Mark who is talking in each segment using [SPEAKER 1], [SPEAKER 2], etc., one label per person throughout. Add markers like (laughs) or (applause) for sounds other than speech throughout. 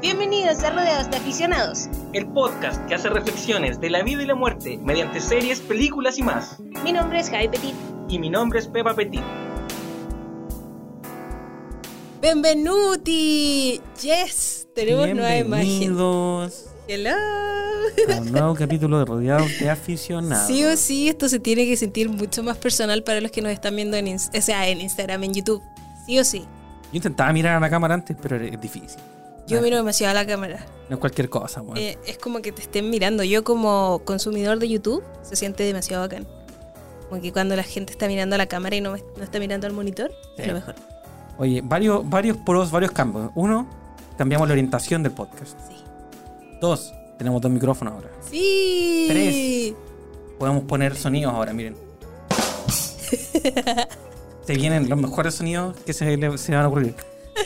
[SPEAKER 1] Bienvenidos a Rodeados de Aficionados.
[SPEAKER 2] El podcast que hace reflexiones de la vida y la muerte mediante series, películas y más.
[SPEAKER 1] Mi nombre es Javi Petit.
[SPEAKER 2] Y mi nombre es Pepa Petit.
[SPEAKER 3] Benvenuti. Yes, tenemos nueva imagen.
[SPEAKER 4] Bienvenidos
[SPEAKER 3] Hello.
[SPEAKER 4] a un nuevo capítulo de Rodeados de Aficionados.
[SPEAKER 3] Sí o sí, esto se tiene que sentir mucho más personal para los que nos están viendo en, Ins- o sea, en Instagram, en YouTube. Sí o sí.
[SPEAKER 4] Yo intentaba mirar a la cámara antes, pero es difícil.
[SPEAKER 3] Yo
[SPEAKER 4] Ah.
[SPEAKER 3] miro demasiado a la cámara.
[SPEAKER 4] No es cualquier cosa, weón.
[SPEAKER 3] Eh, es como que te estén mirando. Yo como consumidor de YouTube se siente demasiado bacán. Como que cuando la gente está mirando a la cámara y no, me- no está mirando al monitor, es
[SPEAKER 4] Sí.
[SPEAKER 3] lo mejor.
[SPEAKER 4] Oye, varios, varios pros, varios cambios. Uno, cambiamos la orientación del podcast.
[SPEAKER 3] Sí.
[SPEAKER 4] Dos, tenemos dos micrófonos ahora.
[SPEAKER 3] Sí.
[SPEAKER 4] Podemos poner sonidos ahora,
[SPEAKER 3] (laughs)
[SPEAKER 4] miren. se vienen los mejores sonidos que se, le- se van a ocurrir.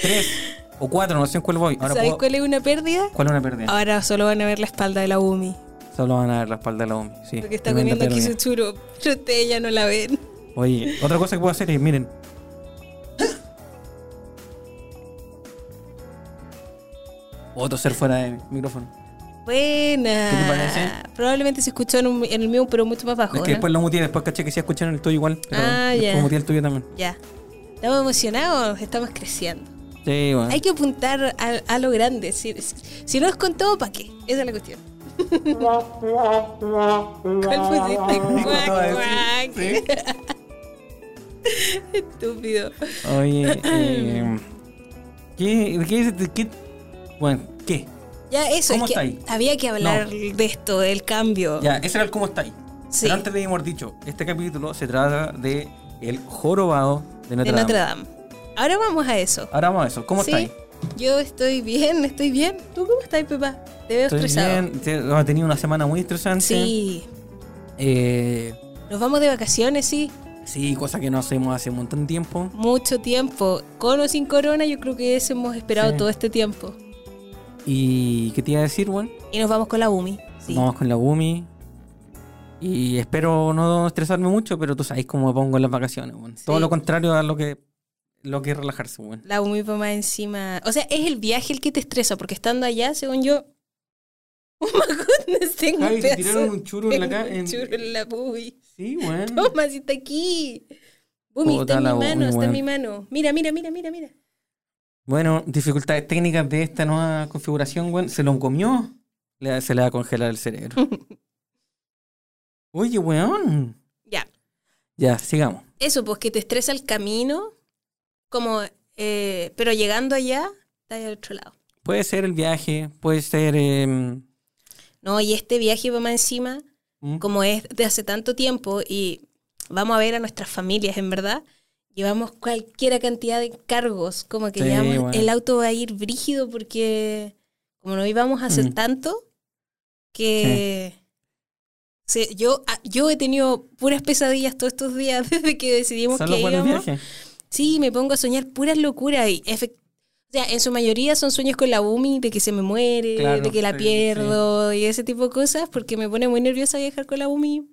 [SPEAKER 4] Tres o cuatro, no sé en cuál voy. Ahora
[SPEAKER 3] ¿Sabes
[SPEAKER 4] puedo-
[SPEAKER 3] cuál Ah. es una pérdida?
[SPEAKER 4] ¿Cuál es una pérdida?
[SPEAKER 3] Ahora solo van a ver la espalda de la Umi.
[SPEAKER 4] Solo van a ver la espalda de la OMI. Sí,
[SPEAKER 3] Porque está
[SPEAKER 4] tremenda
[SPEAKER 3] poniendo aquí su
[SPEAKER 4] pérdida.
[SPEAKER 3] churo, pero ustedes ya no la ven.
[SPEAKER 4] Oye, otra cosa que puedo hacer es, miren. Otro ser fuera de micrófono.
[SPEAKER 3] Buena.
[SPEAKER 4] ¿Qué te parece?
[SPEAKER 3] Probablemente se escuchó en, un- en el mío, pero mucho más bajo.
[SPEAKER 4] es que
[SPEAKER 3] ¿no?
[SPEAKER 4] después lo muteé, después caché que sí escucharon el tuyo igual. Pero
[SPEAKER 3] Ah,
[SPEAKER 4] después
[SPEAKER 3] ya.
[SPEAKER 4] muteé el tuyo también.
[SPEAKER 3] Ya. Estamos emocionados, estamos creciendo.
[SPEAKER 4] Sí, bueno.
[SPEAKER 3] Hay que apuntar a, a lo grande. Si, si no es con todo, ¿para qué? Esa es la cuestión. ¿Cuál
[SPEAKER 4] (laughs)
[SPEAKER 3] pusiste? Guac,
[SPEAKER 4] todo eso,
[SPEAKER 3] guac. Estúpido. (laughs)
[SPEAKER 4] Oye, eh, ¿qué, de qué, de qué- Bueno, ¿qué?
[SPEAKER 3] Ya, eso,
[SPEAKER 4] ¿Cómo
[SPEAKER 3] es
[SPEAKER 4] está
[SPEAKER 3] que
[SPEAKER 4] ahí?
[SPEAKER 3] había que hablar de esto, del cambio.
[SPEAKER 4] Ya, ese era el cómo está ahí.
[SPEAKER 3] Oh. Sí.
[SPEAKER 4] Pero antes de hemos dicho, este capítulo se trata de el jorobado de Notre,
[SPEAKER 3] de Notre
[SPEAKER 4] Dame.
[SPEAKER 3] Dame. Ahora vamos a eso.
[SPEAKER 4] Ahora vamos a eso. ¿Cómo
[SPEAKER 3] sí,
[SPEAKER 4] está ahí?
[SPEAKER 3] Yo estoy bien, estoy bien. ¿Tú cómo estás, Pepa? Te veo estresado.
[SPEAKER 4] bien, te- no, he tenido una semana muy estresante.
[SPEAKER 3] Sí.
[SPEAKER 4] Eh,
[SPEAKER 3] Nos vamos de vacaciones, sí.
[SPEAKER 4] sí, cosa que no hacemos hace un montón de tiempo.
[SPEAKER 3] Mucho tiempo. Con o sin corona, yo creo que eso hemos esperado
[SPEAKER 4] Sí.
[SPEAKER 3] todo este tiempo.
[SPEAKER 4] ¿Y qué te iba a decir, Juan?
[SPEAKER 3] Y nos vamos con la UMI. Sí.
[SPEAKER 4] Vamos con la Gumi. Y espero no estresarme mucho, pero tú sabes cómo me pongo en las vacaciones, weón.
[SPEAKER 3] Sí.
[SPEAKER 4] Todo lo contrario a lo que, lo que es relajarse, weón.
[SPEAKER 3] La UMI va más encima. O sea, es el viaje el que te estresa, porque estando allá, según yo. (laughs) Oh my goodness, tengo un pedazo
[SPEAKER 4] un churro
[SPEAKER 3] de- tengo un churro en la (laughs) boobie.
[SPEAKER 4] Sí, weón.
[SPEAKER 3] Toma, si está aquí. Bumi,
[SPEAKER 4] Puta
[SPEAKER 3] está en mi
[SPEAKER 4] la
[SPEAKER 3] mano,
[SPEAKER 4] Bumi,
[SPEAKER 3] está en
[SPEAKER 4] weón.
[SPEAKER 3] mi mano. Mira, mira, mira, mira, mira.
[SPEAKER 4] Bueno, dificultades técnicas de esta nueva configuración, weón. Se lo comió. Le- se le va a congelar el cerebro. (laughs) Oye, weón.
[SPEAKER 3] Ya.
[SPEAKER 4] Ya, sigamos.
[SPEAKER 3] Eso, pues que te estresa el camino, como, eh, pero llegando allá, está al otro lado.
[SPEAKER 4] Puede ser el viaje, puede ser... eh, mm,
[SPEAKER 3] No, y este viaje va más encima, como es de hace tanto tiempo, y vamos a ver a nuestras familias, en verdad. Llevamos cualquier cantidad de cargos, como que
[SPEAKER 4] Sí,
[SPEAKER 3] llevamos-
[SPEAKER 4] bueno.
[SPEAKER 3] el auto va a ir brígido porque como no íbamos hace
[SPEAKER 4] Mm.
[SPEAKER 3] tanto, que se- yo, ah, yo he tenido puras pesadillas todos estos días (laughs) desde que decidimos
[SPEAKER 4] son
[SPEAKER 3] que
[SPEAKER 4] los buenos
[SPEAKER 3] íbamos.
[SPEAKER 4] viajes.
[SPEAKER 3] Sí, me pongo a soñar puras locuras y efec- o sea, en su mayoría son sueños con la UMI, de que se me muere,
[SPEAKER 4] Claro,
[SPEAKER 3] de que la
[SPEAKER 4] sí,
[SPEAKER 3] pierdo y ese tipo de cosas, porque me pone muy nerviosa viajar con la UMI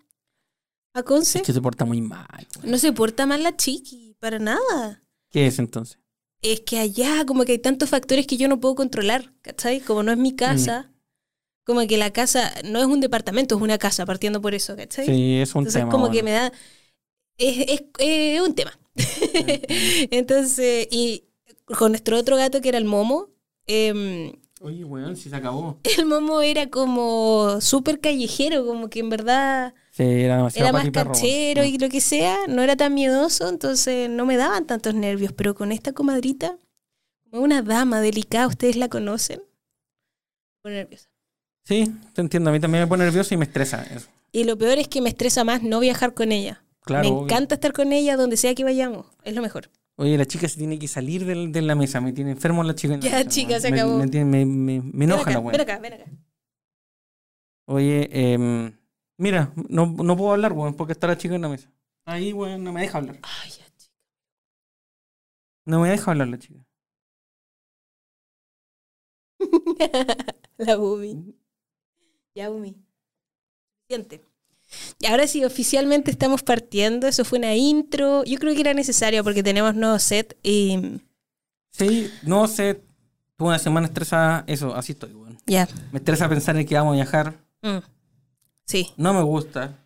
[SPEAKER 3] a Conce.
[SPEAKER 4] Es que se porta muy mal. weón.
[SPEAKER 3] No se porta mal la chiqui, para nada.
[SPEAKER 4] ¿Qué es entonces?
[SPEAKER 3] Es que allá como que hay tantos factores que yo no puedo controlar, ¿cachai? Como no es
[SPEAKER 4] Mm.
[SPEAKER 3] mi casa, como que la casa no es un departamento, es una casa, partiendo por eso, ¿cachai?
[SPEAKER 4] Sí, es un
[SPEAKER 3] Entonces,
[SPEAKER 4] tema.
[SPEAKER 3] como
[SPEAKER 4] bueno.
[SPEAKER 3] que me da. Es, es- es un tema. (laughs) Entonces, y con nuestro otro gato que era el Momo, em, (laughs)
[SPEAKER 4] Oye, weón, si se acabó.
[SPEAKER 3] el Momo era como súper callejero, como que en verdad
[SPEAKER 4] Sí, era demasiado
[SPEAKER 3] era
[SPEAKER 4] pato
[SPEAKER 3] más
[SPEAKER 4] y perro, weón.
[SPEAKER 3] canchero y lo que sea, no era tan miedoso, entonces no me daban tantos nervios. Pero con esta comadrita, como una dama delicada, ustedes la conocen, muy nerviosa.
[SPEAKER 4] Sí, te entiendo. A mí también me pone nervioso y me estresa eso.
[SPEAKER 3] Y lo peor es que me estresa más no viajar con ella.
[SPEAKER 4] Claro.
[SPEAKER 3] me
[SPEAKER 4] obvio.
[SPEAKER 3] encanta estar con ella donde sea que vayamos, es lo mejor.
[SPEAKER 4] Oye, la chica se tiene que salir del- de la mesa. Me tiene enfermo la chica. en la
[SPEAKER 3] Ya,
[SPEAKER 4] mesa,
[SPEAKER 3] chica,
[SPEAKER 4] weón.
[SPEAKER 3] se
[SPEAKER 4] Me-
[SPEAKER 3] acabó.
[SPEAKER 4] Me, tiene- me- me- me
[SPEAKER 3] Ven
[SPEAKER 4] enoja
[SPEAKER 3] acá,
[SPEAKER 4] la
[SPEAKER 3] Ven
[SPEAKER 4] weón.
[SPEAKER 3] acá, ven acá.
[SPEAKER 4] Oye, em, mira, no, no puedo hablar, weón, porque está la chica en la mesa. Ahí, weón, no me deja hablar.
[SPEAKER 3] Ay, ya, chica.
[SPEAKER 4] No me deja hablar la chica.
[SPEAKER 3] (laughs) La Bumi. Ya, Bumi. Siente. Y ahora sí, oficialmente estamos partiendo. Eso fue una intro. Yo creo que era necesario porque tenemos nuevo set y
[SPEAKER 4] Sí, no sé. Tuve una semana estresada, eso, así estoy, weón.
[SPEAKER 3] Ya.
[SPEAKER 4] Me estresa pensar en que vamos a viajar,
[SPEAKER 3] Mm. Sí.
[SPEAKER 4] no me gusta.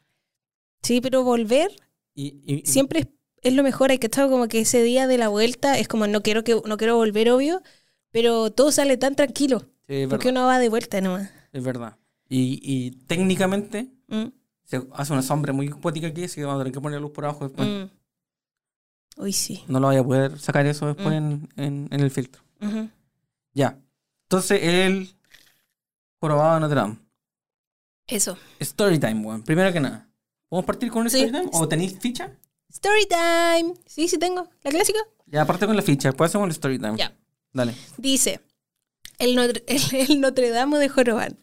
[SPEAKER 3] Sí, pero volver
[SPEAKER 4] Y, y- y-
[SPEAKER 3] siempre es, es lo mejor. Hay que estar como que ese día de la vuelta es como no quiero que no quiero volver, obvio, pero todo sale tan tranquilo.
[SPEAKER 4] Sí, es
[SPEAKER 3] Porque
[SPEAKER 4] verdad.
[SPEAKER 3] uno va de vuelta nomás.
[SPEAKER 4] Es verdad. Y, y técnicamente
[SPEAKER 3] Mm,
[SPEAKER 4] se hace una sombra muy cuática aquí, así que vamos a tener que poner la luz por abajo después.
[SPEAKER 3] mm. Uy, sí.
[SPEAKER 4] No lo voy a poder sacar eso después
[SPEAKER 3] Mm.
[SPEAKER 4] en, en- en el filtro.
[SPEAKER 3] Ujú.
[SPEAKER 4] Ya. Entonces, el jorobado de Notre Dame.
[SPEAKER 3] Eso.
[SPEAKER 4] Storytime, weón. Primero que nada. ¿Podemos partir con un
[SPEAKER 3] Sí.
[SPEAKER 4] storytime? ¿O tenéis ficha?
[SPEAKER 3] Story time. Sí, sí tengo. ¿La clásica?
[SPEAKER 4] Ya, aparte con la ficha. Después hacemos el storytime.
[SPEAKER 3] Ya.
[SPEAKER 4] Dale.
[SPEAKER 3] Dice, el Notre, (laughs) el, el Notre Dame de Jorobán.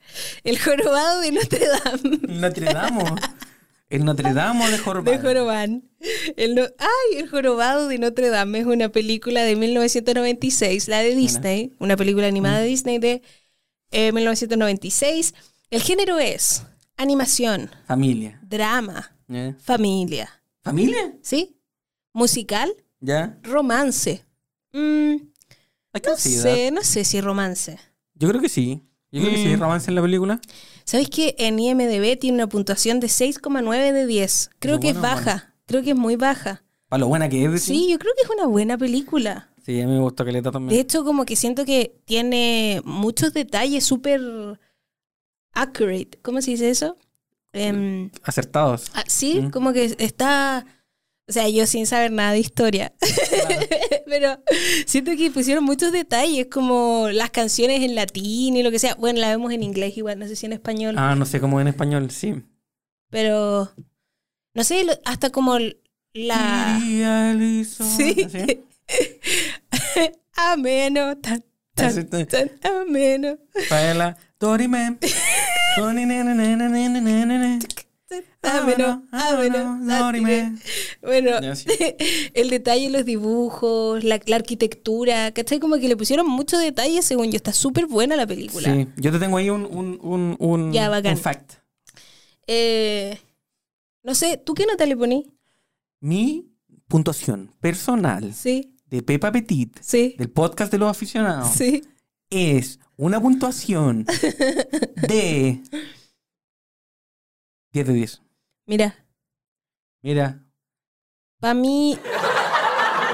[SPEAKER 3] El jorobado de Notre Dame.
[SPEAKER 4] Notre Dame. el Notre Dame de jorobado.
[SPEAKER 3] De Jorobán. El no- ay, El Jorobado de Notre Dame es una película de 1996, la de Disney, una película animada de Disney de eh, 1996. El género es animación,
[SPEAKER 4] Familia.
[SPEAKER 3] drama,
[SPEAKER 4] ¿Ya?
[SPEAKER 3] familia,
[SPEAKER 4] ¿Familia?
[SPEAKER 3] ¿sí? Musical,
[SPEAKER 4] ¿Ya?
[SPEAKER 3] romance. Mm,
[SPEAKER 4] ¿A qué
[SPEAKER 3] no
[SPEAKER 4] ansiedad?
[SPEAKER 3] sé, no sé si romance.
[SPEAKER 4] Yo creo que sí. Yo creo que
[SPEAKER 3] Mm.
[SPEAKER 4] sí hay romance en la película.
[SPEAKER 3] ¿Sabéis que en IMDB tiene una puntuación de 6,9 de 10? Creo
[SPEAKER 4] Pero
[SPEAKER 3] que es
[SPEAKER 4] bueno,
[SPEAKER 3] baja, creo que es muy baja.
[SPEAKER 4] Para lo buena que es,
[SPEAKER 3] Sí, yo creo que es una buena película.
[SPEAKER 4] Sí, a mí me gustó Caleta
[SPEAKER 3] De
[SPEAKER 4] también.
[SPEAKER 3] hecho, como que siento que tiene muchos detalles súper accurate. ¿Cómo se dice eso? Em, (laughs)
[SPEAKER 4] Acertados.
[SPEAKER 3] ah, sí,
[SPEAKER 4] Mm.
[SPEAKER 3] como que está... O sea, yo sin saber nada de historia, (laughs) pero siento que pusieron muchos detalles, como las canciones en latín y lo que sea. Bueno, la vemos en inglés igual, no sé si en español.
[SPEAKER 4] Ah, no sé cómo en español, sí.
[SPEAKER 3] Pero no sé, lo- hasta como l- la
[SPEAKER 4] María Elisa,
[SPEAKER 3] Sí.
[SPEAKER 4] así.
[SPEAKER 3] ameno, tan,
[SPEAKER 4] Así
[SPEAKER 3] tan,
[SPEAKER 4] te-
[SPEAKER 3] tan ameno.
[SPEAKER 4] Paela. Dorime. Dorinenenenenenenenene.
[SPEAKER 3] tan
[SPEAKER 4] Ameno,
[SPEAKER 3] Ameno, ameno.
[SPEAKER 4] ameno,
[SPEAKER 3] tan,
[SPEAKER 4] dorime.
[SPEAKER 3] Bueno,
[SPEAKER 4] Ya, sí.
[SPEAKER 3] (laughs) el detalle en los dibujos, la, la arquitectura, ¿cachai? Como que le pusieron mucho detalle, según yo. Está súper buena la película.
[SPEAKER 4] Sí, yo te tengo ahí un, un, un, un,
[SPEAKER 3] Ya,
[SPEAKER 4] un
[SPEAKER 3] bacán.
[SPEAKER 4] fact.
[SPEAKER 3] Eh, no sé, ¿tú qué nota le poní?
[SPEAKER 4] Mi puntuación personal
[SPEAKER 3] Sí,
[SPEAKER 4] de Pepa Petit,
[SPEAKER 3] sí,
[SPEAKER 4] del podcast de los aficionados,
[SPEAKER 3] sí.
[SPEAKER 4] es una
[SPEAKER 3] (laughs)
[SPEAKER 4] puntuación de 10 de 10.
[SPEAKER 3] Mira,
[SPEAKER 4] Mira,
[SPEAKER 3] para mí...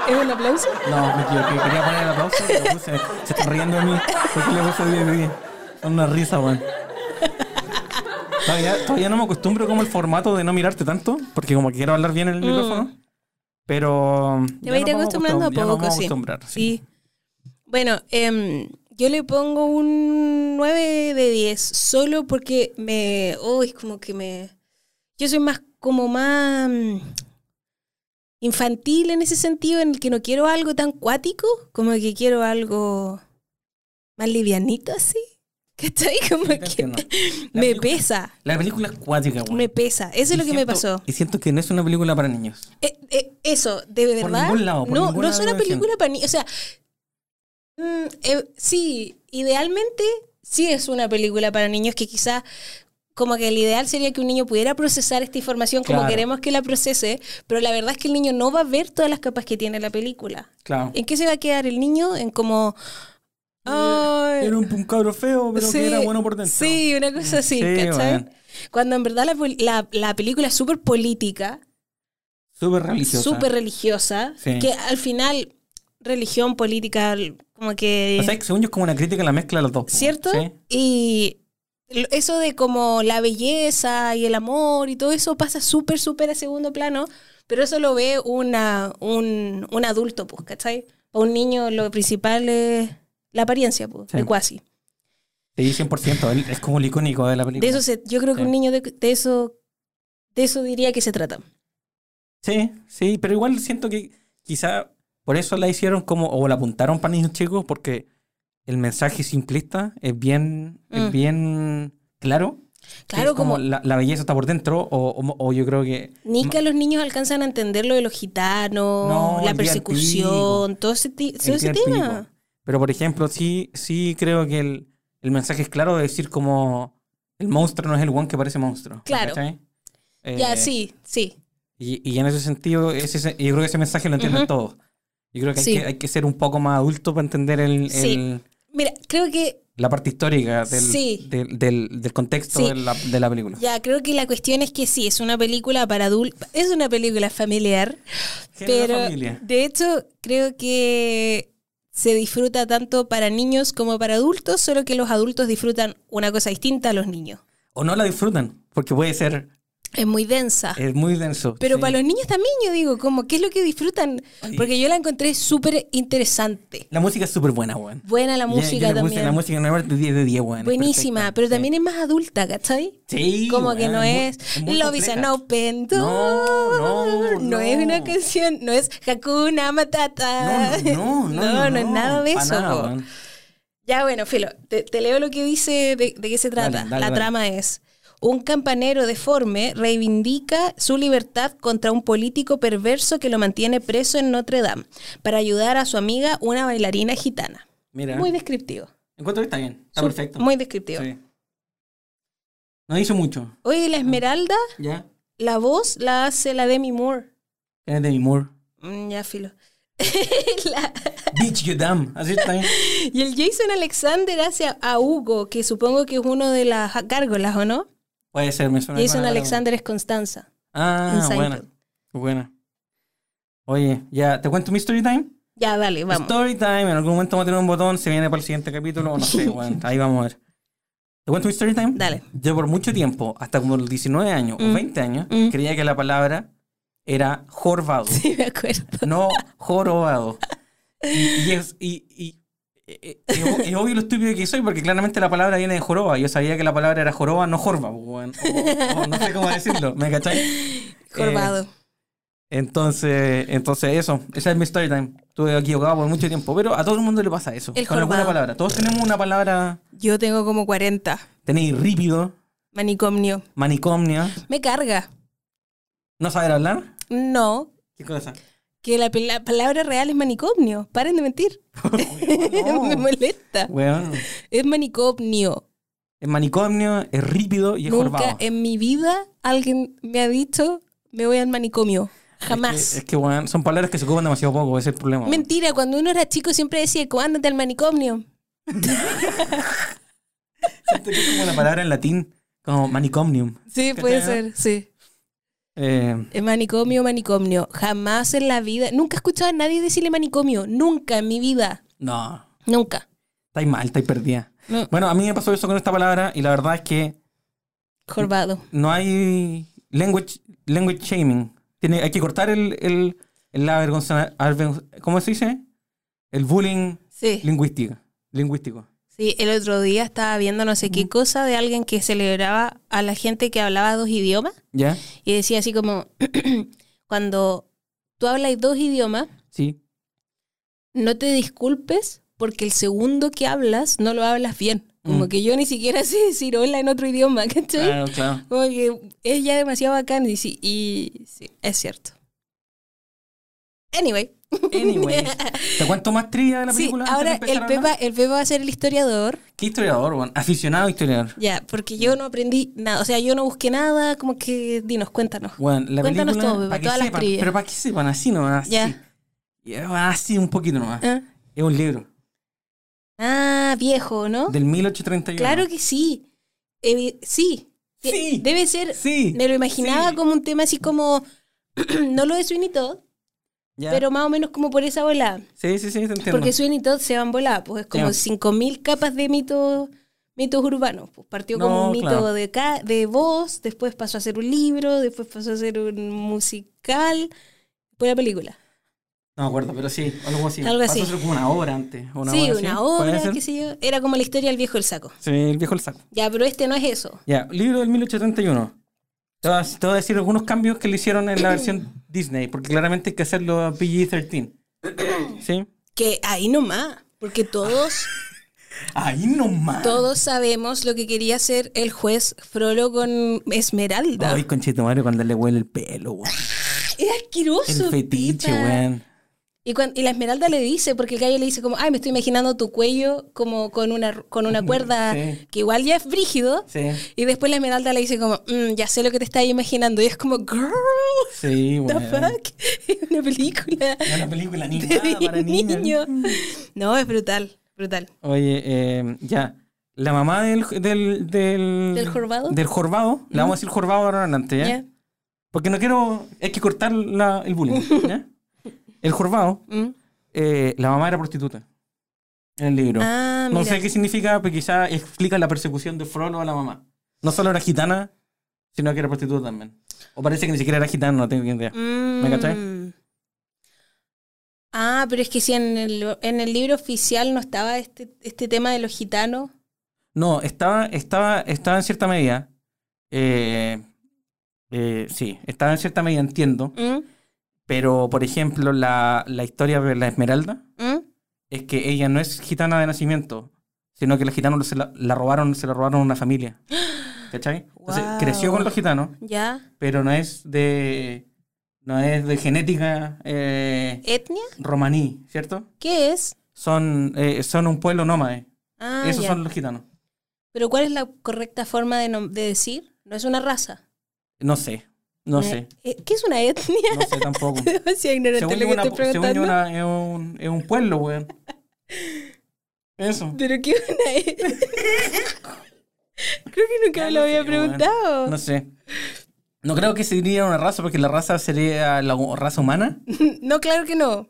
[SPEAKER 3] ¿Es un aplauso?
[SPEAKER 4] no, me equivoqué. Quería poner el aplauso, pero puse, se está riendo de mí. ¿Por qué le puse 10 de 10? Son una risa, weón. Todavía, todavía no me acostumbro como el formato de no mirarte tanto, porque como quiero hablar bien en el
[SPEAKER 3] Mm.
[SPEAKER 4] micrófono. Pero.
[SPEAKER 3] Te
[SPEAKER 4] ya
[SPEAKER 3] vas a
[SPEAKER 4] nos
[SPEAKER 3] ir
[SPEAKER 4] vamos
[SPEAKER 3] acostumbrando a
[SPEAKER 4] acostum- ya nos
[SPEAKER 3] poco,
[SPEAKER 4] vamos a
[SPEAKER 3] sí.
[SPEAKER 4] acostumbrar, sí.
[SPEAKER 3] Sí. Bueno, em, yo le pongo un 9 de 10, solo porque me... Uy, como que me... Yo soy más como más mm, infantil en ese sentido, en el que no quiero algo tan cuático, como que quiero algo más livianito así. (laughs) ¿Cachai? Como
[SPEAKER 4] Sí, te
[SPEAKER 3] que
[SPEAKER 4] entiendo. La
[SPEAKER 3] me
[SPEAKER 4] película-
[SPEAKER 3] pesa,
[SPEAKER 4] La película es cuática, weón.
[SPEAKER 3] me pesa. Eso es
[SPEAKER 4] Y
[SPEAKER 3] lo que me
[SPEAKER 4] siento-
[SPEAKER 3] pasó.
[SPEAKER 4] Y siento que no es una película para niños.
[SPEAKER 3] Eh, eh, eso, de verdad.
[SPEAKER 4] ningún lado, por
[SPEAKER 3] no,
[SPEAKER 4] ningún
[SPEAKER 3] no
[SPEAKER 4] lado
[SPEAKER 3] es una
[SPEAKER 4] lo defiendo.
[SPEAKER 3] película para niños. O sea, mm, eh, sí, idealmente sí es una película para niños que quizás como que el ideal sería que un niño pudiera procesar esta información como
[SPEAKER 4] Claro.
[SPEAKER 3] queremos que la procese, pero la verdad es que el niño no va a ver todas las capas que tiene la película.
[SPEAKER 4] Claro.
[SPEAKER 3] ¿En qué se va a quedar el niño? En como... "Ay,
[SPEAKER 4] Era Eh, un, un cabro feo, pero
[SPEAKER 3] sí,
[SPEAKER 4] que era bueno por dentro.
[SPEAKER 3] Sí, una cosa así,
[SPEAKER 4] Sí,
[SPEAKER 3] ¿cachai?
[SPEAKER 4] bueno.
[SPEAKER 3] Cuando en verdad la, pol- la- la película es súper política,
[SPEAKER 4] Súper religiosa.
[SPEAKER 3] súper religiosa,
[SPEAKER 4] Sí.
[SPEAKER 3] que al final religión, política, l- como que...
[SPEAKER 4] O sea, que según yo es como una crítica a la mezcla de los dos.
[SPEAKER 3] ¿Cierto?
[SPEAKER 4] Sí.
[SPEAKER 3] Y l- eso de como la belleza y el amor y todo eso pasa súper, súper a segundo plano, pero eso lo ve una, un, un adulto, pues, ¿cachai? Para un niño lo principal es la apariencia, pues,
[SPEAKER 4] Sí.
[SPEAKER 3] de cuasi.
[SPEAKER 4] Sí, 100%. él es como el icónico de la película.
[SPEAKER 3] De eso se- yo creo que
[SPEAKER 4] Sí.
[SPEAKER 3] un niño de, de eso de eso diría que se trata.
[SPEAKER 4] Sí, sí, pero igual siento que quizá por eso la hicieron como, o la apuntaron para niños chicos, porque el mensaje simplista es bien, es
[SPEAKER 3] Mm.
[SPEAKER 4] bien claro. que
[SPEAKER 3] Claro,
[SPEAKER 4] es como,
[SPEAKER 3] como
[SPEAKER 4] la, la belleza está por dentro, o, o- o yo creo que
[SPEAKER 3] Ni que los niños alcanzan a entender lo de los gitanos,
[SPEAKER 4] No, el día
[SPEAKER 3] la
[SPEAKER 4] del
[SPEAKER 3] persecución, todo ese, ti- todo
[SPEAKER 4] el
[SPEAKER 3] ese
[SPEAKER 4] día del
[SPEAKER 3] tema.
[SPEAKER 4] pico. Pero por ejemplo, sí, sí creo que el, el mensaje es claro de decir como el monstruo no es el one que parece monstruo.
[SPEAKER 3] Claro.
[SPEAKER 4] ¿cachai? Eh,
[SPEAKER 3] ya, sí, sí.
[SPEAKER 4] Y, y en ese sentido, ese, ese- yo creo que ese mensaje lo entienden
[SPEAKER 3] Ujú.
[SPEAKER 4] todos. Yo creo que hay,
[SPEAKER 3] Sí.
[SPEAKER 4] que hay que ser un poco más adulto para entender el,
[SPEAKER 3] Sí.
[SPEAKER 4] el-
[SPEAKER 3] Mira, creo que
[SPEAKER 4] La parte histórica del,
[SPEAKER 3] Sí.
[SPEAKER 4] del, del- del contexto
[SPEAKER 3] Sí.
[SPEAKER 4] de, la, de la película.
[SPEAKER 3] Ya, creo que la cuestión es que sí, es una película para adultos, es una película familiar,
[SPEAKER 4] Género
[SPEAKER 3] pero
[SPEAKER 4] familia.
[SPEAKER 3] de hecho creo que se disfruta tanto para niños como para adultos, solo que los adultos disfrutan una cosa distinta a los niños.
[SPEAKER 4] O no la disfrutan, porque puede ser,
[SPEAKER 3] Es muy densa.
[SPEAKER 4] es muy denso.
[SPEAKER 3] Ah. pero
[SPEAKER 4] Eh, sí.
[SPEAKER 3] para los niños también, yo digo, como, ¿qué es lo que disfrutan?
[SPEAKER 4] Ay.
[SPEAKER 3] Porque yo la encontré súper interesante.
[SPEAKER 4] La música es súper buena, weón.
[SPEAKER 3] Buena la
[SPEAKER 4] Yo- yo
[SPEAKER 3] música
[SPEAKER 4] le puse
[SPEAKER 3] también.
[SPEAKER 4] La música no es de 10 de 10, weón. es
[SPEAKER 3] Buenísima,
[SPEAKER 4] perfecta,
[SPEAKER 3] pero
[SPEAKER 4] sí.
[SPEAKER 3] también es más adulta, ¿cachai?
[SPEAKER 4] Sí,
[SPEAKER 3] Como
[SPEAKER 4] weón,
[SPEAKER 3] que no
[SPEAKER 4] muy-
[SPEAKER 3] es,
[SPEAKER 4] muy
[SPEAKER 3] Love is
[SPEAKER 4] compleja.
[SPEAKER 3] an open door.
[SPEAKER 4] No, no, no.
[SPEAKER 3] es una canción, no es Hakuna Matata.
[SPEAKER 4] No, no, no. No,
[SPEAKER 3] (laughs) no, es nada de
[SPEAKER 4] pa'
[SPEAKER 3] eso.
[SPEAKER 4] nada,
[SPEAKER 3] po.
[SPEAKER 4] weón.
[SPEAKER 3] ya bueno, Filo, te, te leo lo que dice, de, de qué se trata.
[SPEAKER 4] Dale, dale,
[SPEAKER 3] La
[SPEAKER 4] dale.
[SPEAKER 3] trama es, un campanero deforme reivindica su libertad contra un político perverso que lo mantiene preso en Notre Dame para ayudar a su amiga, una bailarina gitana.
[SPEAKER 4] Mira,
[SPEAKER 3] Muy descriptivo.
[SPEAKER 4] encuentro que está bien. Está
[SPEAKER 3] Su-
[SPEAKER 4] Ah, perfecto.
[SPEAKER 3] Muy descriptivo.
[SPEAKER 4] Sí. Ah. No hizo mucho,
[SPEAKER 3] Oye, la Esmeralda,
[SPEAKER 4] ¿ya?
[SPEAKER 3] la voz la hace la Demi Moore.
[SPEAKER 4] Es de mi
[SPEAKER 3] (laughs)
[SPEAKER 4] Moore.
[SPEAKER 3] Mm, ya, filo. La-
[SPEAKER 4] Bitch, you damn. Así está bien.
[SPEAKER 3] Y el Jason Alexander hace a, a Hugo, que supongo que es uno de las gárgolas, ¿o no?
[SPEAKER 4] Puede ser, me suena.
[SPEAKER 3] Jason
[SPEAKER 4] alguna palabra.
[SPEAKER 3] Alexander es Constanza. en
[SPEAKER 4] Ah,
[SPEAKER 3] Seinfeld.
[SPEAKER 4] buena. Buena. Oye, ya, ¿te cuento mi story time?
[SPEAKER 3] Ya, dale, vamos.
[SPEAKER 4] Story time, en algún momento vamos a tener un botón, se viene para el siguiente capítulo, o no
[SPEAKER 3] (laughs)
[SPEAKER 4] sé, bueno, ahí vamos a ver. ¿Te cuento mi story time?
[SPEAKER 3] Dale. (laughs)
[SPEAKER 4] Yo por mucho tiempo, hasta como los 19 años
[SPEAKER 3] Mm.
[SPEAKER 4] o 20 años,
[SPEAKER 3] Mm.
[SPEAKER 4] creía que la palabra era jorvado,
[SPEAKER 3] Sí, me acuerdo.
[SPEAKER 4] no jorobado. Y, y es, y, y- eh, eh, es o- es obvio lo estúpido que soy, porque claramente la palabra viene de joroba. Yo sabía que la palabra era joroba, no jorba. pues, weón. O- o no sé cómo decirlo, ¿me cachai? Eh,
[SPEAKER 3] Corvado.
[SPEAKER 4] Entonces, entonces eso, esa es mi story time. Estuve equivocado por mucho tiempo, pero a todo el mundo le pasa eso.
[SPEAKER 3] El
[SPEAKER 4] con alguna
[SPEAKER 3] jorobado.
[SPEAKER 4] palabra. Todos tenemos una palabra,
[SPEAKER 3] Yo tengo como 40.
[SPEAKER 4] tenéis rípido,
[SPEAKER 3] Manicomio.
[SPEAKER 4] manicomnia,
[SPEAKER 3] Me carga.
[SPEAKER 4] no saber hablar.
[SPEAKER 3] No,
[SPEAKER 4] ¿Qué cosa?
[SPEAKER 3] que la, pel- la palabra real es manicomio. Paren de mentir. (laughs) (laughs) me molesta.
[SPEAKER 4] Weón,
[SPEAKER 3] Es manicomio.
[SPEAKER 4] es manicomio, es rípido y es
[SPEAKER 3] Nunca eh,
[SPEAKER 4] jorobado.
[SPEAKER 3] en mi vida alguien me ha dicho me voy al manicomio. Jamás.
[SPEAKER 4] Es que, es que, weón, son palabras que se ocupan demasiado poco, ese es el problema. weón.
[SPEAKER 3] Mentira, cuando uno era chico siempre decía, ándate al manicomio.
[SPEAKER 4] Siento que es como la palabra en latín, como manicomnium.
[SPEAKER 3] Sí,
[SPEAKER 4] ¿Cachai,
[SPEAKER 3] puede
[SPEAKER 4] no?
[SPEAKER 3] ser, sí.
[SPEAKER 4] Eh,
[SPEAKER 3] Eh, Manicomio, manicomio. Jamás en la vida, nunca he escuchado a nadie decirle manicomio. Nunca en mi vida.
[SPEAKER 4] no,
[SPEAKER 3] Nunca.
[SPEAKER 4] estáis mal, estáis perdida.
[SPEAKER 3] No.
[SPEAKER 4] Bueno, a mí me pasó eso con esta palabra y la verdad es que
[SPEAKER 3] Jorvado.
[SPEAKER 4] no hay language, language shaming. Tiene, hay que cortar el, el, el avergonza- avergon- ¿cómo se dice? El bullying
[SPEAKER 3] Sí.
[SPEAKER 4] lingüístico. lingüístico.
[SPEAKER 3] Sí, el otro día estaba viendo no sé qué cosa de alguien que celebraba a la gente que hablaba dos idiomas
[SPEAKER 4] ¿Ya?
[SPEAKER 3] y decía así como, (clears throat) cuando tú hablas dos idiomas,
[SPEAKER 4] Sí.
[SPEAKER 3] no te disculpes porque el segundo que hablas no lo hablas bien. Como
[SPEAKER 4] Mm.
[SPEAKER 3] que yo ni siquiera (laughs) sé decir hola en otro idioma, ¿cachai?
[SPEAKER 4] Claro, claro.
[SPEAKER 3] Como que es ya demasiado bacán y sí, y sí, es cierto. Anyway.
[SPEAKER 4] Anyway.
[SPEAKER 3] (laughs)
[SPEAKER 4] ¿Te cuento más trivia de la
[SPEAKER 3] Sí,
[SPEAKER 4] película? antes de
[SPEAKER 3] ahora
[SPEAKER 4] empezar
[SPEAKER 3] el
[SPEAKER 4] a hablar?
[SPEAKER 3] Pepa, el Pepa va a ser el historiador,
[SPEAKER 4] ¿Qué historiador, weón? Aficionado historiador.
[SPEAKER 3] ya, porque yo no aprendí nada, o sea, yo no busqué nada, como que dinos, cuéntanos.
[SPEAKER 4] Bueno, la
[SPEAKER 3] Cuéntanos
[SPEAKER 4] película,
[SPEAKER 3] todo, Pepa,
[SPEAKER 4] pa' que
[SPEAKER 3] todas las
[SPEAKER 4] sepan,
[SPEAKER 3] trivias.
[SPEAKER 4] Pero para que sepan, así nomás. así.
[SPEAKER 3] Ya.
[SPEAKER 4] Y, eh, Así un poquito nomás.
[SPEAKER 3] ¿Ah?
[SPEAKER 4] Es un libro
[SPEAKER 3] Ah, viejo, ¿no?
[SPEAKER 4] del 1831.
[SPEAKER 3] Claro que sí. Evi- sí. De-
[SPEAKER 4] Sí.
[SPEAKER 3] Debe ser,
[SPEAKER 4] Sí.
[SPEAKER 3] me lo imaginaba
[SPEAKER 4] sí.
[SPEAKER 3] como un tema así como, (clears throat) no lo de Sweeney Todd,
[SPEAKER 4] Ah. Ya.
[SPEAKER 3] pero más o menos como por esa volada.
[SPEAKER 4] Sí, sí, sí, te entiendo.
[SPEAKER 3] Porque Sweeney Todd se van voladas, pues es como
[SPEAKER 4] Ya.
[SPEAKER 3] 5.000 capas de mitos mitos urbanos. Pues partió como
[SPEAKER 4] No,
[SPEAKER 3] un mito
[SPEAKER 4] claro.
[SPEAKER 3] de, ca- de voz, después pasó a ser un libro, después pasó a ser un musical, después la película.
[SPEAKER 4] No me acuerdo, pero sí, algo así.
[SPEAKER 3] Algo así.
[SPEAKER 4] Pasó a ser como una obra antes. Una
[SPEAKER 3] sí,
[SPEAKER 4] obra
[SPEAKER 3] una
[SPEAKER 4] así,
[SPEAKER 3] obra,
[SPEAKER 4] puede ser.
[SPEAKER 3] qué sé yo. Era como la historia del viejo el saco.
[SPEAKER 4] Sí, el viejo el saco.
[SPEAKER 3] Ya, pero este no es eso.
[SPEAKER 4] Ya, libro del 1831. Te voy, a, te voy a decir algunos cambios que le hicieron
[SPEAKER 3] (clears throat)
[SPEAKER 4] en la versión Disney, porque claramente hay que hacerlo PG-13.
[SPEAKER 3] (clears throat)
[SPEAKER 4] ¿Sí?
[SPEAKER 3] Que ahí nomás, porque todos,
[SPEAKER 4] Ahí nomás.
[SPEAKER 3] todos sabemos lo que quería hacer el juez Frollo con Esmeralda.
[SPEAKER 4] Ay, conchito madre, cuando le huele el pelo, weón.
[SPEAKER 3] es asqueroso.
[SPEAKER 4] El fetiche,
[SPEAKER 3] Pipa.
[SPEAKER 4] weón.
[SPEAKER 3] Y, cuan- y la Esmeralda le dice, porque el gallo le dice como, ay, me estoy imaginando tu cuello como con una, con una cuerda
[SPEAKER 4] (laughs) Sí.
[SPEAKER 3] que igual ya es brígido.
[SPEAKER 4] Sí,
[SPEAKER 3] Y después la Esmeralda le dice como, "Mm, ya sé lo que te estás imaginando. Y es como, girl,
[SPEAKER 4] sí,
[SPEAKER 3] the
[SPEAKER 4] weón.
[SPEAKER 3] fuck, (laughs) es una película
[SPEAKER 4] Una película
[SPEAKER 3] (laughs) de
[SPEAKER 4] animada para niños.
[SPEAKER 3] niño. No, es brutal. Brutal.
[SPEAKER 4] Oye, eh, ya. La mamá del. ¿Del, del,
[SPEAKER 3] ¿Del jorvado?
[SPEAKER 4] Del jorvado. Le vamos a decir jorvado ahora en adelante, ¿ya?
[SPEAKER 3] Ya.
[SPEAKER 4] Porque no quiero. Hay que cortar la- el bullying,
[SPEAKER 3] (laughs)
[SPEAKER 4] ¿ya? El jorvado,
[SPEAKER 3] Mm.
[SPEAKER 4] eh, la mamá era prostituta. En el libro.
[SPEAKER 3] Ah, mira.
[SPEAKER 4] no sé qué significa, pero quizá explica la persecución de Frollo a la mamá. No solo era gitana, sino que era prostituta también. O parece que ni siquiera era gitana, no tengo ni idea.
[SPEAKER 3] ¿Me
[SPEAKER 4] cachai?
[SPEAKER 3] Mm. Ah, pero es que si en el, en el libro oficial no estaba este, este tema de los gitanos.
[SPEAKER 4] No, estaba, estaba, estaba en cierta medida. eh, eh, sí, estaba en cierta medida, entiendo.
[SPEAKER 3] ¿Mm?
[SPEAKER 4] Pero, por ejemplo, la, la historia de la Esmeralda
[SPEAKER 3] ¿Mm?
[SPEAKER 4] es que ella no es gitana de nacimiento, sino que los gitanos se la, la robaron, se la robaron a una
[SPEAKER 3] (gasps)
[SPEAKER 4] familia. ¿Cachai? Entonces,
[SPEAKER 3] Guau.
[SPEAKER 4] creció con los gitanos,
[SPEAKER 3] ¿Ya?
[SPEAKER 4] pero no es de. No es de genética eh,
[SPEAKER 3] ¿Etnia?
[SPEAKER 4] romaní, ¿cierto?
[SPEAKER 3] ¿Qué es?
[SPEAKER 4] Son, eh, son un pueblo nómade.
[SPEAKER 3] Ah,
[SPEAKER 4] Esos
[SPEAKER 3] ya.
[SPEAKER 4] son los gitanos.
[SPEAKER 3] Pero ¿cuál es la correcta forma de, nom- de decir? No es una raza.
[SPEAKER 4] No sé, no
[SPEAKER 3] Una-
[SPEAKER 4] sé,
[SPEAKER 3] eh, ¿Qué es una etnia? (laughs)
[SPEAKER 4] no sé tampoco.
[SPEAKER 3] Demasiado ignorante
[SPEAKER 4] según
[SPEAKER 3] lo
[SPEAKER 4] yo,
[SPEAKER 3] que
[SPEAKER 4] una-
[SPEAKER 3] estoy
[SPEAKER 4] según
[SPEAKER 3] preguntando.
[SPEAKER 4] yo una- es, un, es un pueblo,
[SPEAKER 3] (laughs)
[SPEAKER 4] weón. Eso.
[SPEAKER 3] ¿Pero qué es una etnia? (laughs) Creo que nunca
[SPEAKER 4] Ya
[SPEAKER 3] lo
[SPEAKER 4] no
[SPEAKER 3] había
[SPEAKER 4] sé, weón.
[SPEAKER 3] preguntado.
[SPEAKER 4] No sé. No creo que sería una raza, porque la raza sería la hu- raza humana.
[SPEAKER 3] No, claro que no.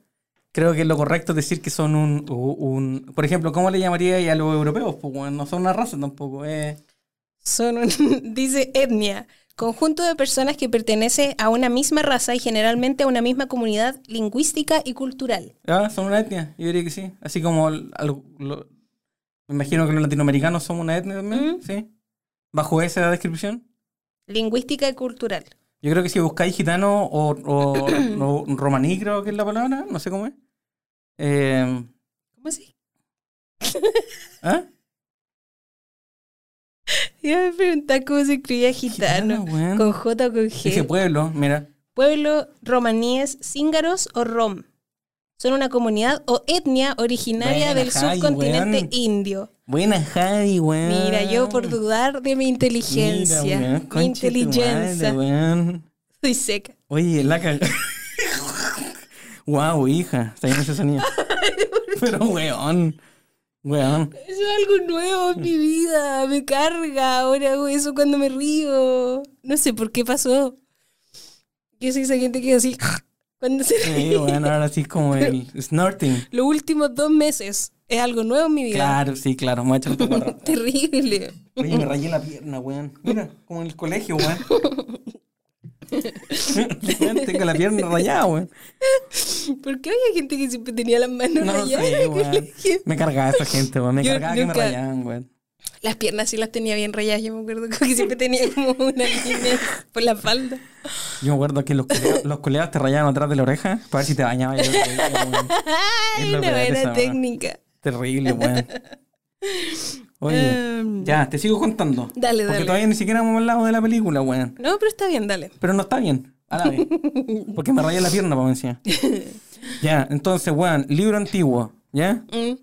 [SPEAKER 4] Creo que lo correcto es decir que son un. un- por ejemplo, ¿cómo le llamaría a los europeos? Pues, weón, no son una raza tampoco. eh.
[SPEAKER 3] Son un- (laughs) dice etnia, conjunto de personas que pertenece a una misma raza y generalmente a una misma comunidad lingüística y cultural.
[SPEAKER 4] Ah, son una etnia, yo diría que sí. Así como. el- al- lo- me imagino que los latinoamericanos son una etnia también,
[SPEAKER 3] Mm.
[SPEAKER 4] ¿sí? Bajo esa descripción.
[SPEAKER 3] Lingüística y cultural.
[SPEAKER 4] Yo creo que si buscáis gitano o,
[SPEAKER 3] (coughs)
[SPEAKER 4] o, o romaní, creo que es la palabra, no sé cómo es. Eh,
[SPEAKER 3] ¿Cómo así?
[SPEAKER 4] ¿Ah?
[SPEAKER 3] Iba a preguntar cómo se escribía gitano.
[SPEAKER 4] weón.
[SPEAKER 3] ¿Con J o con
[SPEAKER 4] Ese
[SPEAKER 3] G?
[SPEAKER 4] pueblo, mira.
[SPEAKER 3] Pueblo romaníes, cíngaros o rom. Son una comunidad o etnia originaria
[SPEAKER 4] Buena,
[SPEAKER 3] del
[SPEAKER 4] Javi,
[SPEAKER 3] subcontinente
[SPEAKER 4] weón.
[SPEAKER 3] indio.
[SPEAKER 4] Buena Javi, weón.
[SPEAKER 3] Mira, yo por dudar de mi inteligencia.
[SPEAKER 4] Mira, weón,
[SPEAKER 3] mi
[SPEAKER 4] conche tu
[SPEAKER 3] inteligencia.
[SPEAKER 4] madre, weón.
[SPEAKER 3] Soy seca.
[SPEAKER 4] Oye, la (laughs) cagada. wow, hija. Está bien ese
[SPEAKER 3] (laughs)
[SPEAKER 4] sonido. Pero, weón. Weón.
[SPEAKER 3] Eso es algo nuevo en mi vida, me carga, ahora hago eso cuando me río. No sé por qué pasó. Yo soy esa gente que así cuando se
[SPEAKER 4] Sí,
[SPEAKER 3] ríe.
[SPEAKER 4] weón, ahora sí como el
[SPEAKER 3] (laughs)
[SPEAKER 4] snorting.
[SPEAKER 3] Los últimos dos meses es algo nuevo en mi vida.
[SPEAKER 4] Claro, sí, claro. Me ha hecho otro cuadro.
[SPEAKER 3] Terrible.
[SPEAKER 4] Oye, me rayé la pierna, weón. Mira, como en el colegio,
[SPEAKER 3] (laughs)
[SPEAKER 4] weón. Weón, Tengo la pierna rayada, weón.
[SPEAKER 3] ¿Por qué había gente que siempre tenía las manos
[SPEAKER 4] No
[SPEAKER 3] rayadas?
[SPEAKER 4] sé, weón.
[SPEAKER 3] Dije,
[SPEAKER 4] Me cargaba esa gente, weón. Me
[SPEAKER 3] Yo
[SPEAKER 4] cargaba que me
[SPEAKER 3] nunca-
[SPEAKER 4] rayaban, weón.
[SPEAKER 3] Las piernas sí las tenía bien rayadas, yo me acuerdo que siempre tenía como una línea por la falda.
[SPEAKER 4] Yo me acuerdo que los, colega- los colegas te rayaban atrás de la oreja para ver si te bañaba. Yo, weón.
[SPEAKER 3] Ay,
[SPEAKER 4] lo
[SPEAKER 3] una
[SPEAKER 4] peor esa,
[SPEAKER 3] buena
[SPEAKER 4] weón.
[SPEAKER 3] técnica.
[SPEAKER 4] Terrible, weón. Oye,
[SPEAKER 3] Em,
[SPEAKER 4] ya, te sigo contando.
[SPEAKER 3] Dale,
[SPEAKER 4] Porque
[SPEAKER 3] dale.
[SPEAKER 4] todavía ni siquiera hemos hablado de la película, weón.
[SPEAKER 3] No, pero está bien, dale.
[SPEAKER 4] Pero no está bien, a la vez. Porque me rayé la pierna, para encima. Ya, entonces, weón, libro antiguo, ¿ya?
[SPEAKER 3] Mm.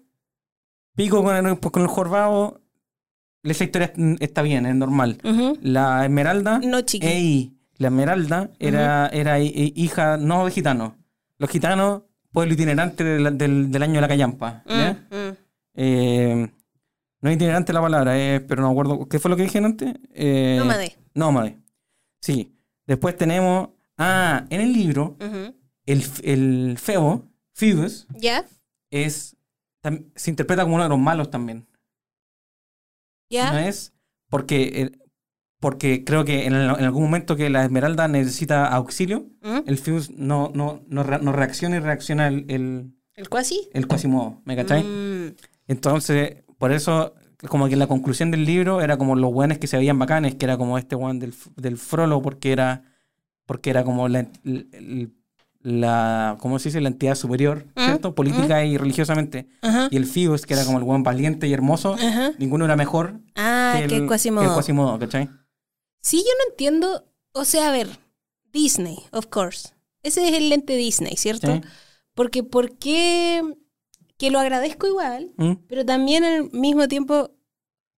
[SPEAKER 4] Pico con el, con el jorvado. Esa historia es- está bien, es normal.
[SPEAKER 3] Ujú.
[SPEAKER 4] La Esmeralda.
[SPEAKER 3] No, chiqui.
[SPEAKER 4] Ey, la Esmeralda era, era hi- hi- hija no de gitanos. Los gitanos, pueblo itinerante de la- del, del año de la Callampa. ¿ya?
[SPEAKER 3] Mm, mm.
[SPEAKER 4] Eh, no es itinerante la palabra, eh, pero no me acuerdo. ¿Qué fue lo que dije antes? Eh,
[SPEAKER 3] Nómade.
[SPEAKER 4] Nómade. Sí. Después tenemos. Ah, en el libro,
[SPEAKER 3] Ujú.
[SPEAKER 4] el, el febo, Phoebus,
[SPEAKER 3] ¿Ya?
[SPEAKER 4] es, tam- se interpreta como uno de los malos también. No
[SPEAKER 3] ¿Ya?
[SPEAKER 4] es porque, eh, porque creo que en, el- en algún momento que la Esmeralda necesita auxilio,
[SPEAKER 3] ¿Mm?
[SPEAKER 4] el Fuse no, no, no, re- no reacciona y reacciona el, el,
[SPEAKER 3] ¿El cuasi?
[SPEAKER 4] el Quasimodo, ¿me cachai?
[SPEAKER 3] Mm,
[SPEAKER 4] Entonces, por eso, como que la conclusión del libro era como los buenos que se veían bacanes, que era como este weón del, f- del Frolo, porque era, porque era como la, el- el- la- ¿cómo se dice? La entidad superior,
[SPEAKER 3] Mm,
[SPEAKER 4] ¿cierto? Política y religiosamente.
[SPEAKER 3] Ajá.
[SPEAKER 4] Y el Fuse, que era como el buen valiente y hermoso,
[SPEAKER 3] Ajá.
[SPEAKER 4] ninguno era mejor
[SPEAKER 3] Ah, que el
[SPEAKER 4] que el
[SPEAKER 3] cuasimodo.
[SPEAKER 4] Quasimodo, ¿cachai?
[SPEAKER 3] Sí, yo no entiendo. O sea, a ver, Disney, of course. Ese es el lente Disney, ¿cierto?
[SPEAKER 4] Sí.
[SPEAKER 3] Porque, ¿por qué? Que lo agradezco igual,
[SPEAKER 4] ¿Mm?
[SPEAKER 3] pero también al mismo tiempo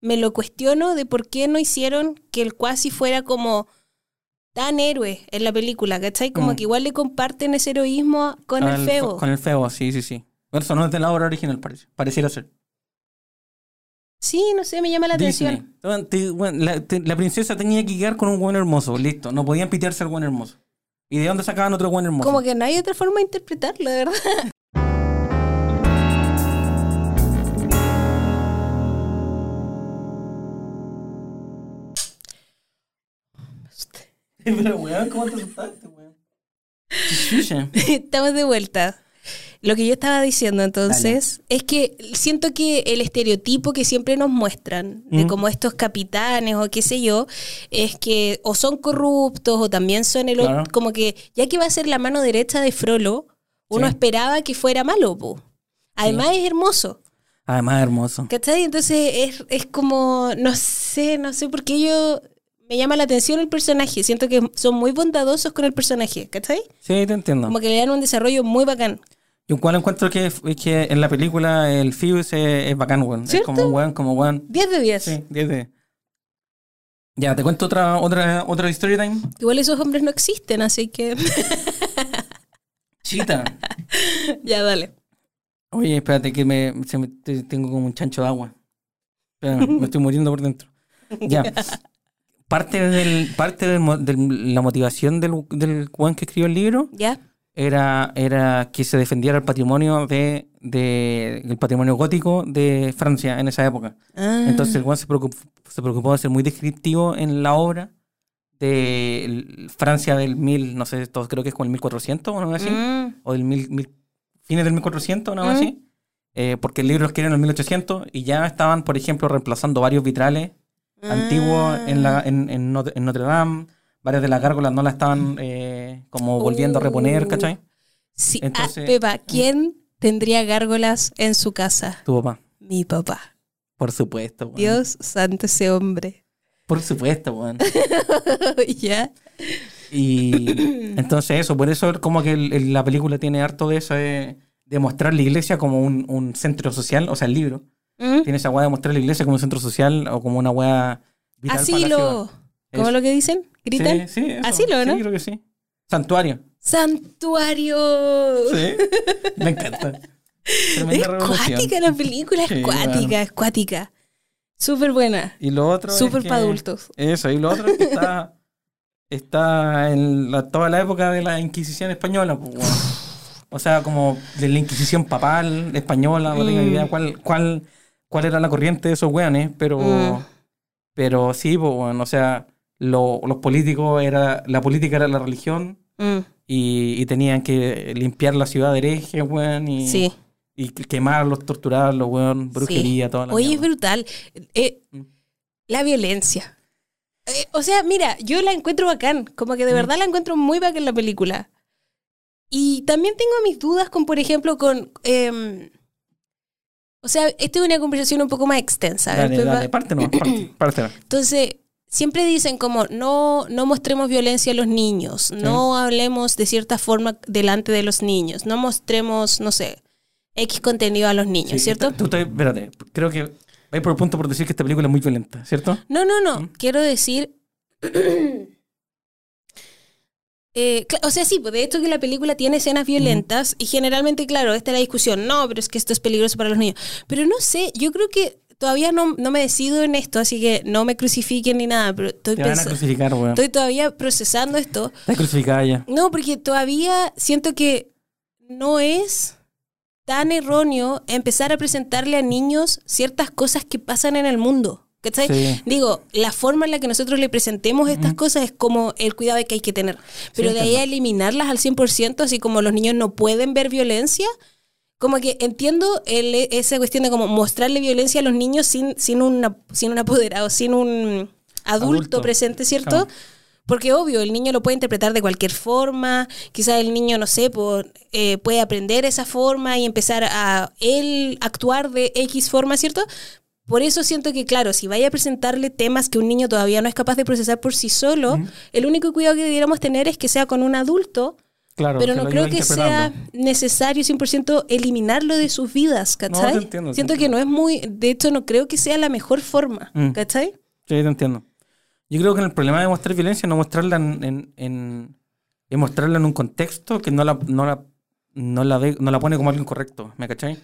[SPEAKER 3] me lo cuestiono de por qué no hicieron que el cuasi fuera como tan héroe en la película, ¿cachai? Como
[SPEAKER 4] Mm.
[SPEAKER 3] que igual le comparten ese heroísmo con el febo.
[SPEAKER 4] Con el febo, sí, sí, sí. Bueno, eso no es de la obra original, parece. Pareciera ser.
[SPEAKER 3] Sí, no sé, me llama la atención.
[SPEAKER 4] Disney. Bueno, te- bueno, la, te- la princesa tenía que quedar con un buen hermoso, listo. No podían pitearse al buen hermoso. ¿Y de dónde sacaban otro buen hermoso?
[SPEAKER 3] Como que no hay otra forma de interpretarlo, de verdad.
[SPEAKER 4] (laughs) Pero, weón, ¿cómo te asustaste, weón? Chucha.
[SPEAKER 3] (laughs) Estamos de vuelta. Lo que yo estaba diciendo entonces es que siento que el estereotipo que siempre nos muestran de
[SPEAKER 4] Mm.
[SPEAKER 3] como estos capitanes o qué sé yo, es que o son corruptos o también son el otro,
[SPEAKER 4] Claro.
[SPEAKER 3] como que ya que va a ser la mano derecha de Frollo, uno
[SPEAKER 4] Sí.
[SPEAKER 3] esperaba que fuera malo, po. Además es hermoso.
[SPEAKER 4] Además, hermoso.
[SPEAKER 3] ¿Cachai? Entonces es, es como, no sé, no sé por qué yo... Me llama la atención el personaje. Siento que son muy bondadosos con el personaje, ¿cachai?
[SPEAKER 4] Sí, te entiendo.
[SPEAKER 3] Como que le dan un desarrollo muy bacán.
[SPEAKER 4] Yo cual encuentro que, es que en la película el Phoebus es, es bacán, weón. Es
[SPEAKER 3] ¿Cierto?
[SPEAKER 4] como un weón, como weón.
[SPEAKER 3] 10 de 10.
[SPEAKER 4] Sí, 10 de- Ya, te cuento otra, otra, otra story time.
[SPEAKER 3] Igual esos hombres no existen, así que (laughs)
[SPEAKER 4] Chita.
[SPEAKER 3] ya dale.
[SPEAKER 4] Oye, espérate que me, se me- te- tengo como un chancho de agua. Espérame, me estoy muriendo por dentro. Ya. Parte, del, parte del mo- del- la motivación del, del weón que escribió el libro
[SPEAKER 3] ¿Ya?
[SPEAKER 4] era, era que se defendiera el patrimonio de, de- el patrimonio gótico de Francia en esa época.
[SPEAKER 3] Ah,
[SPEAKER 4] Entonces el Juan se preocupó, se preocupó de ser muy descriptivo en la obra de el- Francia del 1000, no sé, todos creo que es con el 1400 o algo así,
[SPEAKER 3] Mm,
[SPEAKER 4] o del 1000, mil- fines del 1400 o algo
[SPEAKER 3] Mm.
[SPEAKER 4] así, eh, porque el libro escribieron en el 1800 y ya estaban, por ejemplo, reemplazando varios vitrales
[SPEAKER 3] ah.
[SPEAKER 4] antiguos en, la, en, en Not- en Notre Dame, varias de las gárgolas no las estaban eh, como volviendo a reponer,
[SPEAKER 3] Uh.
[SPEAKER 4] ¿cachai?
[SPEAKER 3] Sí, ah,
[SPEAKER 4] entonces- Mm.
[SPEAKER 3] Pepa, ¿quién tendría gárgolas en su casa?
[SPEAKER 4] Tu papá,
[SPEAKER 3] Mi papá.
[SPEAKER 4] por supuesto, weón.
[SPEAKER 3] Dios santo ese hombre. (laughs)
[SPEAKER 4] Por supuesto, weón.
[SPEAKER 3] ¿Ya? (coughs)
[SPEAKER 4] Y entonces eso, por eso como que el- el- la película tiene harto de eso, de, de mostrar la iglesia como un, un centro social, o sea, el libro.
[SPEAKER 3] Mm.
[SPEAKER 4] Tiene esa weá de mostrar la iglesia como un centro social o como una weá vital para la ciudad.
[SPEAKER 3] Asilo. ¿Cómo
[SPEAKER 4] Eso.
[SPEAKER 3] lo que dicen? ¿Gritan?
[SPEAKER 4] Sí, sí, eso.
[SPEAKER 3] Asilo, ¿no?
[SPEAKER 4] Sí, creo que sí. Santuario.
[SPEAKER 3] ¡Santuario! (laughs)
[SPEAKER 4] Sí. Me encanta.
[SPEAKER 3] Es
[SPEAKER 4] Tremenda revolución.
[SPEAKER 3] cuática la película,
[SPEAKER 4] Sí,
[SPEAKER 3] es cuática,
[SPEAKER 4] bueno.
[SPEAKER 3] es cuática. Súper buena,
[SPEAKER 4] Y lo otro es
[SPEAKER 3] súper
[SPEAKER 4] que-
[SPEAKER 3] para adultos.
[SPEAKER 4] Eso, y lo otro es que
[SPEAKER 3] (laughs)
[SPEAKER 4] está, está en la- toda la época de la Inquisición española, pues, weón. o sea, como de la Inquisición papal española, no tengo
[SPEAKER 3] Mm.
[SPEAKER 4] idea cuál, cuál, cuál era la corriente de esos weones, pero,
[SPEAKER 3] Mm.
[SPEAKER 4] pero sí, pues, weón, o sea, lo- los políticos, era la política era la religión
[SPEAKER 3] Mm,
[SPEAKER 4] y, y tenían que limpiar la ciudad de herejes, weón, y,
[SPEAKER 3] sí.
[SPEAKER 4] y quemarlos, torturarlos, weón, brujería, toda la
[SPEAKER 3] Oye, es
[SPEAKER 4] mierda.
[SPEAKER 3] brutal. Eh,
[SPEAKER 4] Mm.
[SPEAKER 3] la violencia. Eh, o sea, mira, yo la encuentro bacán. Como
[SPEAKER 4] Mm.
[SPEAKER 3] que de verdad la encuentro muy bacán la película. Y también tengo mis dudas con, por ejemplo, con... em, o sea, esta es una conversación un poco más extensa. a ver,
[SPEAKER 4] Dale,
[SPEAKER 3] Pepa.
[SPEAKER 4] dale, parte nomás,
[SPEAKER 3] (clears throat)
[SPEAKER 4] parte, parte nomás.
[SPEAKER 3] Entonces, siempre dicen como no, no mostremos violencia a los niños, no hablemos de cierta forma delante de los niños, no mostremos, no sé, X contenido a los niños,
[SPEAKER 4] Sí,
[SPEAKER 3] ¿cierto?
[SPEAKER 4] está- Tú estás, espérate, creo que hay por el punto por decir que esta película es muy violenta, ¿cierto?
[SPEAKER 3] No, no,
[SPEAKER 4] Mm.
[SPEAKER 3] no. Quiero decir. (clears throat) Eh, cla- o sea, sí, pues de hecho que la película tiene escenas violentas y generalmente, claro, esta es la discusión, no, pero es que esto es peligroso para los niños. Pero no sé, yo creo que todavía no, no me decido en esto, así que no me crucifiquen ni nada, pero estoy,
[SPEAKER 4] Te van a
[SPEAKER 3] pensa-
[SPEAKER 4] crucificar, weón.
[SPEAKER 3] estoy todavía procesando esto.
[SPEAKER 4] Estás crucificada ya.
[SPEAKER 3] No, porque todavía siento que no es tan erróneo empezar a presentarle a niños ciertas cosas que pasan en el mundo. ¿Cachai?
[SPEAKER 4] Sí.
[SPEAKER 3] Digo, la forma en la que nosotros le presentemos estas cosas es como el cuidado que hay que tener. Pero de ahí a eliminarlas al 100%, así como los niños no pueden ver violencia, como que entiendo el- esa cuestión de como mostrarle violencia a los niños sin, sin, una, sin un apoderado, sin un adulto,
[SPEAKER 4] Adulto.
[SPEAKER 3] presente, ¿cierto?
[SPEAKER 4] Claro.
[SPEAKER 3] Porque obvio, el niño lo puede interpretar de cualquier forma, quizás el niño, no sé, por, eh, puede aprender esa forma y empezar a él actuar de X forma, ¿cierto? Por eso siento que, claro, si vaya a presentarle temas que un niño todavía no es capaz de procesar por sí solo, el único cuidado que debiéramos tener es que sea con un adulto,
[SPEAKER 4] Claro,
[SPEAKER 3] pero
[SPEAKER 4] se
[SPEAKER 3] no
[SPEAKER 4] lo
[SPEAKER 3] creo
[SPEAKER 4] lleva
[SPEAKER 3] que sea
[SPEAKER 4] interpretando.
[SPEAKER 3] necesario 100% eliminarlo de sus vidas, ¿cachai?
[SPEAKER 4] te entiendo, te
[SPEAKER 3] siento que no es muy, de hecho no creo que sea la mejor forma,
[SPEAKER 4] Mm.
[SPEAKER 3] ¿cachai?
[SPEAKER 4] Sí, te entiendo. Yo creo que el problema de mostrar violencia es no mostrarla en, en, en- es mostrarla en un contexto que no la, no la, no la, ve- no la pone como algo incorrecto, ¿me cachai?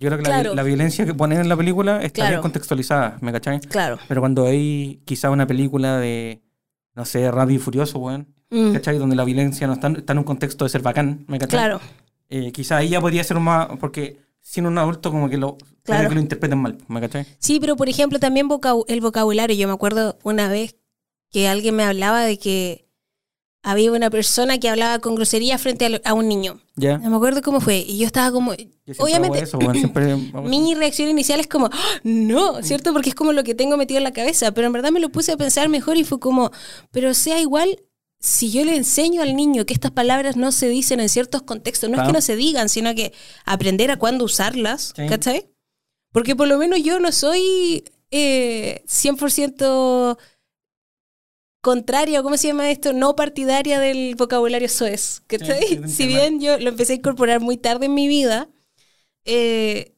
[SPEAKER 4] Yo creo que la vi-
[SPEAKER 3] Claro.
[SPEAKER 4] la, violencia que ponen en la película está bien
[SPEAKER 3] Claro.
[SPEAKER 4] contextualizada, ¿me cachai?
[SPEAKER 3] Claro.
[SPEAKER 4] Pero cuando hay quizá una película de, no sé, Rápido y Furioso, weón,
[SPEAKER 3] Mm,
[SPEAKER 4] ¿cachai? Donde la violencia no está, está en un contexto de ser bacán, ¿me cachai?
[SPEAKER 3] claro.
[SPEAKER 4] Eh, quizá ahí ya podría ser más, porque sin un adulto como que lo,
[SPEAKER 3] Claro.
[SPEAKER 4] creo que lo interpretan mal, ¿me cachai?
[SPEAKER 3] Sí, pero por ejemplo también vocab- el vocabulario. Yo me acuerdo una vez que alguien me hablaba de que había una persona que hablaba con grosería frente a, lo- a un niño.
[SPEAKER 4] Ya.
[SPEAKER 3] No me acuerdo cómo fue. Y yo estaba como...
[SPEAKER 4] Yo siempre
[SPEAKER 3] Obviamente,
[SPEAKER 4] hago eso, weón,
[SPEAKER 3] (clears throat)
[SPEAKER 4] siempre hago eso.
[SPEAKER 3] mi reacción inicial es como, "¡Ah! no, ¿cierto? Porque es como lo que tengo metido en la cabeza. Pero en verdad me lo puse a pensar mejor y fue como, pero sea igual, si yo le enseño al niño que estas palabras no se dicen en ciertos contextos, no es
[SPEAKER 4] Claro.
[SPEAKER 3] que no se digan, sino que aprender a cuándo usarlas,
[SPEAKER 4] Sí.
[SPEAKER 3] ¿cachai? Porque por lo menos yo no soy eh, 100% contraria, ¿cómo se llama esto? No partidaria del vocabulario soez, ¿cachai?
[SPEAKER 4] sí, te
[SPEAKER 3] si
[SPEAKER 4] entiendo.
[SPEAKER 3] bien yo lo empecé a incorporar muy tarde en mi vida, eh,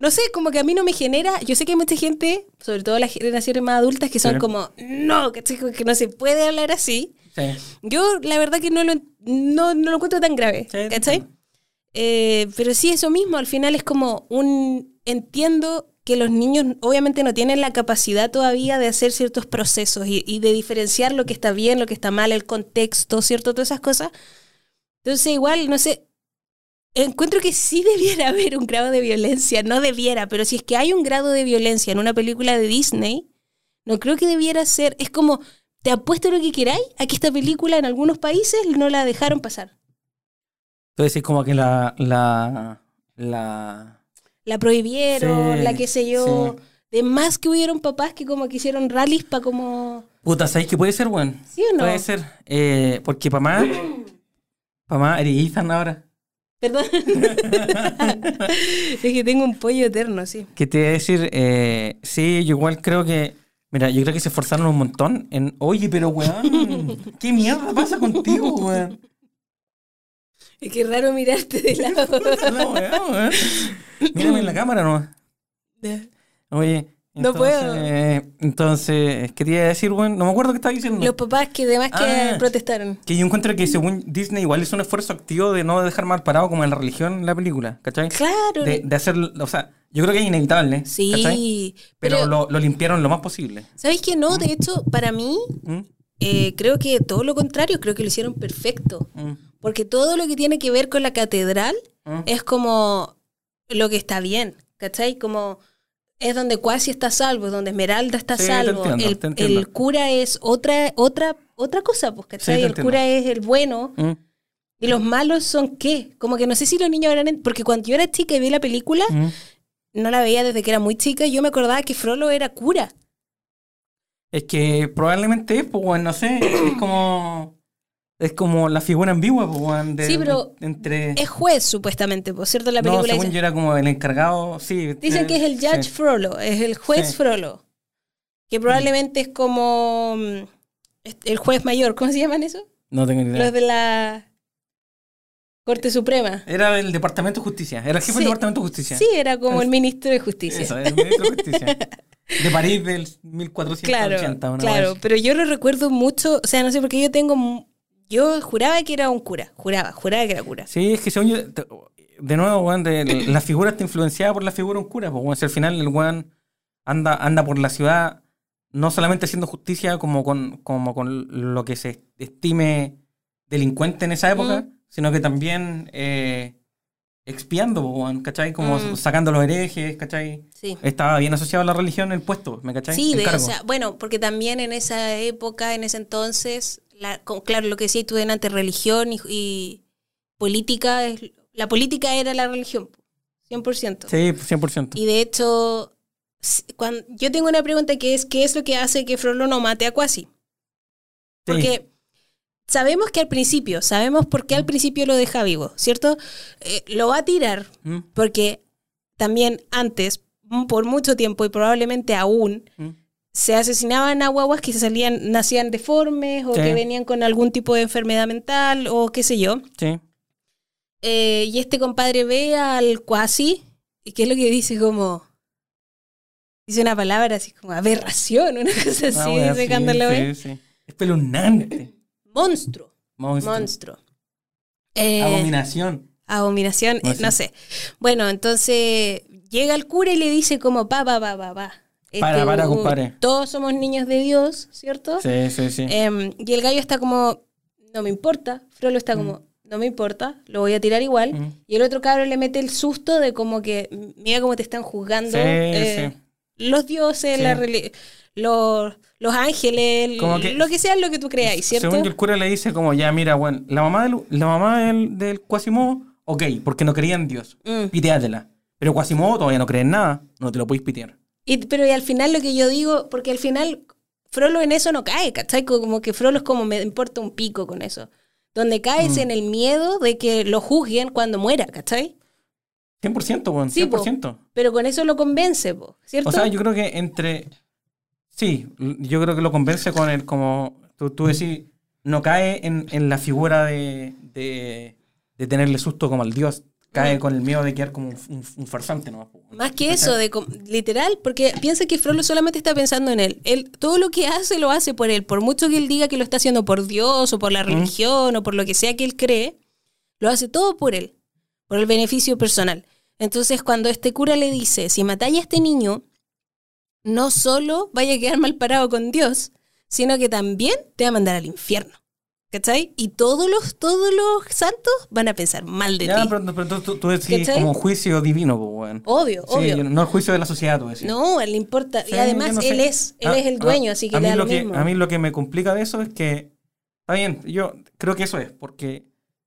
[SPEAKER 3] no sé, como que a mí no me genera. Yo sé que hay mucha gente, sobre todo las generaciones más adultas, que son
[SPEAKER 4] Sí.
[SPEAKER 3] como, no, ¿cachai? Como que no se puede hablar así.
[SPEAKER 4] Sí.
[SPEAKER 3] Yo, la verdad, que no lo, en- no, no lo encuentro tan grave,
[SPEAKER 4] Sí,
[SPEAKER 3] ¿cachai? Eh, pero sí, eso mismo, al final es como un. Entiendo que los niños, obviamente, no tienen la capacidad todavía de hacer ciertos procesos y, y de diferenciar lo que está bien, lo que está mal, el contexto, ¿cierto? Todas esas cosas. Entonces, igual, no sé. Encuentro que sí (laughs) debiera haber un grado de violencia, no debiera, pero si es que hay un grado de violencia en una película de Disney, no creo que debiera ser. Es como, te apuesto lo que queráis a que esta película en algunos países no la dejaron pasar.
[SPEAKER 4] Entonces es como que la, la, la...
[SPEAKER 3] La prohibieron,
[SPEAKER 4] Sí,
[SPEAKER 3] la qué sé yo. De más que hubieron papás que como que hicieron rallies para como...
[SPEAKER 4] Puta, ¿sabéis qué puede ser, weón?
[SPEAKER 3] ¿Sí o no?
[SPEAKER 4] Puede ser. Eh, porque mamá... Mamá, eres Ethan ahora.
[SPEAKER 3] Perdón. (laughs) es que tengo un pollo eterno, sí.
[SPEAKER 4] Que te iba a decir, eh, sí, yo igual creo que. Mira, yo creo que se esforzaron un montón en. Oye, pero
[SPEAKER 3] (laughs)
[SPEAKER 4] weón, ¿qué mierda pasa contigo, weón?
[SPEAKER 3] Es que es raro mirarte
[SPEAKER 4] (laughs)
[SPEAKER 3] de lado.
[SPEAKER 4] La weá, weón. Mírame en la cámara nomás. Oye.
[SPEAKER 3] No puedo.
[SPEAKER 4] eh, entonces, quería decir, weón, no me acuerdo qué estaba diciendo.
[SPEAKER 3] Los papás que demás que
[SPEAKER 4] Ah.
[SPEAKER 3] protestaron.
[SPEAKER 4] Que yo encuentro que según Disney igual es un esfuerzo activo de no dejar mal parado como en la religión en la película, ¿cachai?
[SPEAKER 3] Claro.
[SPEAKER 4] De, de hacer, o sea, yo creo que es inevitable,
[SPEAKER 3] sí.
[SPEAKER 4] ¿cachai? Pero,
[SPEAKER 3] Pero,
[SPEAKER 4] lo, lo limpiaron lo más posible.
[SPEAKER 3] ¿sabéis que no? De hecho, para mí,
[SPEAKER 4] ¿Mm?
[SPEAKER 3] eh, creo que todo lo contrario, creo que lo hicieron perfecto.
[SPEAKER 4] ¿Mm?
[SPEAKER 3] Porque todo lo que tiene que ver con la catedral
[SPEAKER 4] ¿Mm?
[SPEAKER 3] es como lo que está bien, ¿cachai? Como es donde Cuasi está salvo, es donde Esmeralda está
[SPEAKER 4] Sí, te
[SPEAKER 3] salvo.
[SPEAKER 4] entiendo,
[SPEAKER 3] el,
[SPEAKER 4] te entiendo.
[SPEAKER 3] el cura es otra, otra, otra cosa, pues, ¿cachai?
[SPEAKER 4] te
[SPEAKER 3] el
[SPEAKER 4] entiendo.
[SPEAKER 3] cura es el bueno.
[SPEAKER 4] ¿Mm?
[SPEAKER 3] ¿Y los malos son qué? Como que no sé si los niños habrán... en- Porque cuando yo era chica y vi la película,
[SPEAKER 4] ¿Mm?
[SPEAKER 3] no la veía desde que era muy chica, yo me acordaba que Frollo era cura.
[SPEAKER 4] Es que probablemente es, pues, weón, no sé, es como. Es como la figura ambigua, pues, weón, de-
[SPEAKER 3] Sí, pero
[SPEAKER 4] de- entre.
[SPEAKER 3] Es juez, supuestamente, por cierto, la película
[SPEAKER 4] no, según
[SPEAKER 3] dice-
[SPEAKER 4] yo era como el encargado, sí.
[SPEAKER 3] Dicen
[SPEAKER 4] eh,
[SPEAKER 3] que es el Judge
[SPEAKER 4] sí.
[SPEAKER 3] Frollo, es el juez
[SPEAKER 4] Sí.
[SPEAKER 3] Frollo, que probablemente es como mm, est- el juez mayor, ¿cómo se llaman eso?
[SPEAKER 4] No tengo ni idea.
[SPEAKER 3] Los de la Corte Suprema.
[SPEAKER 4] Era del Departamento de Justicia, era el jefe
[SPEAKER 3] Sí.
[SPEAKER 4] del Departamento de Justicia.
[SPEAKER 3] Sí, era como
[SPEAKER 4] Es-
[SPEAKER 3] el ministro de Justicia.
[SPEAKER 4] Eso, el ministro de Justicia. De París del 1480.
[SPEAKER 3] claro,
[SPEAKER 4] una
[SPEAKER 3] claro,
[SPEAKER 4] vez.
[SPEAKER 3] pero yo lo recuerdo mucho, o sea, no sé por qué yo tengo, mu- yo juraba que era un cura, juraba, juraba que era cura.
[SPEAKER 4] Sí, es que según yo. te- De nuevo, weón, de- la figura está influenciada por la figura de un cura, pues, weón, si al final el weón anda, anda por la ciudad no solamente haciendo justicia como con, como con lo que se estime delincuente en esa época,
[SPEAKER 3] Mm.
[SPEAKER 4] sino que también eh, expiando, po, weón, ¿cachai? Como
[SPEAKER 3] Mm.
[SPEAKER 4] sacando los herejes, ¿cachai?
[SPEAKER 3] Sí.
[SPEAKER 4] Estaba bien asociado a la religión el puesto, ¿me cachai?
[SPEAKER 3] Sí,
[SPEAKER 4] El
[SPEAKER 3] de- o
[SPEAKER 4] cargo.
[SPEAKER 3] sea, bueno, porque también en esa época, en ese entonces, la, con- claro, lo que decías tú delante, religión y, y política, es- la política era la religión, 100%.
[SPEAKER 4] Sí, 100%.
[SPEAKER 3] Y de hecho, s- cuan- yo tengo una pregunta que es, ¿qué es lo que hace que Frollo no mate a Quasi? Porque sabemos que al principio, sabemos por qué al principio lo deja vivo, ¿cierto? Eh, lo va a tirar,
[SPEAKER 4] Sí. Mm,
[SPEAKER 3] porque también antes, m- por mucho tiempo y probablemente aún,
[SPEAKER 4] mm.
[SPEAKER 3] se asesinaban a guaguas que se salían, nacían deformes o
[SPEAKER 4] Sí.
[SPEAKER 3] que venían con algún tipo de enfermedad mental o qué sé yo.
[SPEAKER 4] Sí.
[SPEAKER 3] Eh, y este compadre ve al cuasi y qué es lo que dice como... Dice una palabra así como aberración, una cosa así,
[SPEAKER 4] Ah, weón,
[SPEAKER 3] dice cuando lo ve.
[SPEAKER 4] sí, sí. Espeluznante.
[SPEAKER 3] Monstruo,
[SPEAKER 4] Monstruo.
[SPEAKER 3] monstruo. Eh,
[SPEAKER 4] Abominación.
[SPEAKER 3] abominación, eh,
[SPEAKER 4] No sé.
[SPEAKER 3] no sé. Bueno, entonces llega el cura y le dice como, pa, pa, pa, pa, pa.
[SPEAKER 4] Para, para,
[SPEAKER 3] uh,
[SPEAKER 4] compadre.
[SPEAKER 3] Todos somos niños de Dios, ¿cierto?
[SPEAKER 4] Sí, sí, sí.
[SPEAKER 3] Em, y el gallo está como, no me importa. Frollo está como, no me importa, lo voy a tirar igual.
[SPEAKER 4] Mm.
[SPEAKER 3] Y el otro cabro le mete el susto de como que, "M- mira cómo te están juzgando
[SPEAKER 4] Sí,
[SPEAKER 3] eh, los dioses,
[SPEAKER 4] Sí.
[SPEAKER 3] la reli- los, los ángeles,
[SPEAKER 4] Como
[SPEAKER 3] l-
[SPEAKER 4] que-
[SPEAKER 3] lo que sea, lo que tú creáis, ¿cierto?
[SPEAKER 4] Según que el cura le dice como, ya, mira, bueno, la mamá del, la mamá del, del Quasimodo, ok, porque no creía en Dios.
[SPEAKER 3] Mm.
[SPEAKER 4] Piteátela. Pero Quasimodo todavía no cree en nada, no te lo podéis pitear.
[SPEAKER 3] Y- pero y al final lo que yo digo, porque al final Frollo en eso no cae, ¿cachai? Como que Frollo es como me importa un pico con eso. Donde caes
[SPEAKER 4] Mm.
[SPEAKER 3] en el miedo de que lo juzguen cuando muera, ¿cachai?
[SPEAKER 4] 100%, weón, 100%.
[SPEAKER 3] Sí, po. Pero con eso lo convence, po, ¿cierto?
[SPEAKER 4] O sea, yo creo que entre. Sí, l- yo creo que lo convence con el como. Tú, tú decís, no cae en, en la figura de, de, de tenerle susto como al dios. Cae con el miedo de quedar como un, un, un farsante nomás. po.
[SPEAKER 3] Más que eso, de com- literal, porque piensa que Frollo solamente está pensando en él. él. Todo lo que hace lo hace por él. Por mucho que él diga que lo está haciendo por Dios o por
[SPEAKER 4] Mm.
[SPEAKER 3] la religión o por lo que sea que él cree, lo hace todo por él, por el beneficio personal. Entonces, cuando este cura le dice, si matáis a este niño, no solo vaya a quedar mal parado con Dios, sino que también te va a mandar al infierno. ¿Cachai? Y todos los, todos los santos van a pensar mal de
[SPEAKER 4] Ya,
[SPEAKER 3] ti.
[SPEAKER 4] pero, pero tú, tú- tú decís
[SPEAKER 3] ¿Cachai?
[SPEAKER 4] como juicio divino, po, weón.
[SPEAKER 3] Obvio,
[SPEAKER 4] Sí,
[SPEAKER 3] obvio.
[SPEAKER 4] yo- no el juicio de la sociedad, tú decís.
[SPEAKER 3] No, a él le importa.
[SPEAKER 4] Sí,
[SPEAKER 3] y además,
[SPEAKER 4] yo no sé.
[SPEAKER 3] él es, él
[SPEAKER 4] Ah,
[SPEAKER 3] es el dueño,
[SPEAKER 4] ah,
[SPEAKER 3] así que
[SPEAKER 4] a
[SPEAKER 3] le
[SPEAKER 4] mí
[SPEAKER 3] da lo,
[SPEAKER 4] que-
[SPEAKER 3] mismo.
[SPEAKER 4] A mí lo que me complica de eso es que. Está bien, yo creo que eso es, porque.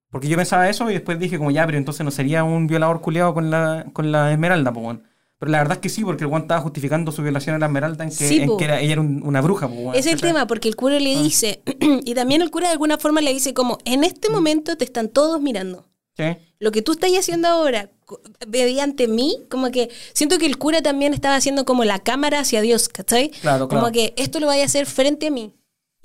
[SPEAKER 4] Porque yo pensaba eso y después dije como ya, pero entonces no sería un violador culiado con la, con la esmeralda, po, weón. Pero la verdad es que sí, porque el Juan estaba justificando su violación a la esmeralda en que,
[SPEAKER 3] Sí,
[SPEAKER 4] en
[SPEAKER 3] po.
[SPEAKER 4] que era- ella era un- una bruja, po, weón,
[SPEAKER 3] es el
[SPEAKER 4] ¿cachai?
[SPEAKER 3] tema, porque el cura
[SPEAKER 4] Ah.
[SPEAKER 3] le dice, (clears throat) y también el cura de alguna forma le dice como, en este
[SPEAKER 4] Mm.
[SPEAKER 3] momento te están todos mirando.
[SPEAKER 4] Sí.
[SPEAKER 3] Lo que tú estás haciendo ahora, co- mediante mí, como que siento que el cura también estaba haciendo como la cámara hacia Dios, ¿cachai?
[SPEAKER 4] Claro, claro.
[SPEAKER 3] Como que esto lo vaya a hacer frente a mí.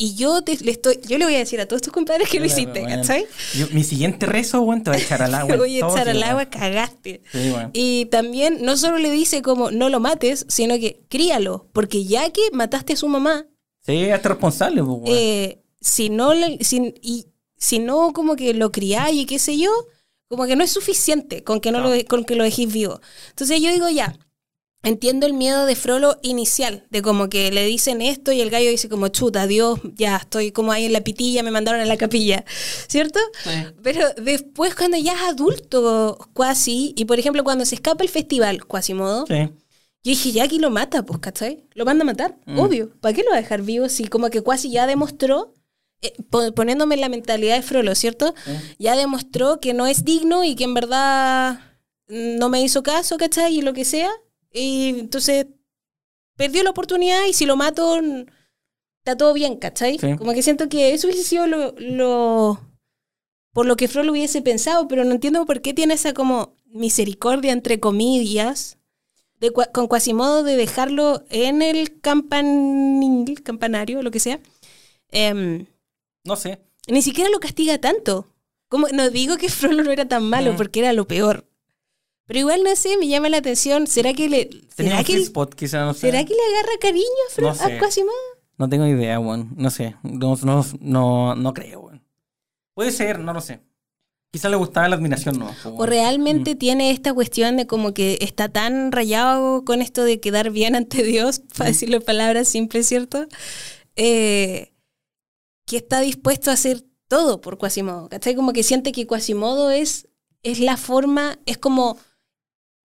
[SPEAKER 3] Y yo te, le estoy, yo le voy a decir a todos tus compadres que lo
[SPEAKER 4] Claro, Ah,
[SPEAKER 3] hiciste,
[SPEAKER 4] weón.
[SPEAKER 3] ¿cachai?
[SPEAKER 4] Yo- mi siguiente rezo, weón, te voy a echar al agua.
[SPEAKER 3] Te (laughs) voy a
[SPEAKER 4] todo,
[SPEAKER 3] echar
[SPEAKER 4] sí,
[SPEAKER 3] al
[SPEAKER 4] weón.
[SPEAKER 3] agua, cagaste.
[SPEAKER 4] Sí, weón.
[SPEAKER 3] Y también no solo le dice como no lo mates, sino que críalo, porque ya que mataste a su mamá,
[SPEAKER 4] Sí, hasta responsable, po, weón.
[SPEAKER 3] eh, si no le- si, y, si no como que lo criáis y qué sé yo, como que no es suficiente con que no,
[SPEAKER 4] No.
[SPEAKER 3] Lo, con que lo dejéis vivo. Entonces yo digo ya, entiendo el miedo de Frollo inicial, de como que le dicen esto y el gallo dice como chuta, Dios, ya estoy como ahí en la pitilla, me mandaron a la capilla, ¿cierto? Pero después cuando ya es adulto, cuasi, y por ejemplo cuando se escapa el festival, Quasimodo,
[SPEAKER 4] Sí.
[SPEAKER 3] yo dije, ya aquí lo mata, pues, ¿cachai? Lo manda a matar, obvio. ¿Para qué lo va a dejar vivo si como que Quasi ya demostró, eh, po- poniéndome en la mentalidad de Frollo, ¿cierto? Ya demostró que no es digno y que en verdad mm, no me hizo caso, ¿cachai? Y lo que sea. Y entonces perdió la oportunidad y si lo mato, n- está todo bien, ¿cachai?
[SPEAKER 4] Sí.
[SPEAKER 3] Como que siento que eso hubiese sido lo, lo- por lo que Frollo hubiese pensado, pero no entiendo por qué tiene esa como misericordia, entre comillas, de, cua- con Quasimodo de dejarlo en el campanil, campanario, lo que sea. Em,
[SPEAKER 4] No sé.
[SPEAKER 3] ni siquiera lo castiga tanto. Como, no digo que (laughs) Frollo no era tan malo,
[SPEAKER 4] Mm.
[SPEAKER 3] porque era lo peor. Pero igual, no sé, me llama la atención. ¿Será que le,
[SPEAKER 4] Tenía
[SPEAKER 3] ¿será
[SPEAKER 4] un
[SPEAKER 3] que, el-
[SPEAKER 4] spot, quizá, no sé.
[SPEAKER 3] ¿será que le agarra cariño a, Fro-
[SPEAKER 4] No
[SPEAKER 3] a
[SPEAKER 4] sé.
[SPEAKER 3] Quasimodo?
[SPEAKER 4] No tengo idea, weón. No sé. No, no, no, no creo, weón. Puede ser, no lo sé. Quizás le gustaba la admiración, ¿no?
[SPEAKER 3] ¿O realmente
[SPEAKER 4] Mm.
[SPEAKER 3] tiene esta cuestión de como que está tan rayado con esto de quedar bien (laughs) ante Dios,
[SPEAKER 4] Mm.
[SPEAKER 3] para decirlo en palabras simples, ¿cierto? Eh, que está dispuesto a hacer todo por Quasimodo, ¿cachai? Como que siente que Quasimodo es, es la forma, es como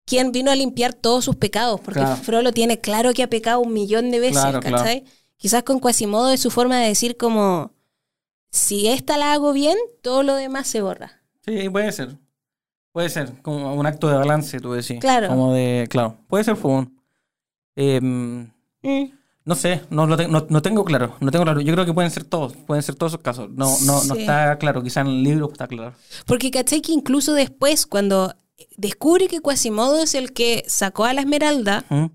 [SPEAKER 3] quien vino a limpiar todos sus pecados, porque
[SPEAKER 4] Claro.
[SPEAKER 3] Frollo tiene claro que ha pecado un millón de veces,
[SPEAKER 4] Claro, claro.
[SPEAKER 3] ¿cachai? Quizás con Quasimodo es su forma de decir como, si esta la hago bien, todo lo demás se borra.
[SPEAKER 4] Sí, puede ser. Puede ser. Como un acto de balance, tú decís.
[SPEAKER 3] Claro.
[SPEAKER 4] Como de. Claro. Puede ser fugón.
[SPEAKER 3] Mm.
[SPEAKER 4] no sé, no, lo te- no, no tengo claro, no tengo claro. Yo creo que pueden ser todos, pueden ser todos esos casos. No, no, no
[SPEAKER 3] Sí.
[SPEAKER 4] está claro, quizás en el libro está claro.
[SPEAKER 3] Porque caché que incluso después, cuando descubre que Quasimodo es el que sacó a la Esmeralda,
[SPEAKER 4] ¿Mm?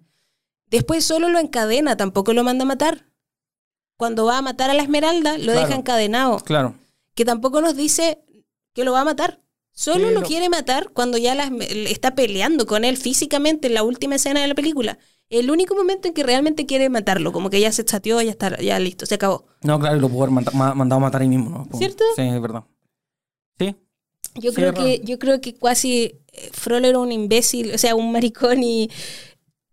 [SPEAKER 3] después solo lo encadena, tampoco lo manda a matar. Cuando va a matar a la Esmeralda, lo
[SPEAKER 4] Claro.
[SPEAKER 3] deja encadenado.
[SPEAKER 4] Claro.
[SPEAKER 3] Que tampoco nos dice que lo va a matar. Solo
[SPEAKER 4] Sí,
[SPEAKER 3] lo
[SPEAKER 4] lo-
[SPEAKER 3] quiere matar cuando ya la Esme- está peleando con él físicamente en la última escena de la película. El único momento en que realmente quiere matarlo, como que ya se chateó, ya está, ya listo, se acabó.
[SPEAKER 4] No, claro, y lo pudo haber manda- ma- mandado a matar ahí mismo, ¿no?
[SPEAKER 3] ¿Cierto?
[SPEAKER 4] Sí, es verdad. Sí.
[SPEAKER 3] Yo
[SPEAKER 4] Sí,
[SPEAKER 3] creo
[SPEAKER 4] es
[SPEAKER 3] que
[SPEAKER 4] raro.
[SPEAKER 3] yo creo que casi eh, Frollo era un imbécil, o sea, un maricón y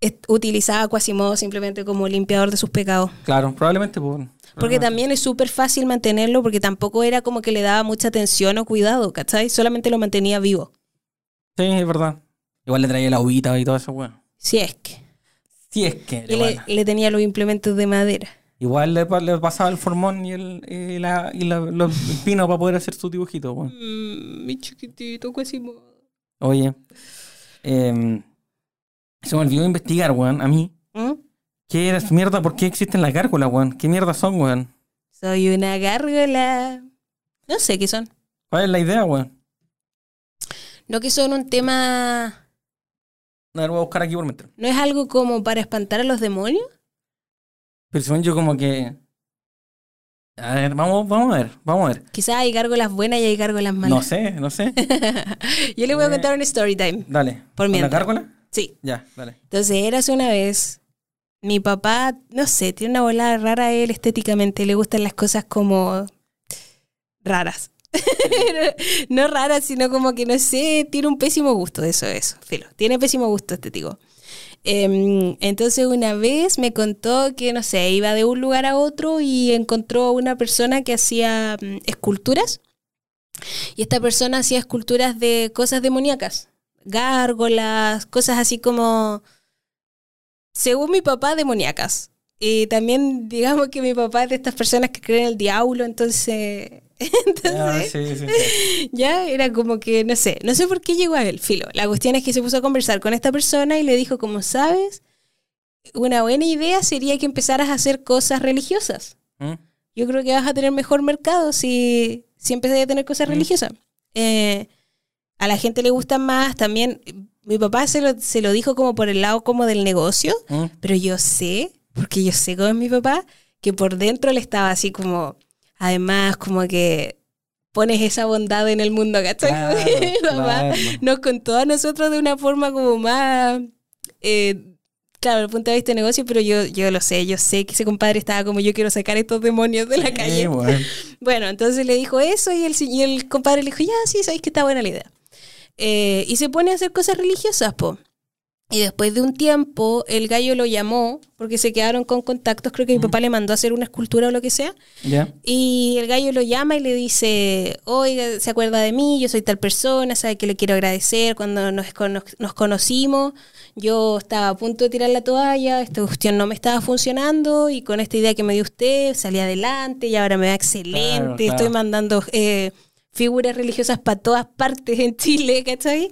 [SPEAKER 3] eh, utilizaba a Quasimodo simplemente como limpiador de sus pecados.
[SPEAKER 4] Claro, probablemente. Pues,
[SPEAKER 3] Porque
[SPEAKER 4] probablemente.
[SPEAKER 3] también es súper fácil mantenerlo porque tampoco era como que le daba mucha atención o cuidado, ¿cachai? Solamente lo mantenía vivo.
[SPEAKER 4] Sí, es verdad. Igual le traía la uvita y todo eso, weón.
[SPEAKER 3] Si es que.
[SPEAKER 4] Sí, es que.
[SPEAKER 3] Y le,
[SPEAKER 4] Igual,
[SPEAKER 3] le tenía los implementos de madera.
[SPEAKER 4] igual le, pa- le pasaba el formón y el, y la, y la- los pinos para poder hacer su dibujito, weón.
[SPEAKER 3] Mm, mi chiquitito Quasimodo.
[SPEAKER 4] Oye. em, se me olvidó investigar, weón, a mí.
[SPEAKER 3] ¿Mm?
[SPEAKER 4] ¿Qué era esa mierda? ¿Por qué existen las gárgolas, weón? ¿Qué mierda son, weón?
[SPEAKER 3] Soy una gárgola. No sé qué son.
[SPEAKER 4] ¿Cuál es la idea, weón?
[SPEAKER 3] No que son un tema...
[SPEAKER 4] A ver, voy a buscar aquí por meter.
[SPEAKER 3] ¿No es algo como para espantar a los demonios?
[SPEAKER 4] Pero según yo como que... A ver, vamos, vamos a ver, vamos a ver.
[SPEAKER 3] Quizás hay gárgolas buenas y hay gárgolas malas.
[SPEAKER 4] No sé, no
[SPEAKER 3] (laughs)
[SPEAKER 4] sé. Eh.
[SPEAKER 3] Yo les voy a contar un story time.
[SPEAKER 4] Dale.
[SPEAKER 3] Por
[SPEAKER 4] ¿Con ¿La
[SPEAKER 3] mientras.
[SPEAKER 4] gárgola?
[SPEAKER 3] Sí.
[SPEAKER 4] Ya,
[SPEAKER 3] (laughs)
[SPEAKER 4] dale.
[SPEAKER 3] Entonces, eras una vez. Mi papá, no sé, tiene una volada rara él estéticamente. Le gustan las cosas como raras. (laughs) no raras, sino como que no sé, tiene un pésimo gusto, eso, eso, filo. Tiene pésimo gusto estético. Em, entonces una vez me contó que, no sé, iba de un lugar a otro y encontró a una persona que hacía mm, esculturas. Y esta persona hacía esculturas de cosas demoníacas, gárgolas, cosas así como, según mi papá, demoníacas. Y también digamos que mi papá es de estas personas que creen en el diablo, entonces... (laughs)
[SPEAKER 4] Ah,
[SPEAKER 3] entonces
[SPEAKER 4] sí, sí, sí.
[SPEAKER 3] ya era como que, no sé, no sé por qué llegó a él, filo. La cuestión es que se puso a conversar con esta persona y le dijo, como sabes, una buena idea sería que empezaras a hacer cosas religiosas.
[SPEAKER 4] ¿Mm?
[SPEAKER 3] Yo creo que vas a tener mejor mercado si, si empezás a tener cosas
[SPEAKER 4] Mm.
[SPEAKER 3] religiosas. Eh, a la gente le gustan más también. Mi papá se lo, se lo dijo como por el lado como del negocio,
[SPEAKER 4] ¿Mm?
[SPEAKER 3] pero yo sé, porque yo sé cómo es mi papá, que por dentro le estaba así como, además, como que pones esa bondad en el mundo, ¿cachai?
[SPEAKER 4] Claro,
[SPEAKER 3] (laughs) Mi papá
[SPEAKER 4] claro.
[SPEAKER 3] nos contó a nosotros de una forma como más, eh, claro, desde el punto de vista de negocio, pero yo, yo lo sé, yo sé que ese compadre estaba como, yo quiero sacar estos demonios de la calle.
[SPEAKER 4] Sí, weón.
[SPEAKER 3] Bueno, entonces le dijo eso y el, si- y el compadre le dijo, ya, sí, sabéis que está buena la idea. Eh, y se pone a hacer cosas religiosas, po. Y después de un tiempo, el gallo lo llamó, porque se quedaron con contactos, creo que mi papá le mandó a hacer una escultura o lo que sea,
[SPEAKER 4] Ya.
[SPEAKER 3] y el gallo lo llama y le dice, oiga, ¿se acuerda de mí? Yo soy tal persona, sabe que le quiero agradecer cuando nos, cono- nos conocimos. Yo estaba a punto de tirar la toalla, esta cuestión no me estaba funcionando y con esta idea que me dio usted salí adelante y ahora me va excelente.
[SPEAKER 4] Claro, claro.
[SPEAKER 3] Estoy mandando eh, figuras religiosas para todas partes en Chile, ¿cachai?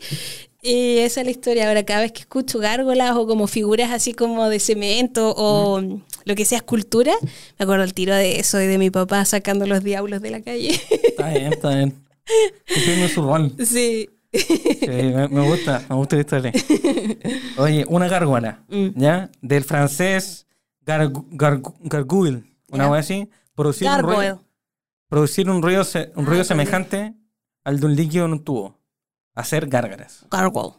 [SPEAKER 3] Y esa es la historia. Ahora, cada vez que escucho gárgolas o como figuras así como de cemento o lo que sea escultura, me acuerdo el tiro de eso y de mi papá sacando los diablos de la calle. (laughs)
[SPEAKER 4] Está bien, está bien. Cumpliendo su rol.
[SPEAKER 3] sí.
[SPEAKER 4] Sí, me, me gusta, me gusta la historia. Oye, una gárgola,
[SPEAKER 3] Mm.
[SPEAKER 4] ¿ya? Del francés garg- garg- gargouille, una
[SPEAKER 3] Ya.
[SPEAKER 4] vez así. Producir un
[SPEAKER 3] Gargoyle.
[SPEAKER 4] ruido, producir un ruido, se- un
[SPEAKER 3] Ah,
[SPEAKER 4] ruido
[SPEAKER 3] ya.
[SPEAKER 4] semejante al de un líquido en un tubo. Hacer gárgaras.
[SPEAKER 3] Gargoyle.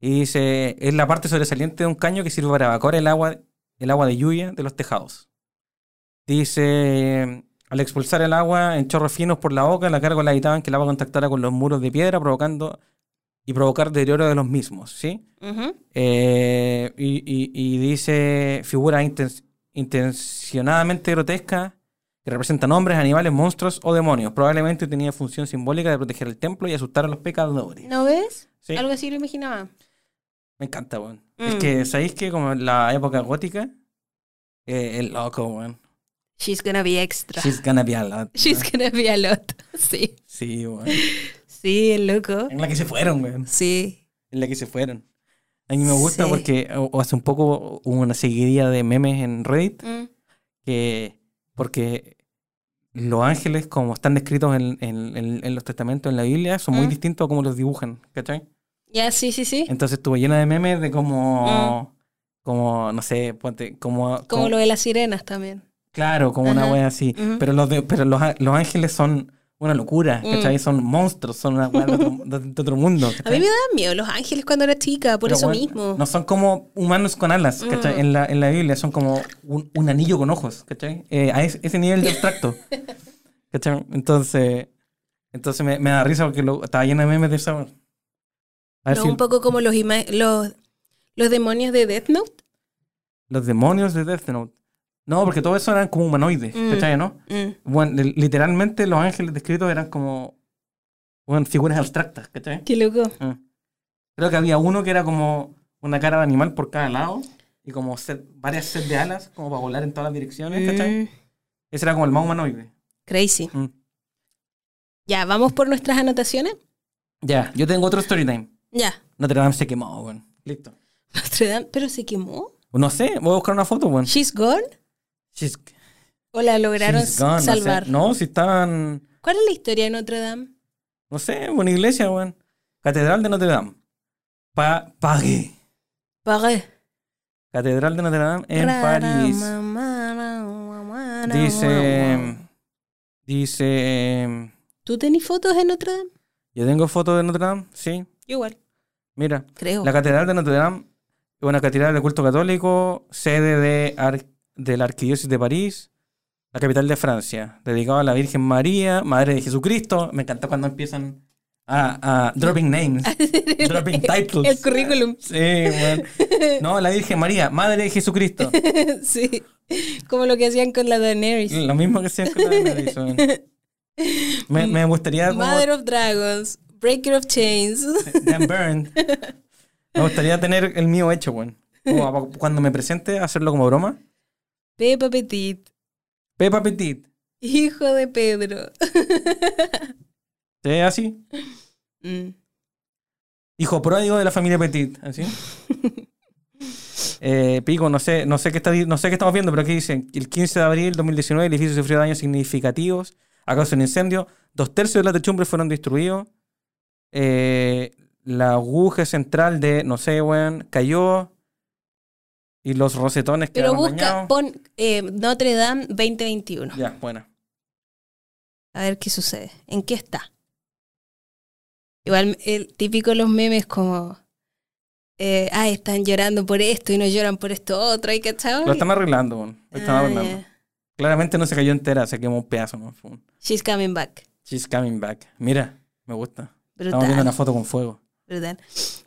[SPEAKER 4] Y dice, es la parte sobresaliente de un caño que sirve para evacuar el agua, el agua de lluvia de los tejados. Dice, al expulsar el agua en chorros finos por la boca, la gárgola evitaban que el agua contactara con los muros de piedra, provocando y provocar deterioro de los mismos, ¿sí?
[SPEAKER 3] Ujú.
[SPEAKER 4] Eh, y, y- y dice figuras inten- intencionadamente grotescas que representan hombres, animales, monstruos o demonios. Probablemente tenía función simbólica de proteger el templo y asustar a los pecadores.
[SPEAKER 3] ¿No ves?
[SPEAKER 4] Sí.
[SPEAKER 3] Algo así lo imaginaba.
[SPEAKER 4] Me encanta, weón.
[SPEAKER 3] Mm.
[SPEAKER 4] Es que, ¿sabéis que como en la época gótica, eh, es loco, weón?
[SPEAKER 3] She's gonna be extra.
[SPEAKER 4] She's gonna be a lot.
[SPEAKER 3] (laughs) She's gonna be a lot. (laughs) Sí.
[SPEAKER 4] Sí, weón.
[SPEAKER 3] Sí, el loco.
[SPEAKER 4] En la que se fueron, weón.
[SPEAKER 3] Sí.
[SPEAKER 4] En la que se fueron. A mí me gusta
[SPEAKER 3] Sí.
[SPEAKER 4] porque o- hace un poco hubo una seguidilla de memes en Reddit
[SPEAKER 3] Mm.
[SPEAKER 4] que porque los ángeles, como están descritos en, en- en- en los testamentos, en la Biblia, son muy
[SPEAKER 3] Mm.
[SPEAKER 4] distintos a como los dibujan, ¿cachai?
[SPEAKER 3] Ya, sí, sí, sí.
[SPEAKER 4] Entonces estuvo llena de memes de como, como no sé, ponte, como,
[SPEAKER 3] Mm. Como lo de las sirenas también.
[SPEAKER 4] Claro, como una
[SPEAKER 3] Ajá.
[SPEAKER 4] wea así.
[SPEAKER 3] Ujú.
[SPEAKER 4] Pero los de, pero los, á- los ángeles son una locura,
[SPEAKER 3] Mm.
[SPEAKER 4] ¿cachai? Son monstruos, son una wea de otro, de- de otro mundo.
[SPEAKER 3] A
[SPEAKER 4] ¿cachai?
[SPEAKER 3] mí me daban miedo los ángeles cuando era chica, por
[SPEAKER 4] Pero
[SPEAKER 3] eso
[SPEAKER 4] wea-
[SPEAKER 3] mismo.
[SPEAKER 4] No son como humanos con alas, ¿cachai?
[SPEAKER 3] Mm.
[SPEAKER 4] En, la, en la Biblia son como un, un anillo
[SPEAKER 3] (laughs)
[SPEAKER 4] con ojos, ¿cachai? Eh, a es- ese, nivel de abstracto. ¿Cachai? Entonces, Entonces me, me da risa porque lo- estaba lleno de memes de esa weá. A ver
[SPEAKER 3] No,
[SPEAKER 4] si
[SPEAKER 3] un poco como los, ima- los, los demonios de Death Note.
[SPEAKER 4] los demonios de Death Note. No, porque todo eso eran como humanoides,
[SPEAKER 3] Mm.
[SPEAKER 4] ¿cachai, no?
[SPEAKER 3] Mm.
[SPEAKER 4] Bueno, li- literalmente los ángeles descritos eran como bueno, figuras abstractas, ¿cachai?
[SPEAKER 3] Qué loco.
[SPEAKER 4] Ah. Creo que había uno que era como una cara de animal por cada lado y como set- varias sets de alas como para volar en todas las direcciones, ¿cachai?
[SPEAKER 3] Mm,
[SPEAKER 4] Ese era como el más humanoide.
[SPEAKER 3] Crazy.
[SPEAKER 4] Mm.
[SPEAKER 3] Ya, vamos por nuestras anotaciones.
[SPEAKER 4] Ya, yo tengo otro story time.
[SPEAKER 3] Ya.
[SPEAKER 4] Notre Dame se quemó, weón. Listo.
[SPEAKER 3] Notre Dame, pero se quemó.
[SPEAKER 4] No sé, voy a buscar una foto, weón.
[SPEAKER 3] She's gone.
[SPEAKER 4] She's-
[SPEAKER 3] O la lograron
[SPEAKER 4] she's gone, no sé.
[SPEAKER 3] salvar.
[SPEAKER 4] No, si estaban,
[SPEAKER 3] ¿Cuál es la historia de Notre Dame?
[SPEAKER 4] no sé, una iglesia, weón. Catedral de Notre Dame. Pa Pague.
[SPEAKER 3] Pagué.
[SPEAKER 4] Catedral de Notre Dame en París.
[SPEAKER 3] Ah,
[SPEAKER 4] Dice. Dice. em,
[SPEAKER 3] ¿Tú tenés fotos de Notre Dame?
[SPEAKER 4] Yo tengo fotos de Notre Dame, sí.
[SPEAKER 3] Yo igual,
[SPEAKER 4] Mira,
[SPEAKER 3] creo.
[SPEAKER 4] la Catedral de Notre Dame es una catedral de culto católico, sede de, ar- de la Arquidiócesis de París, la capital de Francia, dedicada a la Virgen María, Madre de Jesucristo. Me encanta cuando empiezan a, a dropping names, dropping titles.
[SPEAKER 3] El currículum. (laughs)
[SPEAKER 4] Sí, bueno. No, la Virgen María, Madre de Jesucristo.
[SPEAKER 3] sí. Como lo que hacían con la Daenerys.
[SPEAKER 4] Lo mismo que hacían con la de Madrid, bueno. me, me gustaría como
[SPEAKER 3] Mother of Dragons. Breaker of Chains.
[SPEAKER 4] (laughs) Dan Byrne. Me gustaría tener el mío hecho, weón. Como pa- Cuando me presente, hacerlo como broma.
[SPEAKER 3] Peppa Petit.
[SPEAKER 4] Peppa Petit.
[SPEAKER 3] Hijo de Pedro.
[SPEAKER 4] ¿Sí? Así.
[SPEAKER 3] Mm.
[SPEAKER 4] Hijo pródigo de la familia Petit. Así. Eh, Pico, no sé, no, sé qué está, di- no sé qué estamos viendo, pero aquí dicen: el 15 de abril de 2019 el edificio sufrió daños significativos a causa de un incendio. Dos tercios de las techumbres fueron destruidos. Eh, la aguja central de, no sé, weón, cayó. Y los rosetones
[SPEAKER 3] Pero
[SPEAKER 4] quedaron
[SPEAKER 3] busca,
[SPEAKER 4] dañados.
[SPEAKER 3] pon eh, Notre Dame 2021.
[SPEAKER 4] Ya, buena.
[SPEAKER 3] A ver qué sucede. ¿En qué está? Igual el típico los memes como. Eh, ay, están llorando por esto y no lloran por esto otro. ¿Y cachado?
[SPEAKER 4] Lo están arreglando, weón. Lo están
[SPEAKER 3] Ah,
[SPEAKER 4] arreglando.
[SPEAKER 3] yeah.
[SPEAKER 4] Claramente no se cayó entera, se quemó un pedazo, ¿no? Fue un-
[SPEAKER 3] She's coming back.
[SPEAKER 4] She's coming back. Mira, me gusta. Estamos viendo
[SPEAKER 3] Brutal.
[SPEAKER 4] una foto con
[SPEAKER 3] (laughs)
[SPEAKER 4] fuego.
[SPEAKER 3] brutal.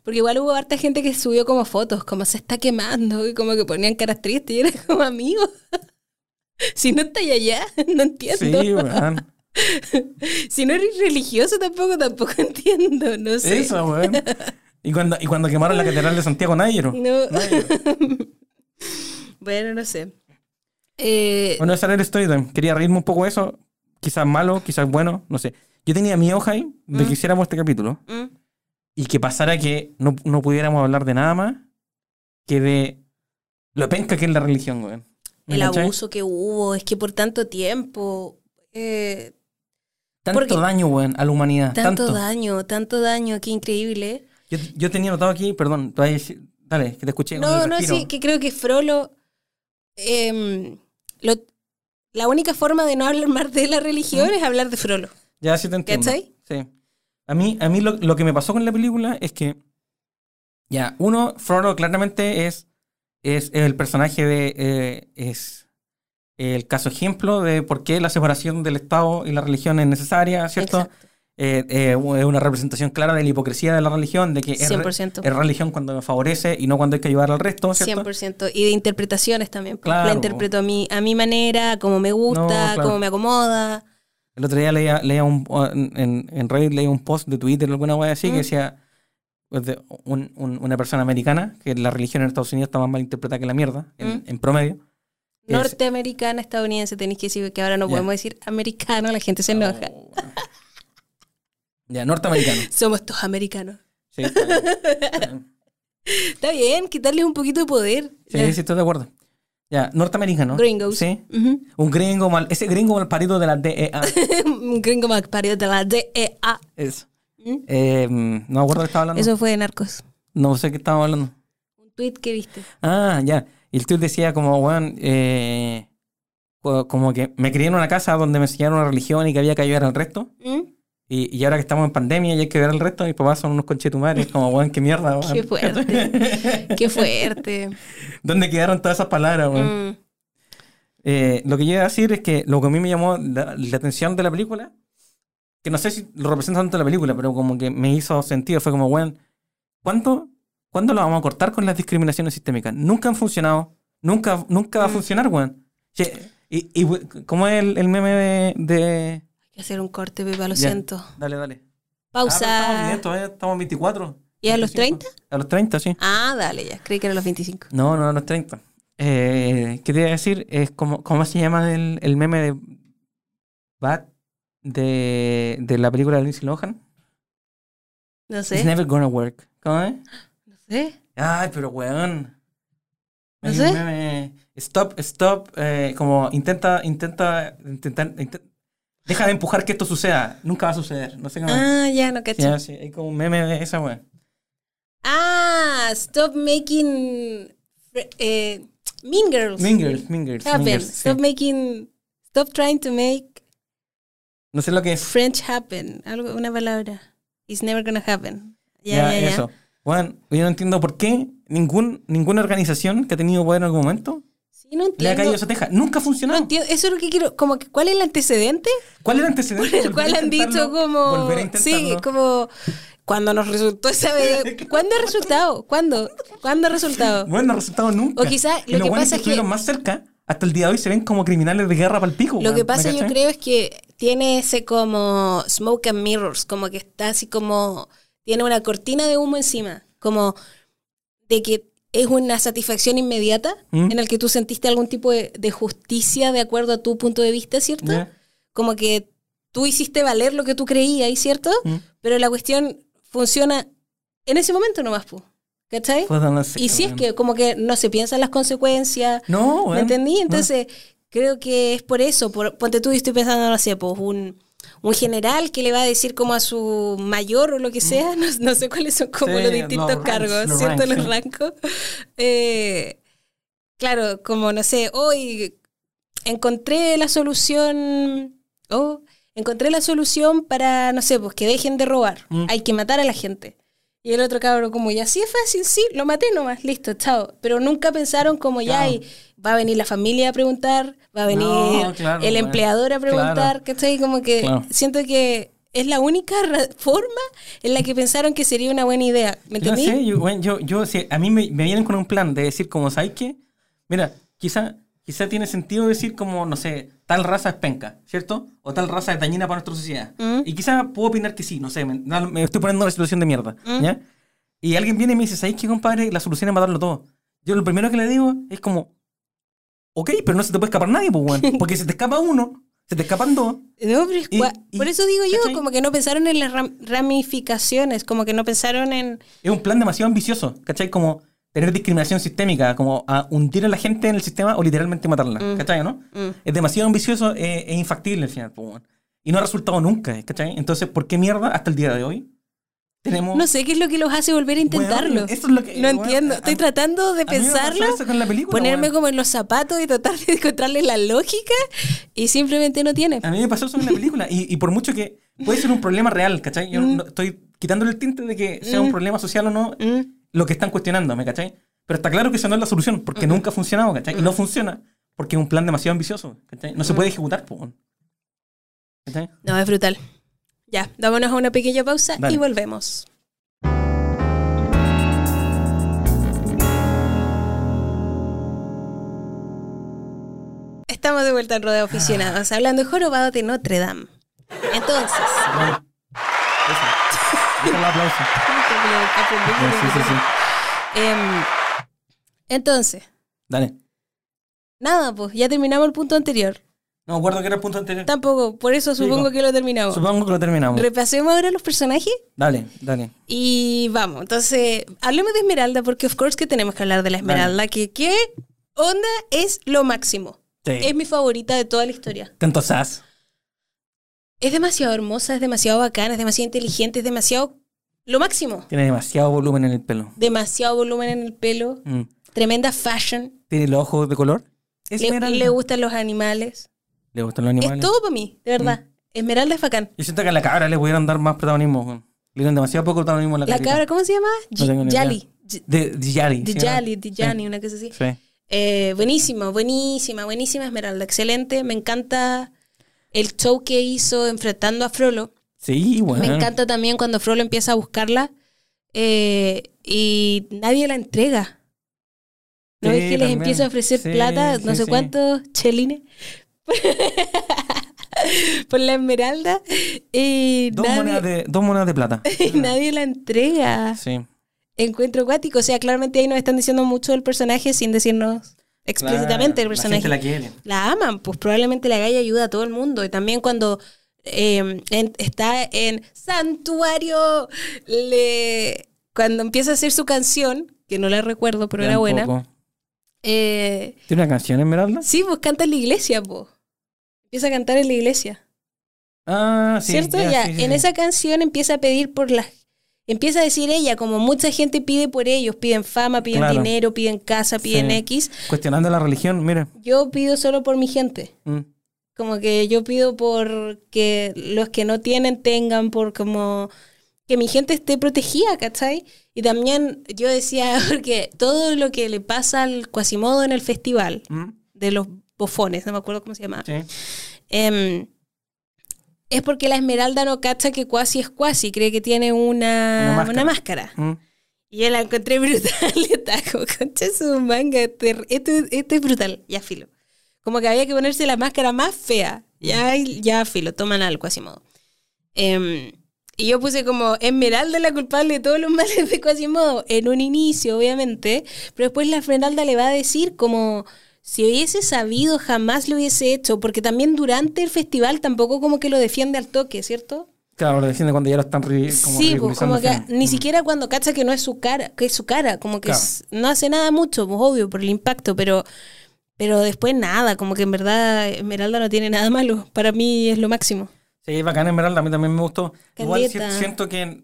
[SPEAKER 3] Porque igual hubo harta gente que subió como fotos, como se está quemando y como que ponían caras tristes y era (laughs) como amigo. Si no estáis allá, (laughs) no entiendo.
[SPEAKER 4] Sí, weón.
[SPEAKER 3] Si no eres religioso tampoco, tampoco (laughs) entiendo. No sé.
[SPEAKER 4] Eso, weón. Y cuando, y cuando quemaron la catedral de Santiago Nayero.
[SPEAKER 3] No.
[SPEAKER 4] Nayero.
[SPEAKER 3] (laughs) Bueno, no sé. Eh,
[SPEAKER 4] Bueno, esa era el story time. Quería reírme un poco de eso. Quizás malo, quizás bueno, no sé. Yo tenía mi hoja ahí de que hiciéramos este capítulo
[SPEAKER 3] mm,
[SPEAKER 4] y que pasara que no, no pudiéramos hablar de nada más que de lo penca que es la religión, weón. ¿Me
[SPEAKER 3] el
[SPEAKER 4] cachai?
[SPEAKER 3] abuso que hubo, es que por tanto tiempo, eh,
[SPEAKER 4] Tanto
[SPEAKER 3] porque-
[SPEAKER 4] daño, weón, a la humanidad.
[SPEAKER 3] tanto,
[SPEAKER 4] tanto.
[SPEAKER 3] daño, tanto daño, qué increíble.
[SPEAKER 4] Yo, yo tenía notado aquí, perdón, tú ahí- dale, que te escuché. con
[SPEAKER 3] No,
[SPEAKER 4] el
[SPEAKER 3] no,
[SPEAKER 4] respiro.
[SPEAKER 3] sí, que creo que Frollo, em, lo- la única forma de no hablar más de la religión es hablar de Frollo.
[SPEAKER 4] Ya sí te entiendo.
[SPEAKER 3] ¿Cachai?
[SPEAKER 4] Sí. A mí, a mí lo, lo que me pasó con la película es que, ya, uno, Frodo claramente es, es el personaje de, eh, es el caso ejemplo de por qué la separación del Estado y la religión es necesaria, ¿cierto?
[SPEAKER 3] Exacto,
[SPEAKER 4] Eh, eh, es una representación clara de la hipocresía de la religión, de que es, re-
[SPEAKER 3] 100%.
[SPEAKER 4] es religión cuando me favorece y no cuando hay que ayudar al resto, ¿cierto?
[SPEAKER 3] 100%. Y de interpretaciones también. pues,
[SPEAKER 4] Claro.
[SPEAKER 3] La interpreto a mi, a mi manera, como me gusta,
[SPEAKER 4] No, claro.
[SPEAKER 3] como me acomoda.
[SPEAKER 4] El otro día leía, leía un, en, en Reddit leía un post de Twitter o alguna wea así que
[SPEAKER 3] Mm.
[SPEAKER 4] decía pues, de un- un- una persona americana que la religión en Estados Unidos está más mal interpretada que la mierda, en,
[SPEAKER 3] Mm.
[SPEAKER 4] en promedio. Es-
[SPEAKER 3] Norteamericana, estadounidense, tenéis que decir que ahora no
[SPEAKER 4] Ya.
[SPEAKER 3] podemos decir americano, la gente se enoja.
[SPEAKER 4] Oh, wea. ya, norteamericano.
[SPEAKER 3] Somos todos americanos.
[SPEAKER 4] Sí, está bien, está
[SPEAKER 3] (laughs)
[SPEAKER 4] bien.
[SPEAKER 3] Está bien, quitarles un poquito de poder.
[SPEAKER 4] sí, sí, estoy de acuerdo. Ya, norteamericano.
[SPEAKER 3] Gringos.
[SPEAKER 4] Sí.
[SPEAKER 3] (laughs) Ujú. (laughs)
[SPEAKER 4] Un gringo mal, ese gringo mal parido de la E DEA.
[SPEAKER 3] Un Gringo McPario de la DEA.
[SPEAKER 4] Eso.
[SPEAKER 3] Mm.
[SPEAKER 4] Eh, no me acuerdo de qué estaba hablando.
[SPEAKER 3] Eso fue de narcos.
[SPEAKER 4] No sé de qué estaba hablando.
[SPEAKER 3] Un tweet que viste.
[SPEAKER 4] Ah, ya. Y el tweet decía como, weón, eh, co- como que me crié en una casa donde me enseñaron una religión y que había que ayudar al resto.
[SPEAKER 3] Mm.
[SPEAKER 4] Y, y ahora que estamos en pandemia y hay que ayudar al resto, mis papás son unos conchetumares. Como, weón, qué mierda, weón. (laughs)
[SPEAKER 3] Qué fuerte. Qué fuerte.
[SPEAKER 4] ¿Dónde quedaron todas esas palabras, weón?
[SPEAKER 3] Mm.
[SPEAKER 4] Eh, lo que yo iba a decir es que lo que a mí me llamó la, la atención de la película que no sé si lo representa tanto la película, pero como que me hizo sentido. Fue como, bueno, ¿cuánto, ¿cuándo lo vamos a cortar con las discriminaciones sistémicas? Nunca han funcionado. Nunca, nunca va a funcionar, weón. Che, Y, y, we- ¿Cómo es el, el meme de...? de-
[SPEAKER 3] Hay que hacer un corte, Pepa, lo
[SPEAKER 4] Ya,
[SPEAKER 3] siento.
[SPEAKER 4] Dale, dale. Ah, pero estamos
[SPEAKER 3] Pausa.
[SPEAKER 4] bien, todavía estamos 24.
[SPEAKER 3] ¿Y a los
[SPEAKER 4] 25. A los 30, sí.
[SPEAKER 3] ah, dale, ya. Creí que eran los 25.
[SPEAKER 4] No, no, a los 30. Eh, ¿Qué te iba a decir? Es como, ¿Cómo se llama el, el meme de Bat de, de la película de Lindsay Lohan?
[SPEAKER 3] No
[SPEAKER 4] It's
[SPEAKER 3] sé.
[SPEAKER 4] never gonna work. ¿Cómo es?
[SPEAKER 3] No sé.
[SPEAKER 4] Ay, pero weón.
[SPEAKER 3] No
[SPEAKER 4] Hay un
[SPEAKER 3] sé.
[SPEAKER 4] meme, Stop, stop. eh, como intenta, intenta, intenta, inten- Deja de empujar que esto suceda. Nunca va a suceder. No sé cómo. es.
[SPEAKER 3] Ah, ya, no cacho.
[SPEAKER 4] Ya, sí, hay como un meme de esa weón.
[SPEAKER 3] Ah, stop making fr- eh, mean girls.
[SPEAKER 4] Mingers, mingers.
[SPEAKER 3] happen.
[SPEAKER 4] mingers, sí.
[SPEAKER 3] Ah, Stop making. Stop trying to make
[SPEAKER 4] No sé lo que es.
[SPEAKER 3] French happen. Algo, una palabra. It's never gonna happen.
[SPEAKER 4] Ya,
[SPEAKER 3] Ya, ya, ya.
[SPEAKER 4] eso. Bueno, yo no entiendo por qué ningún, ninguna organización que ha tenido poder en algún momento
[SPEAKER 3] Sí, no
[SPEAKER 4] le ha
[SPEAKER 3] entiendo.
[SPEAKER 4] caído esa teja. Nunca ha
[SPEAKER 3] No
[SPEAKER 4] funcionado.
[SPEAKER 3] entiendo. Eso es lo que quiero. Como que, ¿Cuál es el antecedente?
[SPEAKER 4] ¿Cuál era el antecedente?
[SPEAKER 3] por el
[SPEAKER 4] Volver
[SPEAKER 3] cual
[SPEAKER 4] a
[SPEAKER 3] han dicho
[SPEAKER 4] intentarlo,
[SPEAKER 3] como
[SPEAKER 4] Volver a intentarlo.
[SPEAKER 3] sí como cuando nos resultó
[SPEAKER 4] (laughs)
[SPEAKER 3] esa vez ¿cuándo ha resultado? ¿cuándo? ¿cuándo ha resultado?
[SPEAKER 4] Bueno, no ha resultado nunca.
[SPEAKER 3] O quizá
[SPEAKER 4] Y
[SPEAKER 3] lo que
[SPEAKER 4] bueno
[SPEAKER 3] pasa es que-
[SPEAKER 4] estuvieron más cerca, hasta el día de hoy se ven como criminales de guerra para el pico.
[SPEAKER 3] lo
[SPEAKER 4] weón, ¿me
[SPEAKER 3] que pasa yo
[SPEAKER 4] cachai?
[SPEAKER 3] creo es que tiene ese como smoke and mirrors como que está así como tiene una cortina de humo encima como de que es una satisfacción inmediata
[SPEAKER 4] Mm.
[SPEAKER 3] en el que tú sentiste algún tipo de, de justicia de acuerdo a tu punto de vista ¿cierto?
[SPEAKER 4] Ya,
[SPEAKER 3] como que tú hiciste valer lo que tú creías ¿cierto?
[SPEAKER 4] mm.
[SPEAKER 3] Pero la cuestión funciona en ese momento nomás, po, ¿cachai?
[SPEAKER 4] Puta, Pues no sé,
[SPEAKER 3] y si es
[SPEAKER 4] weón.
[SPEAKER 3] que como que no se piensan las consecuencias,
[SPEAKER 4] No, weón.
[SPEAKER 3] ¿me entendí?
[SPEAKER 4] No.
[SPEAKER 3] Entonces creo que es por eso, por, ponte tú y estoy pensando, no sé, pues un, un general que le va a decir como a su mayor o lo que sea, (laughs) no, no sé cuáles son como
[SPEAKER 4] Mm. Sí,
[SPEAKER 3] los distintos
[SPEAKER 4] los ranks,
[SPEAKER 3] cargos,
[SPEAKER 4] los
[SPEAKER 3] ¿cierto?
[SPEAKER 4] ranks,
[SPEAKER 3] los
[SPEAKER 4] sí.
[SPEAKER 3] rancos. claro, como no sé, hoy encontré la solución, oh, encontré la solución para, no sé, pues que dejen de robar,
[SPEAKER 4] Mm.
[SPEAKER 3] hay que matar a la gente. Y el otro cabro como, ya sí es fácil, sí, lo maté nomás, listo, chao. Pero nunca pensaron como ya,
[SPEAKER 4] Claro.
[SPEAKER 3] y va a venir la familia a preguntar, va a venir
[SPEAKER 4] No, claro,
[SPEAKER 3] el
[SPEAKER 4] bueno.
[SPEAKER 3] empleador a preguntar,
[SPEAKER 4] Claro.
[SPEAKER 3] que ¿cachai? Como que
[SPEAKER 4] Claro.
[SPEAKER 3] siento que es la única (laughs) ra- forma en la que pensaron que sería una buena idea, ¿me
[SPEAKER 4] Yo no
[SPEAKER 3] entendí?
[SPEAKER 4] sé, yo, bueno, yo, yo, si a mí me, me vienen con un plan de decir como, ¿sabes qué? Mira, quizá, quizá tiene sentido decir como, no sé, tal raza es penca, ¿cierto? O tal raza es dañina para nuestra sociedad.
[SPEAKER 3] Mm.
[SPEAKER 4] Y quizá puedo opinar que sí, no sé, me, no, me estoy poniendo en una situación de mierda,
[SPEAKER 3] Mm.
[SPEAKER 4] ¿ya? Y alguien viene y me dice, ¿sabes qué, compadre? La solución es matarlo todo. Yo lo primero que le digo es como, ok, pero no se te puede escapar nadie, pues,
[SPEAKER 3] (laughs)
[SPEAKER 4] weón. Porque se te escapa uno, se te escapan dos.
[SPEAKER 3] No, pero es
[SPEAKER 4] Y-
[SPEAKER 3] cua-
[SPEAKER 4] y-
[SPEAKER 3] por eso digo yo,
[SPEAKER 4] ¿cachai?
[SPEAKER 3] como que no pensaron en las ram- ramificaciones, como que no pensaron en...
[SPEAKER 4] Es un plan demasiado ambicioso, ¿cachai? Como tener discriminación sistémica, como a hundir a la gente en el sistema o literalmente matarla,
[SPEAKER 3] Mm.
[SPEAKER 4] ¿cachai? ¿no?
[SPEAKER 3] Mm.
[SPEAKER 4] Es demasiado ambicioso eh, e infactible al final, po, weón. Y no ha resultado nunca, ¿cachai? Entonces, ¿por qué mierda hasta el día de hoy tenemos...
[SPEAKER 3] No sé qué es lo que los hace volver a intentarlo.
[SPEAKER 4] Weón, eso es lo que-
[SPEAKER 3] no
[SPEAKER 4] weón,
[SPEAKER 3] entiendo.
[SPEAKER 4] a-
[SPEAKER 3] Estoy tratando de
[SPEAKER 4] a mí me pasó
[SPEAKER 3] pensarlo,
[SPEAKER 4] eso con la película,
[SPEAKER 3] ponerme
[SPEAKER 4] weón.
[SPEAKER 3] como en los zapatos y tratar de encontrarle la lógica y simplemente no tiene.
[SPEAKER 4] A mí me pasó eso en la película. Y, y por mucho que puede ser un problema real, ¿cachai? Yo
[SPEAKER 3] Mm.
[SPEAKER 4] no- estoy quitándole el tinte de que sea un
[SPEAKER 3] Mm.
[SPEAKER 4] problema social o no,
[SPEAKER 3] Mm.
[SPEAKER 4] lo que están cuestionando, ¿me cachai? Pero está claro que esa no es la solución, porque nunca ha funcionado, ¿cachai? Y no funciona porque es un plan demasiado ambicioso, ¿cachai? No se puede ejecutar, po, weón. ¿cachai?
[SPEAKER 3] No, es brutal. Ya, vámonos a una pequeña pausa
[SPEAKER 4] Dale.
[SPEAKER 3] y volvemos. Estamos de vuelta en Rodeo Aficionados, hablando de Jorobado de Notre Dame. Entonces, (laughs)
[SPEAKER 4] Bueno, eso. Deja el aplauso. Ya, sí, sí, sí.
[SPEAKER 3] em, entonces,
[SPEAKER 4] Dale.
[SPEAKER 3] nada, pues ya terminamos el punto anterior.
[SPEAKER 4] No me acuerdo que era el punto anterior.
[SPEAKER 3] Tampoco, por eso
[SPEAKER 4] Sí,
[SPEAKER 3] supongo
[SPEAKER 4] pues.
[SPEAKER 3] que lo terminamos.
[SPEAKER 4] Supongo que lo terminamos.
[SPEAKER 3] Repasemos ahora los personajes
[SPEAKER 4] Dale, dale.
[SPEAKER 3] Y vamos, entonces, hablemos de Esmeralda, porque of course que tenemos que hablar de la Esmeralda, que qué onda es lo máximo.
[SPEAKER 4] Sí.
[SPEAKER 3] Es mi favorita de toda la historia.
[SPEAKER 4] Tanto sas.
[SPEAKER 3] Es demasiado hermosa, es demasiado bacana, es demasiado inteligente, es demasiado lo máximo.
[SPEAKER 4] Tiene demasiado volumen en el pelo.
[SPEAKER 3] Demasiado volumen en el pelo,
[SPEAKER 4] Mm.
[SPEAKER 3] tremenda fashion,
[SPEAKER 4] Tiene los ojos de color.
[SPEAKER 3] le,
[SPEAKER 4] Esmeralda.
[SPEAKER 3] le gustan los animales.
[SPEAKER 4] Le gustan los animales.
[SPEAKER 3] Es todo para mí, de verdad. Esmeralda es bacán.
[SPEAKER 4] Yo siento que a la cabra le pudieron dar más protagonismo. weón. Le dieron demasiado poco protagonismo a la,
[SPEAKER 3] La
[SPEAKER 4] cabrita.
[SPEAKER 3] cabra, ¿cómo se llama?
[SPEAKER 4] No tengo ni
[SPEAKER 3] Yali.
[SPEAKER 4] idea.
[SPEAKER 3] J-
[SPEAKER 4] De Dijali. ¿sí,
[SPEAKER 3] Dijali,
[SPEAKER 4] no?
[SPEAKER 3] Dijani, una cosa así.
[SPEAKER 4] Sí. sí.
[SPEAKER 3] Eh, buenísima, buenísima, buenísima Esmeralda, excelente. Me encanta el show que hizo enfrentando a Frollo.
[SPEAKER 4] Sí, bueno.
[SPEAKER 3] Me encanta también cuando Frollo empieza a buscarla eh, y nadie la entrega. ¿No
[SPEAKER 4] Sí,
[SPEAKER 3] ves que les
[SPEAKER 4] también.
[SPEAKER 3] empieza a ofrecer
[SPEAKER 4] Sí,
[SPEAKER 3] plata, no
[SPEAKER 4] sí,
[SPEAKER 3] sé
[SPEAKER 4] sí.
[SPEAKER 3] cuántos chelines? (laughs) Por la esmeralda y
[SPEAKER 4] Dos, monedas
[SPEAKER 3] nadie,
[SPEAKER 4] de, dos monedas de
[SPEAKER 3] (laughs)
[SPEAKER 4] plata.
[SPEAKER 3] y nadie la entrega.
[SPEAKER 4] Sí.
[SPEAKER 3] Encuentro acuático. O sea, claramente ahí nos están diciendo mucho del personaje sin decirnos explícitamente
[SPEAKER 4] Claro,
[SPEAKER 3] el personaje
[SPEAKER 4] La gente la quiere.
[SPEAKER 3] la aman, pues probablemente la galla ayuda a todo el mundo. Y también cuando eh, en- está en Santuario, le, cuando empieza a hacer su canción, que no la recuerdo, pero era buena.
[SPEAKER 4] Tampoco.
[SPEAKER 3] eh,
[SPEAKER 4] ¿Tiene una canción Esmeralda?
[SPEAKER 3] sí, pues canta en la iglesia, pues. Empieza a cantar en la iglesia.
[SPEAKER 4] Ah, sí.
[SPEAKER 3] ¿Cierto? Ya,
[SPEAKER 4] sí, sí,
[SPEAKER 3] en
[SPEAKER 4] sí.
[SPEAKER 3] esa canción empieza a pedir por las... Empieza a decir ella, como mucha gente pide por ellos, piden fama, piden
[SPEAKER 4] Claro.
[SPEAKER 3] dinero, piden casa, piden
[SPEAKER 4] Sí.
[SPEAKER 3] X.
[SPEAKER 4] Cuestionando la religión, mira.
[SPEAKER 3] Yo pido solo por mi gente.
[SPEAKER 4] Mm.
[SPEAKER 3] como que yo pido por que los que no tienen tengan, por como que mi gente esté protegida, ¿cachai? Y también yo decía, (laughs) porque todo lo que le pasa al Quasimodo en el festival
[SPEAKER 4] Mm.
[SPEAKER 3] de los bofones, no me acuerdo cómo se llamaba,
[SPEAKER 4] Sí.
[SPEAKER 3] em, es porque la Esmeralda no cacha que Quasi es Quasi, cree que tiene una,
[SPEAKER 4] Una máscara.
[SPEAKER 3] una máscara.
[SPEAKER 4] Mm.
[SPEAKER 3] Y yo la encontré brutal, (laughs) le tajo, concha su manga, este, este- este es brutal, ya filo. Como que había que ponerse la máscara más fea, ya, ya filo, toman algo Quasimodo. Em, y yo puse como Esmeralda es la culpable de todos los males de Quasimodo, en un inicio, obviamente, pero después la Esmeralda le va a decir como... Si hubiese sabido, jamás lo hubiese hecho, porque también durante el festival tampoco como que lo defiende al toque, ¿cierto?
[SPEAKER 4] Claro, lo diciendo cuando ya lo están ri- como
[SPEAKER 3] sí, pues,
[SPEAKER 4] ridiculizando
[SPEAKER 3] como que
[SPEAKER 4] al final.
[SPEAKER 3] ni
[SPEAKER 4] Mm.
[SPEAKER 3] siquiera cuando cacha que no es su cara, que es su cara, como que
[SPEAKER 4] Claro.
[SPEAKER 3] es- no hace nada mucho, pues obvio, por el impacto, pero, pero después nada, como que en verdad Esmeralda no tiene nada malo, para mí es lo máximo.
[SPEAKER 4] Sí, bacán Esmeralda, a mí también me gustó. Igual si-
[SPEAKER 3] Caleta.
[SPEAKER 4] siento que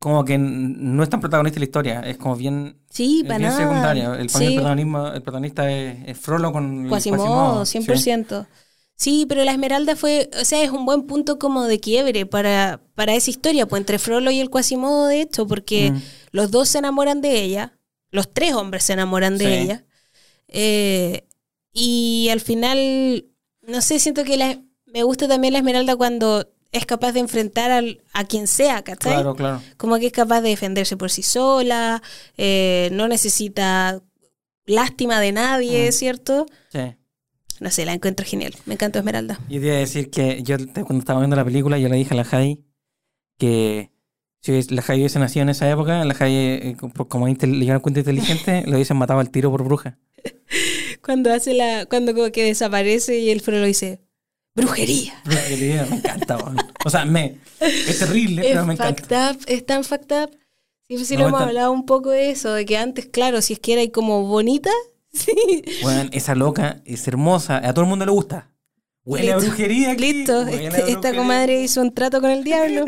[SPEAKER 4] como que n- no es tan protagonista la historia, es como bien,
[SPEAKER 3] Sí,
[SPEAKER 4] es
[SPEAKER 3] para
[SPEAKER 4] bien
[SPEAKER 3] nada.
[SPEAKER 4] secundaria. El, para mí el
[SPEAKER 3] Sí.
[SPEAKER 4] protagonismo- el protagonista es, es Frollo con el
[SPEAKER 3] Quasimodo,
[SPEAKER 4] sí.
[SPEAKER 3] 100%. Sí, pero la Esmeralda fue, o sea, es un buen punto como de quiebre para, para esa historia, pues entre Frollo y el Quasimodo, de hecho, porque
[SPEAKER 4] Mm.
[SPEAKER 3] los dos se enamoran de ella, los tres hombres se enamoran de
[SPEAKER 4] Sí.
[SPEAKER 3] ella, eh, y al final, no sé, siento que la- me gusta también la Esmeralda cuando es capaz de enfrentar al- a quien sea, ¿cachai?
[SPEAKER 4] Claro, claro.
[SPEAKER 3] como que es capaz de defenderse por sí sola, eh, no necesita lástima de nadie,
[SPEAKER 4] Mm.
[SPEAKER 3] ¿cierto?
[SPEAKER 4] Sí.
[SPEAKER 3] No sé, la encuentro genial. Me encantó Esmeralda.
[SPEAKER 4] Y te iba a decir que yo te- cuando estaba viendo la película, yo le dije a la Jai que si hubies- la Jai hubiese nacido en esa época, la Jai, eh, co- como es intel- yo la encuentro
[SPEAKER 3] (laughs)
[SPEAKER 4] inteligente, lo hubiesen matado al tiro por bruja.
[SPEAKER 3] Cuando hace la, cuando como que desaparece y el frolo dice, brujería.
[SPEAKER 4] Brujería, me encanta, weón. O sea, me, es terrible,
[SPEAKER 3] Es
[SPEAKER 4] pero me encanta.
[SPEAKER 3] fucked up, es tan fucked up. Sí, pues, sí
[SPEAKER 4] Me
[SPEAKER 3] lo hemos
[SPEAKER 4] gusta.
[SPEAKER 3] hablado un poco de eso, de que antes, claro, si es que era ahí como bonita, sí.
[SPEAKER 4] Weón, esa loca es hermosa. A todo el mundo le gusta. Huele a
[SPEAKER 3] Listo.
[SPEAKER 4] brujería aquí.
[SPEAKER 3] Listo,
[SPEAKER 4] huele a
[SPEAKER 3] este- esta
[SPEAKER 4] brujería.
[SPEAKER 3] comadre hizo un trato con
[SPEAKER 4] (laughs)
[SPEAKER 3] el diablo.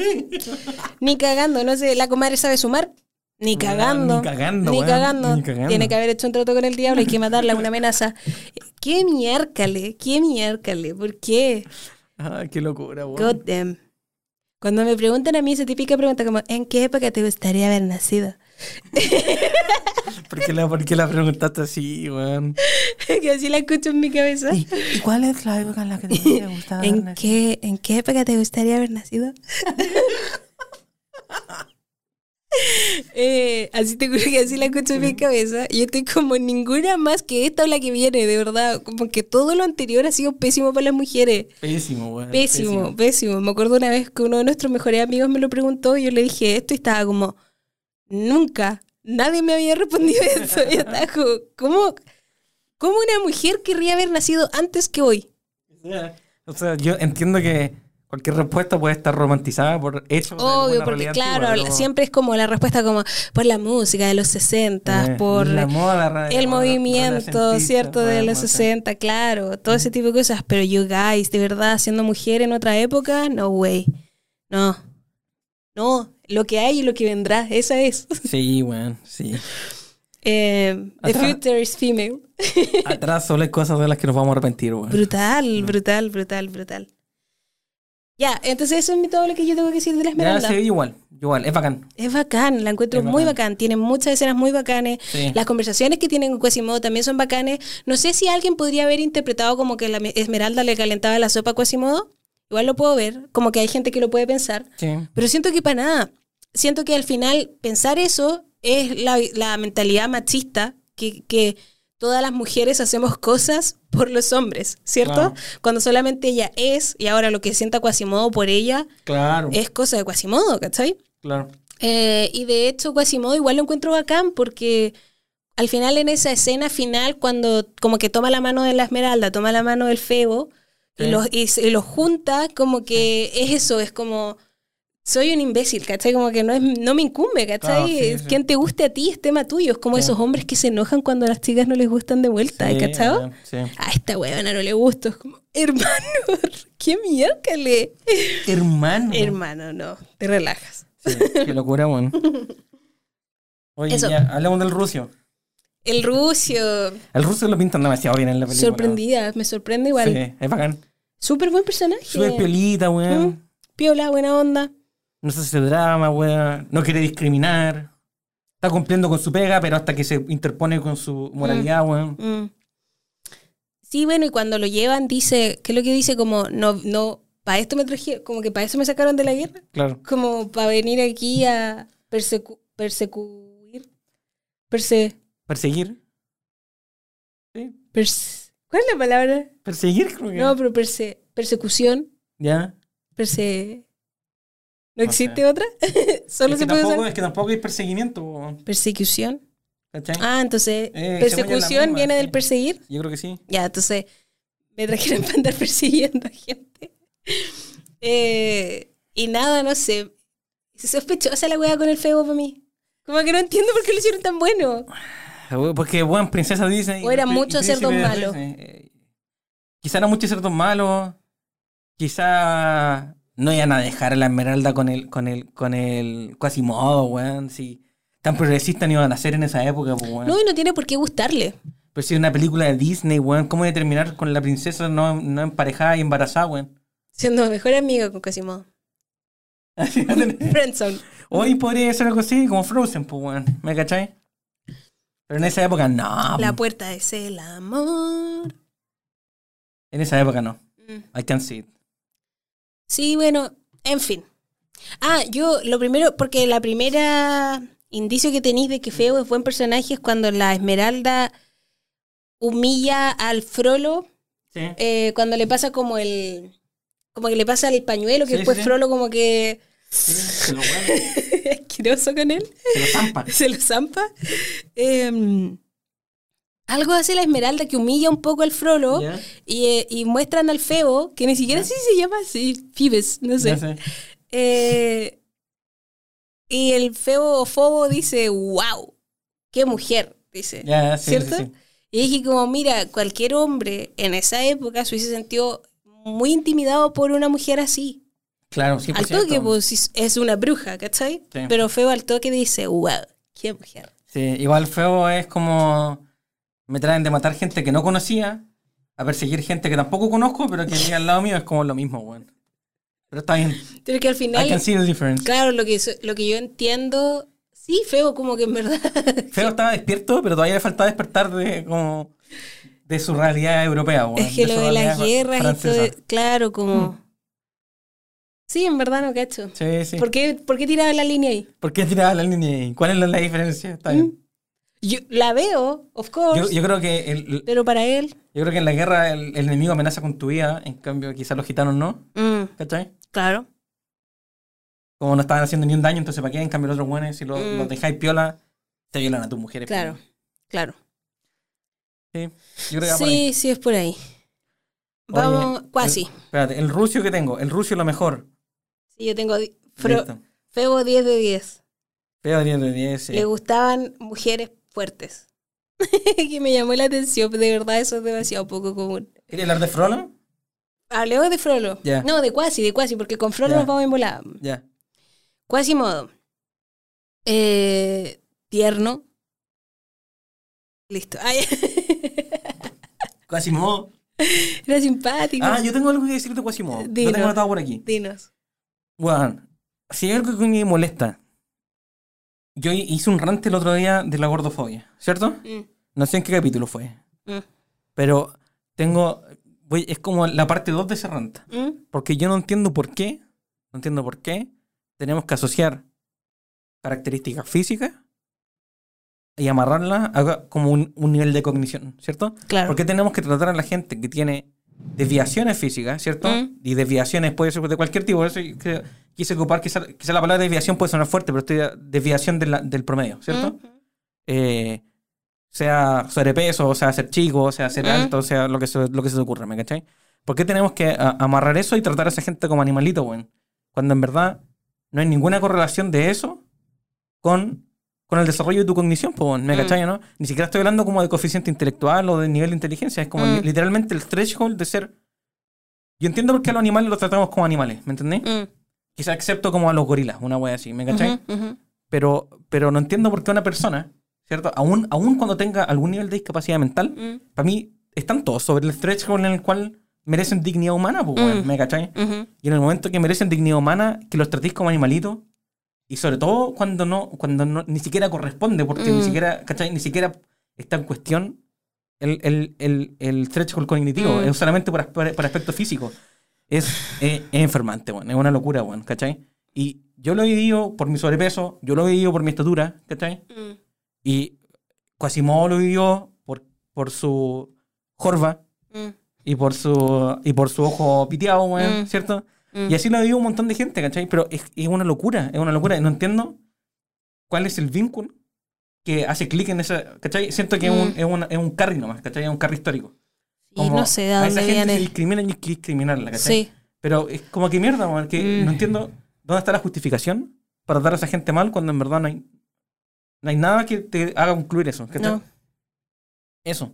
[SPEAKER 3] ni cagando, no sé, la comadre sabe sumar. Ni
[SPEAKER 4] Weón,
[SPEAKER 3] cagando.
[SPEAKER 4] Ah, ni cagando,
[SPEAKER 3] Ni
[SPEAKER 4] weón,
[SPEAKER 3] cagando.
[SPEAKER 4] ni cagando.
[SPEAKER 3] Tiene que haber hecho un trato con el diablo, hay que matarla, una amenaza. ¿Qué miércale? ¿Qué miércale? ¿Por qué?
[SPEAKER 4] Ay, Ah, qué locura,
[SPEAKER 3] God
[SPEAKER 4] weón.
[SPEAKER 3] damn. Cuando me preguntan a mí esa típica pregunta como, ¿en qué época te gustaría haber nacido? (laughs)
[SPEAKER 4] ¿Por qué, la, por qué la preguntaste así, weón?
[SPEAKER 3] que así la escucho en mi cabeza.
[SPEAKER 4] ¿Y, y cuál es la época en la
[SPEAKER 3] (laughs)
[SPEAKER 4] que te gustaba?
[SPEAKER 3] ¿En qué, ¿En qué época te gustaría haber nacido? (laughs) Eh, así te juro que así la escucho en mi cabeza. Yo estoy como ninguna más que esta o la que viene, de verdad. Como que todo lo anterior ha sido pésimo para las mujeres.
[SPEAKER 4] Pésimo, weón.
[SPEAKER 3] Ah, Pésimo, pésimo. Me acuerdo una vez que uno de nuestros mejores amigos me lo preguntó y yo le dije esto y estaba como, nunca, nadie me había respondido eso. Y yo estaba como, ¿cómo, cómo una mujer querría haber nacido antes que hoy?
[SPEAKER 4] O sea, yo entiendo que cualquier respuesta puede estar romantizada por hechos. de
[SPEAKER 3] Obvio,
[SPEAKER 4] alguna
[SPEAKER 3] porque
[SPEAKER 4] realidad
[SPEAKER 3] claro,
[SPEAKER 4] antigua,
[SPEAKER 3] la-
[SPEAKER 4] pero-
[SPEAKER 3] siempre es como la respuesta como por la música de los 60,
[SPEAKER 4] Eh,
[SPEAKER 3] por
[SPEAKER 4] la moda, la-
[SPEAKER 3] el
[SPEAKER 4] la-
[SPEAKER 3] movimiento,
[SPEAKER 4] renacentista,
[SPEAKER 3] ¿cierto? De
[SPEAKER 4] weón,
[SPEAKER 3] los
[SPEAKER 4] no sé. Mm.
[SPEAKER 3] 60, claro, todo ese tipo de cosas. Pero you guys, de verdad, siendo mujer en otra época, no way. No. No, lo que hay y lo que vendrá, esa es. (laughs)
[SPEAKER 4] Sí, weón, sí.
[SPEAKER 3] Eh, the
[SPEAKER 4] Atrás-
[SPEAKER 3] future is female.
[SPEAKER 4] Atrás solo hay cosas de las que nos vamos a arrepentir, weón.
[SPEAKER 3] Brutal, brutal, brutal, brutal. Ya, entonces eso es todo lo que yo tengo que decir de la
[SPEAKER 4] Ya,
[SPEAKER 3] esmeralda.
[SPEAKER 4] sí, igual, igual, es bacán.
[SPEAKER 3] Es bacán, la encuentro
[SPEAKER 4] Es
[SPEAKER 3] muy
[SPEAKER 4] bacán.
[SPEAKER 3] bacán. Tiene muchas escenas muy bacanes.
[SPEAKER 4] Sí.
[SPEAKER 3] Las conversaciones que tienen con Quasimodo también son bacanes. No sé si alguien podría haber interpretado como que la me- Esmeralda le calentaba la sopa a Quasimodo Igual lo puedo ver, como que hay gente que lo puede pensar,
[SPEAKER 4] Sí.
[SPEAKER 3] pero siento que para nada. Siento que al final pensar eso es la, la mentalidad machista que, que todas las mujeres hacemos cosas por los hombres, ¿cierto?
[SPEAKER 4] Claro.
[SPEAKER 3] Cuando solamente ella es y ahora lo que sienta Quasimodo por ella
[SPEAKER 4] Claro,
[SPEAKER 3] es cosa de Quasimodo, ¿cachai?
[SPEAKER 4] claro.
[SPEAKER 3] Eh, y de hecho, Quasimodo igual lo encuentro bacán porque al final en esa escena final, cuando como que toma la mano de la Esmeralda, toma la mano del Febo
[SPEAKER 4] Sí.
[SPEAKER 3] y, los, y, se- y los junta, como que es eso, es como... Soy un imbécil, ¿cachai? Como que no, es, no me incumbe, ¿cachai?
[SPEAKER 4] Claro, sí, sí.
[SPEAKER 3] Quien te guste a ti es tema tuyo. Es como
[SPEAKER 4] Sí.
[SPEAKER 3] esos hombres que se enojan cuando a las chicas no les gustan de vuelta,
[SPEAKER 4] Sí, eh.
[SPEAKER 3] ¿cachai?
[SPEAKER 4] weón, Sí.
[SPEAKER 3] A esta huevona no le gusto. Es como, (laughs) hermano, qué miércoles.
[SPEAKER 4] Hermano.
[SPEAKER 3] Hermano, no, te relajas.
[SPEAKER 4] Sí, qué locura, weón. Oye,
[SPEAKER 3] Eso.
[SPEAKER 4] ya, hablemos del rucio.
[SPEAKER 3] El rucio,
[SPEAKER 4] El rucio lo pintan demasiado bien en la película.
[SPEAKER 3] Sorprendida, me sorprende igual.
[SPEAKER 4] Sí, es bacán.
[SPEAKER 3] Súper buen personaje.
[SPEAKER 4] Sube piolita, weón.
[SPEAKER 3] Mm. Piola, buena onda.
[SPEAKER 4] No se hace drama, weón. No quiere discriminar. Está cumpliendo con su pega, pero hasta que se interpone con su moralidad, weón.
[SPEAKER 3] Mm. Sí, bueno, y cuando lo llevan dice, ¿qué es lo que dice? Como, no, no, para esto me traje, como que para eso me sacaron de la guerra.
[SPEAKER 4] Claro.
[SPEAKER 3] Como para venir aquí a persecu persecuir. Perse,
[SPEAKER 4] Perseguir. Sí.
[SPEAKER 3] perse- ¿Cuál es la palabra?
[SPEAKER 4] Perseguir, creo que.
[SPEAKER 3] No, pero perse, persecución.
[SPEAKER 4] ya.
[SPEAKER 3] Perse... ¿No
[SPEAKER 4] No sé.
[SPEAKER 3] existe otra? (laughs) Solo
[SPEAKER 4] es,
[SPEAKER 3] se
[SPEAKER 4] que
[SPEAKER 3] puede
[SPEAKER 4] tampoco,
[SPEAKER 3] usar.
[SPEAKER 4] es que tampoco hay perseguimiento, weón.
[SPEAKER 3] Persecución.
[SPEAKER 4] ¿Cachai?
[SPEAKER 3] Ah, entonces,
[SPEAKER 4] Eh, según ella la
[SPEAKER 3] persecución
[SPEAKER 4] misma,
[SPEAKER 3] viene
[SPEAKER 4] sí.
[SPEAKER 3] del perseguir.
[SPEAKER 4] Yo creo que sí.
[SPEAKER 3] Ya, entonces, me trajeron (laughs) para andar persiguiendo a gente. Eh, y nada, no sé. Es sospechosa la weá con el feo para mí. Como que no entiendo por qué lo hicieron tan bueno.
[SPEAKER 4] Porque, weón, princesa Disney.
[SPEAKER 3] O eran
[SPEAKER 4] y- y
[SPEAKER 3] muchos
[SPEAKER 4] príncipe
[SPEAKER 3] cerdos
[SPEAKER 4] de
[SPEAKER 3] malos.
[SPEAKER 4] Disney, eh, Quizá eran muchos cerdos malos. Quizá no iban a dejar a la esmeralda con el, con el, con el Quasimodo, weón. Si tan progresistas no iban a ser en esa época, pues, weón.
[SPEAKER 3] No, y no tiene por qué gustarle.
[SPEAKER 4] Pero si es una película de Disney, weón, ¿cómo voy a terminar con la princesa no, no emparejada y embarazada, weón? (laughs)
[SPEAKER 3] Siendo mejor amiga con Quasimodo. Friendzone.
[SPEAKER 4] Hoy podría ser algo así, como Frozen, pues, weón. ¿Me cachai? Pero en esa época, no.
[SPEAKER 3] La
[SPEAKER 4] po.
[SPEAKER 3] puerta es el amor.
[SPEAKER 4] En esa época, no.
[SPEAKER 3] Mm.
[SPEAKER 4] I can see it.
[SPEAKER 3] Sí, bueno, en fin. Ah, yo lo primero, porque la primera indicio que tenéis de que Feo es buen personaje es cuando la Esmeralda humilla al Frollo,
[SPEAKER 4] Sí.
[SPEAKER 3] eh, cuando le pasa como el... Como que le pasa el pañuelo, que
[SPEAKER 4] Sí,
[SPEAKER 3] después
[SPEAKER 4] sí, sí.
[SPEAKER 3] Frollo como (laughs) que...
[SPEAKER 4] Se lo, weón,
[SPEAKER 3] asqueroso con él, (laughs)
[SPEAKER 4] se lo zampa.
[SPEAKER 3] se lo zampa. Em, algo hace la Esmeralda que humilla un poco al Frollo
[SPEAKER 4] Ya,
[SPEAKER 3] y, eh, y muestran al Feo, que ni siquiera sí se llama así, Pibes, no sé.
[SPEAKER 4] ya sé.
[SPEAKER 3] Eh, y el feo fobo dice, wow, qué mujer, dice.
[SPEAKER 4] Ya, sí,
[SPEAKER 3] ¿Cierto?
[SPEAKER 4] sí, sí.
[SPEAKER 3] Y dije como, mira, cualquier hombre en esa época se hubiese sentido muy intimidado por una mujer así.
[SPEAKER 4] Claro, sí,
[SPEAKER 3] al toque, pues si es una bruja, ¿cachai?
[SPEAKER 4] Sí.
[SPEAKER 3] Pero feo al toque dice, wow, qué mujer.
[SPEAKER 4] Sí, igual feo es como me traen de matar gente que no conocía a perseguir gente que tampoco conozco, pero que llega al lado mío es como lo mismo, weón. Pero está bien.
[SPEAKER 3] Pero que al
[SPEAKER 4] I can
[SPEAKER 3] final,
[SPEAKER 4] see the difference.
[SPEAKER 3] claro, lo que, so- lo que yo entiendo, sí, feo como que en verdad... (laughs)
[SPEAKER 4] Feo estaba despierto, pero todavía le faltaba despertar de como de su realidad europea, weón.
[SPEAKER 3] Es que
[SPEAKER 4] su
[SPEAKER 3] lo de las
[SPEAKER 4] realidad
[SPEAKER 3] guerras y
[SPEAKER 4] francesa.
[SPEAKER 3] todo, claro, como... Sí, en verdad no cacho.
[SPEAKER 4] Sí, sí.
[SPEAKER 3] ¿Por qué, por qué tiraba la línea ahí?
[SPEAKER 4] ¿Por qué tiraba la línea ahí? ¿Cuál es la, la diferencia? Está
[SPEAKER 3] Mm,
[SPEAKER 4] bien.
[SPEAKER 3] Yo la veo, of course,
[SPEAKER 4] Yo, yo creo que el,
[SPEAKER 3] pero para él...
[SPEAKER 4] yo creo que en la guerra el, el enemigo amenaza con tu vida, en cambio quizás los gitanos no,
[SPEAKER 3] mm,
[SPEAKER 4] ¿cachai?
[SPEAKER 3] claro.
[SPEAKER 4] como no estaban haciendo ni un daño, entonces para qué en cambio los otros buenos, si lo- los
[SPEAKER 3] Mm.
[SPEAKER 4] dejáis piola, te violan a tus mujeres.
[SPEAKER 3] Claro, claro.
[SPEAKER 4] Sí, yo creo que va por ahí.
[SPEAKER 3] Sí, sí, es por ahí.
[SPEAKER 4] Oye,
[SPEAKER 3] Vamos,
[SPEAKER 4] el-
[SPEAKER 3] cuasi.
[SPEAKER 4] Espérate, el rucio que tengo, el rucio lo mejor.
[SPEAKER 3] Sí, yo tengo di- fro-
[SPEAKER 4] Listo.
[SPEAKER 3] Febo 10 de 10.
[SPEAKER 4] Feo 10 de 10, sí.
[SPEAKER 3] Le gustaban mujeres fuertes. (laughs) que me llamó la atención, de verdad eso es demasiado poco común.
[SPEAKER 4] ¿Quieres hablar de Frollo?
[SPEAKER 3] Hablemos de Frollo.
[SPEAKER 4] Ya.
[SPEAKER 3] No, de cuasi, de cuasi, porque con Frollo
[SPEAKER 4] Ya.
[SPEAKER 3] nos vamos en volada.
[SPEAKER 4] Ya.
[SPEAKER 3] Quasimodo. Eh, tierno. Listo. (laughs) Ay,
[SPEAKER 4] Quasimodo.
[SPEAKER 3] era simpático.
[SPEAKER 4] Ah, yo tengo algo que decir de Quasimodo. Lo
[SPEAKER 3] Dilo.
[SPEAKER 4] tengo anotado por aquí.
[SPEAKER 3] Dinos.
[SPEAKER 4] Weón, si hay algo que me molesta. Yo hice un rant el otro día de la gordofobia, ¿cierto?
[SPEAKER 3] Mm,
[SPEAKER 4] No sé en qué capítulo fue.
[SPEAKER 3] mm.
[SPEAKER 4] Pero tengo. voy- es como la parte 2 de Serranta.
[SPEAKER 3] ¿Mm?
[SPEAKER 4] Porque yo no entiendo por qué, no entiendo por qué tenemos que asociar características físicas y amarrarlas a como un, un nivel de cognición, ¿cierto?
[SPEAKER 3] Claro.
[SPEAKER 4] ¿Por qué tenemos que tratar a la gente que tiene desviaciones físicas, ¿cierto?
[SPEAKER 3] Mm.
[SPEAKER 4] Y desviaciones puede ser de cualquier tipo. Por eso yo creo- quise ocupar, quizá, quizá la palabra desviación puede sonar fuerte, pero estoy a- desviación de la- del promedio, ¿cierto?
[SPEAKER 3] ¿Mm?
[SPEAKER 4] eh, sea sobrepeso, sea ser chico, sea ser
[SPEAKER 3] Mm.
[SPEAKER 4] alto, sea lo que se, lo que se te ocurra, ¿me cachai? ¿Por qué tenemos que a- amarrar eso y tratar a esa gente como animalito, weón? Cuando en verdad no hay ninguna correlación de eso con, con el desarrollo de tu cognición, po, weón, ¿me
[SPEAKER 3] Mm.
[SPEAKER 4] cachai, no? Ni siquiera estoy hablando como de coeficiente intelectual o de nivel de inteligencia, es como
[SPEAKER 3] Mm.
[SPEAKER 4] li- literalmente el threshold de ser... Yo entiendo por qué a los animales los tratamos como animales, ¿me entendés?
[SPEAKER 3] Mm.
[SPEAKER 4] Quizás excepto como a los gorilas, una wea así, ¿me cachai?
[SPEAKER 3] Ujú, ujú.
[SPEAKER 4] pero, pero no entiendo por qué una persona, ¿cierto? Aún, aún cuando tenga algún nivel de discapacidad mental,
[SPEAKER 3] Mm.
[SPEAKER 4] para mí están todos sobre el stretch con el cual merecen dignidad humana, pues, weón,
[SPEAKER 3] Mm.
[SPEAKER 4] ¿me cachai?
[SPEAKER 3] Ujú.
[SPEAKER 4] Y en el momento que merecen dignidad humana, que los tratéis como animalitos, y sobre todo cuando no, cuando no, ni siquiera corresponde, porque
[SPEAKER 3] Mm.
[SPEAKER 4] ni siquiera, ¿cachai? Ni siquiera está en cuestión el, el, el, el threshold cognitivo,
[SPEAKER 3] Mm.
[SPEAKER 4] es solamente por, aspe- por aspecto físico. Es, (laughs) es, es enfermante, weón, es una locura, weón, ¿cachai? Y yo lo he vivido por mi sobrepeso, yo lo he vivido por mi estatura, ¿cachai?
[SPEAKER 3] Mm.
[SPEAKER 4] Y Quasimodo lo vivió por, por su jorba
[SPEAKER 3] Mm.
[SPEAKER 4] y por su, y por su ojo piteado, weón,
[SPEAKER 3] Mm.
[SPEAKER 4] ¿cierto?
[SPEAKER 3] Mm.
[SPEAKER 4] Y así lo vivió un montón de gente, ¿cachai? Pero es, es una locura, es una locura. No entiendo cuál es el vínculo que hace clic en esa, ¿cachai? Siento que es, un,
[SPEAKER 3] Mm.
[SPEAKER 4] es, una- es un carry nomás, ¿cachai? Es un carry histórico.
[SPEAKER 3] Y
[SPEAKER 4] Como
[SPEAKER 3] no sé de
[SPEAKER 4] a esa
[SPEAKER 3] dónde
[SPEAKER 4] gente se
[SPEAKER 3] viene.
[SPEAKER 4] discrimina y hay que discriminarla, ¿cachai?
[SPEAKER 3] Sí.
[SPEAKER 4] Pero es como que mierda, weón, que
[SPEAKER 3] Mm.
[SPEAKER 4] no entiendo dónde está la justificación para tratar a esa gente mal cuando en verdad no hay, no hay nada que te haga concluir eso, ¿cachai?
[SPEAKER 3] No.
[SPEAKER 4] Eso.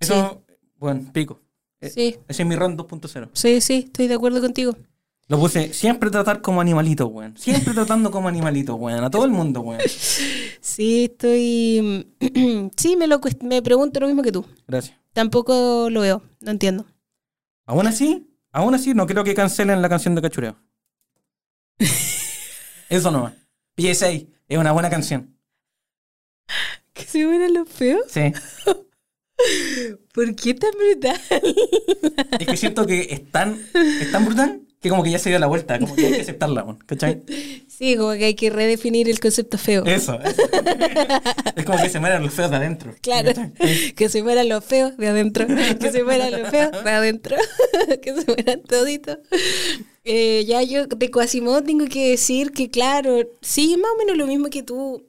[SPEAKER 4] Eso, bueno, pico. Eh,
[SPEAKER 3] Sí.
[SPEAKER 4] Ese es mi RAN 2.0.
[SPEAKER 3] Sí, sí, estoy de acuerdo contigo.
[SPEAKER 4] Lo puse siempre tratar como animalito, weón.
[SPEAKER 3] (laughs)
[SPEAKER 4] Siempre tratando como animalito, weón. A todo el mundo, weón.
[SPEAKER 3] Sí, estoy. (clears throat) sí, me, lo cuest- me pregunto lo mismo que tú.
[SPEAKER 4] Gracias.
[SPEAKER 3] Tampoco lo veo, no entiendo.
[SPEAKER 4] Aún así, aún así, no creo que cancelen la canción de
[SPEAKER 3] (laughs)
[SPEAKER 4] Cachureo. Eso nomás. PSA es una buena canción.
[SPEAKER 3] (laughs) ¿Que se ven los feos?
[SPEAKER 4] Sí.
[SPEAKER 3] ¿Por qué tan brutal?
[SPEAKER 4] Es que siento que es tan, es tan brutal que como que ya se dio la vuelta. Como que hay que aceptarla, weón. ¿Cachai?
[SPEAKER 3] Sí, como que hay que redefinir el concepto feo.
[SPEAKER 4] Eso. eso. Es como que se mueren los feos de adentro.
[SPEAKER 3] Claro,
[SPEAKER 4] ¿cachai?
[SPEAKER 3] que se mueran los feos de adentro, que se mueran los feos de adentro, (laughs) que se mueran toditos. Eh, ya yo de Quasimodo tengo que decir que, claro, sí, más o menos lo mismo que tú.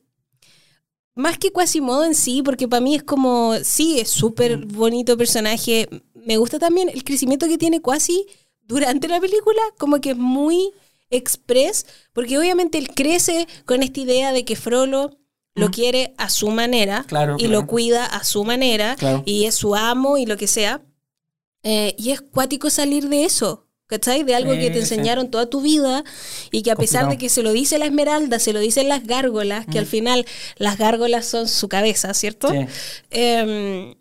[SPEAKER 3] Más que Quasimodo en sí, porque para mí es como, sí, es
[SPEAKER 4] Mm.
[SPEAKER 3] súper bonito personaje. Me gusta también el crecimiento que tiene Quasi durante la película, como que es muy express, porque obviamente él crece con esta idea de que Frollo lo quiere a su manera
[SPEAKER 4] Mm. Claro,
[SPEAKER 3] y
[SPEAKER 4] claro.
[SPEAKER 3] lo cuida a su manera
[SPEAKER 4] Claro.
[SPEAKER 3] y es su amo y lo que sea. Eh, y es cuático salir de eso, ¿cachai? De algo que
[SPEAKER 4] Sí,
[SPEAKER 3] te
[SPEAKER 4] sí.
[SPEAKER 3] enseñaron toda tu vida y que a pesar de
[SPEAKER 4] Complicado.
[SPEAKER 3] que se lo dice la esmeralda, se lo dicen las gárgolas, que al final las gárgolas son su cabeza, ¿cierto?
[SPEAKER 4] Mm. Sí.
[SPEAKER 3] Em,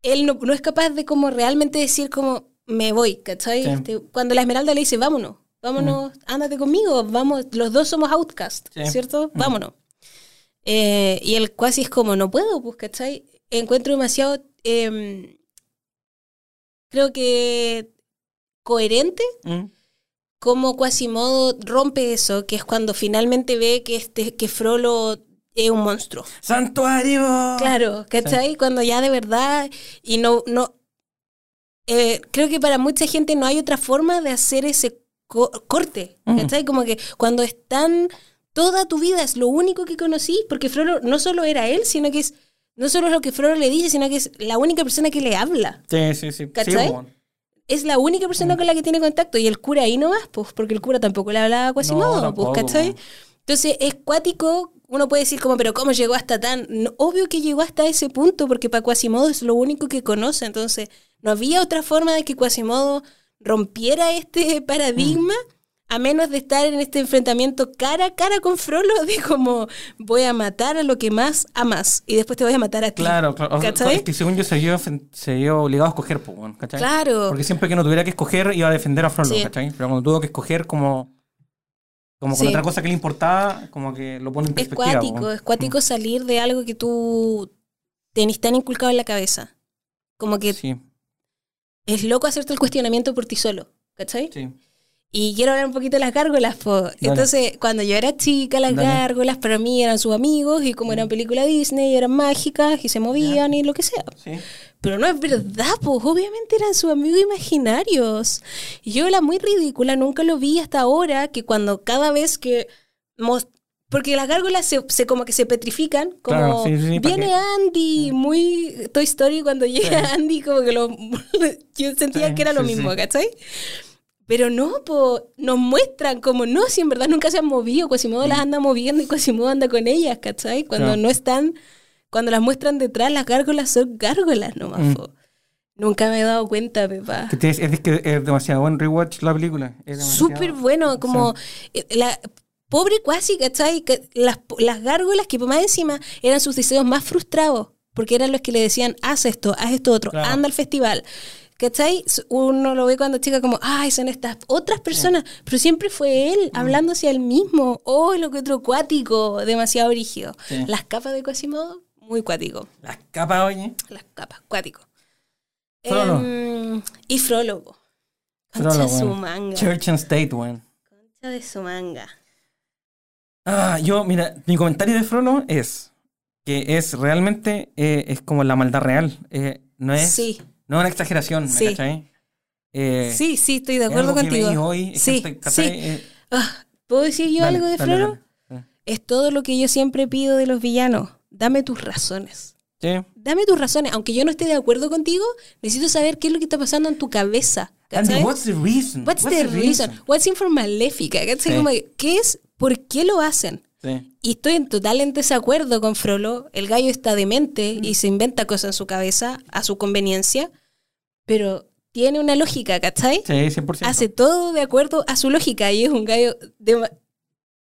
[SPEAKER 3] él no, no es capaz de como realmente decir como me voy, ¿cachai?
[SPEAKER 4] Sí. Mm.
[SPEAKER 3] Este, cuando la Esmeralda le dice vámonos, vámonos, ándate conmigo, vamos, los dos somos outcast,
[SPEAKER 4] Sí.
[SPEAKER 3] ¿cierto?
[SPEAKER 4] Mm.
[SPEAKER 3] Vámonos. Eh, y el cuasi es como no puedo, pues, ¿cachai? Encuentro demasiado, em, creo que coherente
[SPEAKER 4] Mm.
[SPEAKER 3] cómo Quasimodo rompe eso, que es cuando finalmente ve que, este, que Frollo es un monstruo.
[SPEAKER 4] ¡Santuario!
[SPEAKER 3] Claro, ¿cachai? Cuando ya de verdad, y no, no, eh, creo que para mucha gente no hay otra forma de hacer ese co- corte,
[SPEAKER 4] Mm.
[SPEAKER 3] ¿cachai? Como que cuando están, toda tu vida es lo único que conocí, porque Frollo no solo era él, sino que es, no solo es lo que Frollo le dice, sino que es la única persona que le habla.
[SPEAKER 4] Sí, sí, sí.
[SPEAKER 3] ¿Cachai?
[SPEAKER 4] Sí, weón.
[SPEAKER 3] Es la única
[SPEAKER 4] Mm.
[SPEAKER 3] persona con la que tiene contacto, y el cura ahí nomás, pues, porque el cura tampoco le hablaba a Quasimodo,
[SPEAKER 4] No, tampoco,
[SPEAKER 3] pues, ¿cachai?
[SPEAKER 4] weón.
[SPEAKER 3] Entonces es cuático, uno puede decir como, pero ¿cómo llegó hasta tan? No, obvio que llegó hasta ese punto porque para Quasimodo es lo único que conoce, entonces no había otra forma de que Quasimodo rompiera este
[SPEAKER 4] Mm.
[SPEAKER 3] paradigma a menos de estar en este enfrentamiento cara a cara con Frollo de como voy a matar a lo que más amas y después te voy a matar a ti.
[SPEAKER 4] Claro, claro. O sea,
[SPEAKER 3] ¿Cachai?
[SPEAKER 4] es que según yo se vio, se vio obligado a escoger, pues, weón, ¿cachai?
[SPEAKER 3] Claro.
[SPEAKER 4] Porque siempre que no tuviera que escoger iba a defender a Frollo,
[SPEAKER 3] Sí.
[SPEAKER 4] ¿cachai? Pero cuando tuvo que escoger como, como con
[SPEAKER 3] Sí.
[SPEAKER 4] otra cosa que le importaba, como que lo pone en
[SPEAKER 3] es
[SPEAKER 4] perspectiva.
[SPEAKER 3] cuático,
[SPEAKER 4] weón.
[SPEAKER 3] es cuático salir de algo que tú tenés tan inculcado en la cabeza. Como que
[SPEAKER 4] Sí.
[SPEAKER 3] es loco hacerte el cuestionamiento por ti solo, ¿cachai?
[SPEAKER 4] Sí.
[SPEAKER 3] Y quiero hablar un poquito de las gárgolas, po. Entonces, cuando yo era chica, las
[SPEAKER 4] Dale.
[SPEAKER 3] gárgolas para mí eran sus amigos y como eran película Disney, eran mágicas y se movían y lo que sea.
[SPEAKER 4] Sí.
[SPEAKER 3] Pero no es verdad, pues obviamente eran sus amigos imaginarios. Y yo era muy ridícula, nunca lo vi hasta ahora, que cuando cada vez que... mos- Porque las gárgolas se, se como que se petrifican, como
[SPEAKER 4] Claro, sí, sí, sí,
[SPEAKER 3] viene
[SPEAKER 4] porque-
[SPEAKER 3] Andy, muy Toy Story cuando llega
[SPEAKER 4] Sí.
[SPEAKER 3] Andy, como que lo, (laughs) yo sentía
[SPEAKER 4] Sí,
[SPEAKER 3] que era lo
[SPEAKER 4] sí,
[SPEAKER 3] mismo,
[SPEAKER 4] sí.
[SPEAKER 3] ¿cachai? Pero no, po, nos muestran como no, si en verdad nunca se han movido, Quasimodo las anda moviendo y Quasimodo anda con ellas, ¿cachai? Cuando
[SPEAKER 4] Mm. Claro.
[SPEAKER 3] no están, cuando las muestran detrás, las gárgolas son gárgolas nomás,
[SPEAKER 4] Mm.
[SPEAKER 3] po. Nunca me he dado cuenta, Pepa.
[SPEAKER 4] Que te- es, es que es demasiado buen rewatch la película. Es demasiado-
[SPEAKER 3] Súper bueno, como eh, la pobre cuasi, ¿cachai? Que las, las gárgolas que más encima eran sus deseos más frustrados, porque eran los que le decían, haz esto, haz esto otro,
[SPEAKER 4] Claro.
[SPEAKER 3] anda al festival. ¿Cachai? Uno lo ve cuando chica como, ay, son estas otras personas, pero siempre fue
[SPEAKER 4] Mm.
[SPEAKER 3] él hablando hacia él mismo. Oh, lo que otro cuático, demasiado rígido.
[SPEAKER 4] Sí.
[SPEAKER 3] Las capas de Quasimodo, muy cuático.
[SPEAKER 4] Las capas, oye.
[SPEAKER 3] Las capas, cuático.
[SPEAKER 4] Frollo.
[SPEAKER 3] Em, y frólogo. Concha
[SPEAKER 4] Frollo,
[SPEAKER 3] de su
[SPEAKER 4] weón.
[SPEAKER 3] manga.
[SPEAKER 4] Church and State, weón.
[SPEAKER 3] Concha de su manga.
[SPEAKER 4] Ah, yo, mira, mi comentario de Frollo es que es realmente, eh, es como la maldad real. Eh, no es
[SPEAKER 3] Sí,
[SPEAKER 4] no es una exageración, ¿me
[SPEAKER 3] Sí.
[SPEAKER 4] cachai? Eh,
[SPEAKER 3] sí, sí, estoy de
[SPEAKER 4] es
[SPEAKER 3] acuerdo
[SPEAKER 4] algo que veis
[SPEAKER 3] contigo.
[SPEAKER 4] hoy, es
[SPEAKER 3] Sí,
[SPEAKER 4] gente, ¿cachai?
[SPEAKER 3] sí.
[SPEAKER 4] Eh,
[SPEAKER 3] Ah, ¿Puedo decir yo
[SPEAKER 4] dale,
[SPEAKER 3] algo de
[SPEAKER 4] dale,
[SPEAKER 3] Frollo?
[SPEAKER 4] dale.
[SPEAKER 3] Es todo lo que yo siempre pido de los villanos. Dame tus razones.
[SPEAKER 4] Sí.
[SPEAKER 3] Dame tus razones. Aunque yo no esté de acuerdo contigo, necesito saber qué es lo que está pasando en tu cabeza.
[SPEAKER 4] Andy,
[SPEAKER 3] ¿cachai?
[SPEAKER 4] what's the reason?
[SPEAKER 3] What's the reason? What's in for maléfica? ¿cachai?
[SPEAKER 4] Sí.
[SPEAKER 3] Como que, ¿Qué es? ¿Por qué lo hacen?
[SPEAKER 4] Sí.
[SPEAKER 3] Y estoy en total en desacuerdo con Frollo. El gallo está demente
[SPEAKER 4] Mm.
[SPEAKER 3] y se inventa cosas en su cabeza a su conveniencia, pero tiene una lógica, ¿cachai?
[SPEAKER 4] Sí, 100%.
[SPEAKER 3] Hace todo de acuerdo a su lógica y es un gallo de-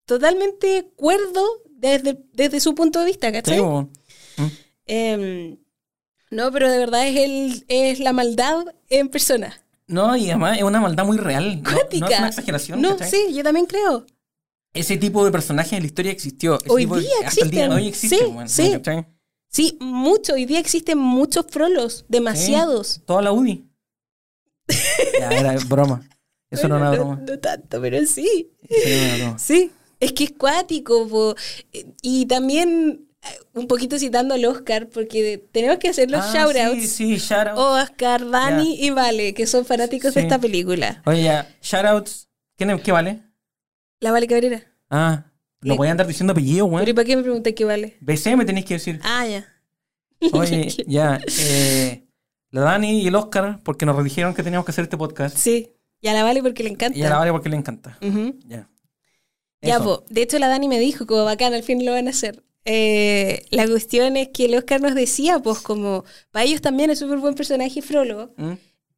[SPEAKER 3] totalmente cuerdo desde, desde su punto de vista,
[SPEAKER 4] Sí,
[SPEAKER 3] ¿cachai?
[SPEAKER 4] weón.
[SPEAKER 3] Em, no, pero de verdad es, el, es la maldad en persona.
[SPEAKER 4] No, y además es una maldad muy real. No, no es
[SPEAKER 3] Cuática.
[SPEAKER 4] una exageración,
[SPEAKER 3] No,
[SPEAKER 4] ¿cachai?
[SPEAKER 3] sí, yo también creo.
[SPEAKER 4] Ese tipo de personaje en la historia existió. Ese
[SPEAKER 3] Hoy
[SPEAKER 4] tipo de-
[SPEAKER 3] día
[SPEAKER 4] hasta el día de
[SPEAKER 3] existen.
[SPEAKER 4] hoy existen,
[SPEAKER 3] Sí,
[SPEAKER 4] weón,
[SPEAKER 3] sí.
[SPEAKER 4] ¿cachai?
[SPEAKER 3] Sí, mucho. Hoy día existen muchos frolos, demasiados.
[SPEAKER 4] Toda la
[SPEAKER 3] (laughs)
[SPEAKER 4] UDI. ya, era broma. Eso no
[SPEAKER 3] Bueno,
[SPEAKER 4] era una broma.
[SPEAKER 3] No, tanto, pero sí.
[SPEAKER 4] Eso no era una broma.
[SPEAKER 3] Sí. Es que es cuático, po. Eh, Y también, eh, un poquito citando al Oscar, porque de- tenemos que hacer (laughs) los
[SPEAKER 4] Ah,
[SPEAKER 3] shoutouts. Oh.
[SPEAKER 4] Sí, sí, shoutouts.
[SPEAKER 3] Oscar, Dani y Vale, que son fanáticos de
[SPEAKER 4] Sí.
[SPEAKER 3] esta película.
[SPEAKER 4] Oye, ya, shoutouts. ¿Quién es- ¿Qué vale?
[SPEAKER 3] La Vale Cabrera.
[SPEAKER 4] Ah, no
[SPEAKER 3] Sí.
[SPEAKER 4] podían andar diciendo apellido,
[SPEAKER 3] Eh, Pero ¿y
[SPEAKER 4] weón.
[SPEAKER 3] para qué me pregunté qué vale?
[SPEAKER 4] BC me tenéis que
[SPEAKER 3] (laughs)
[SPEAKER 4] decir.
[SPEAKER 3] Ah, ya.
[SPEAKER 4] Oye, ya. eh, la Dani y el Oscar, porque nos dijeron que teníamos que hacer este podcast.
[SPEAKER 3] Sí. Y a la Vale porque le encanta.
[SPEAKER 4] Y a la Vale porque le encanta.
[SPEAKER 3] Ujú.
[SPEAKER 4] Ya.
[SPEAKER 3] Ya,
[SPEAKER 4] Eso.
[SPEAKER 3] po. De hecho, la Dani me dijo, como bacán, al fin lo van a hacer. Eh, la cuestión es que el Oscar nos decía, pues, como, para ellos también es súper buen personaje Frollo.
[SPEAKER 4] ¿Mm?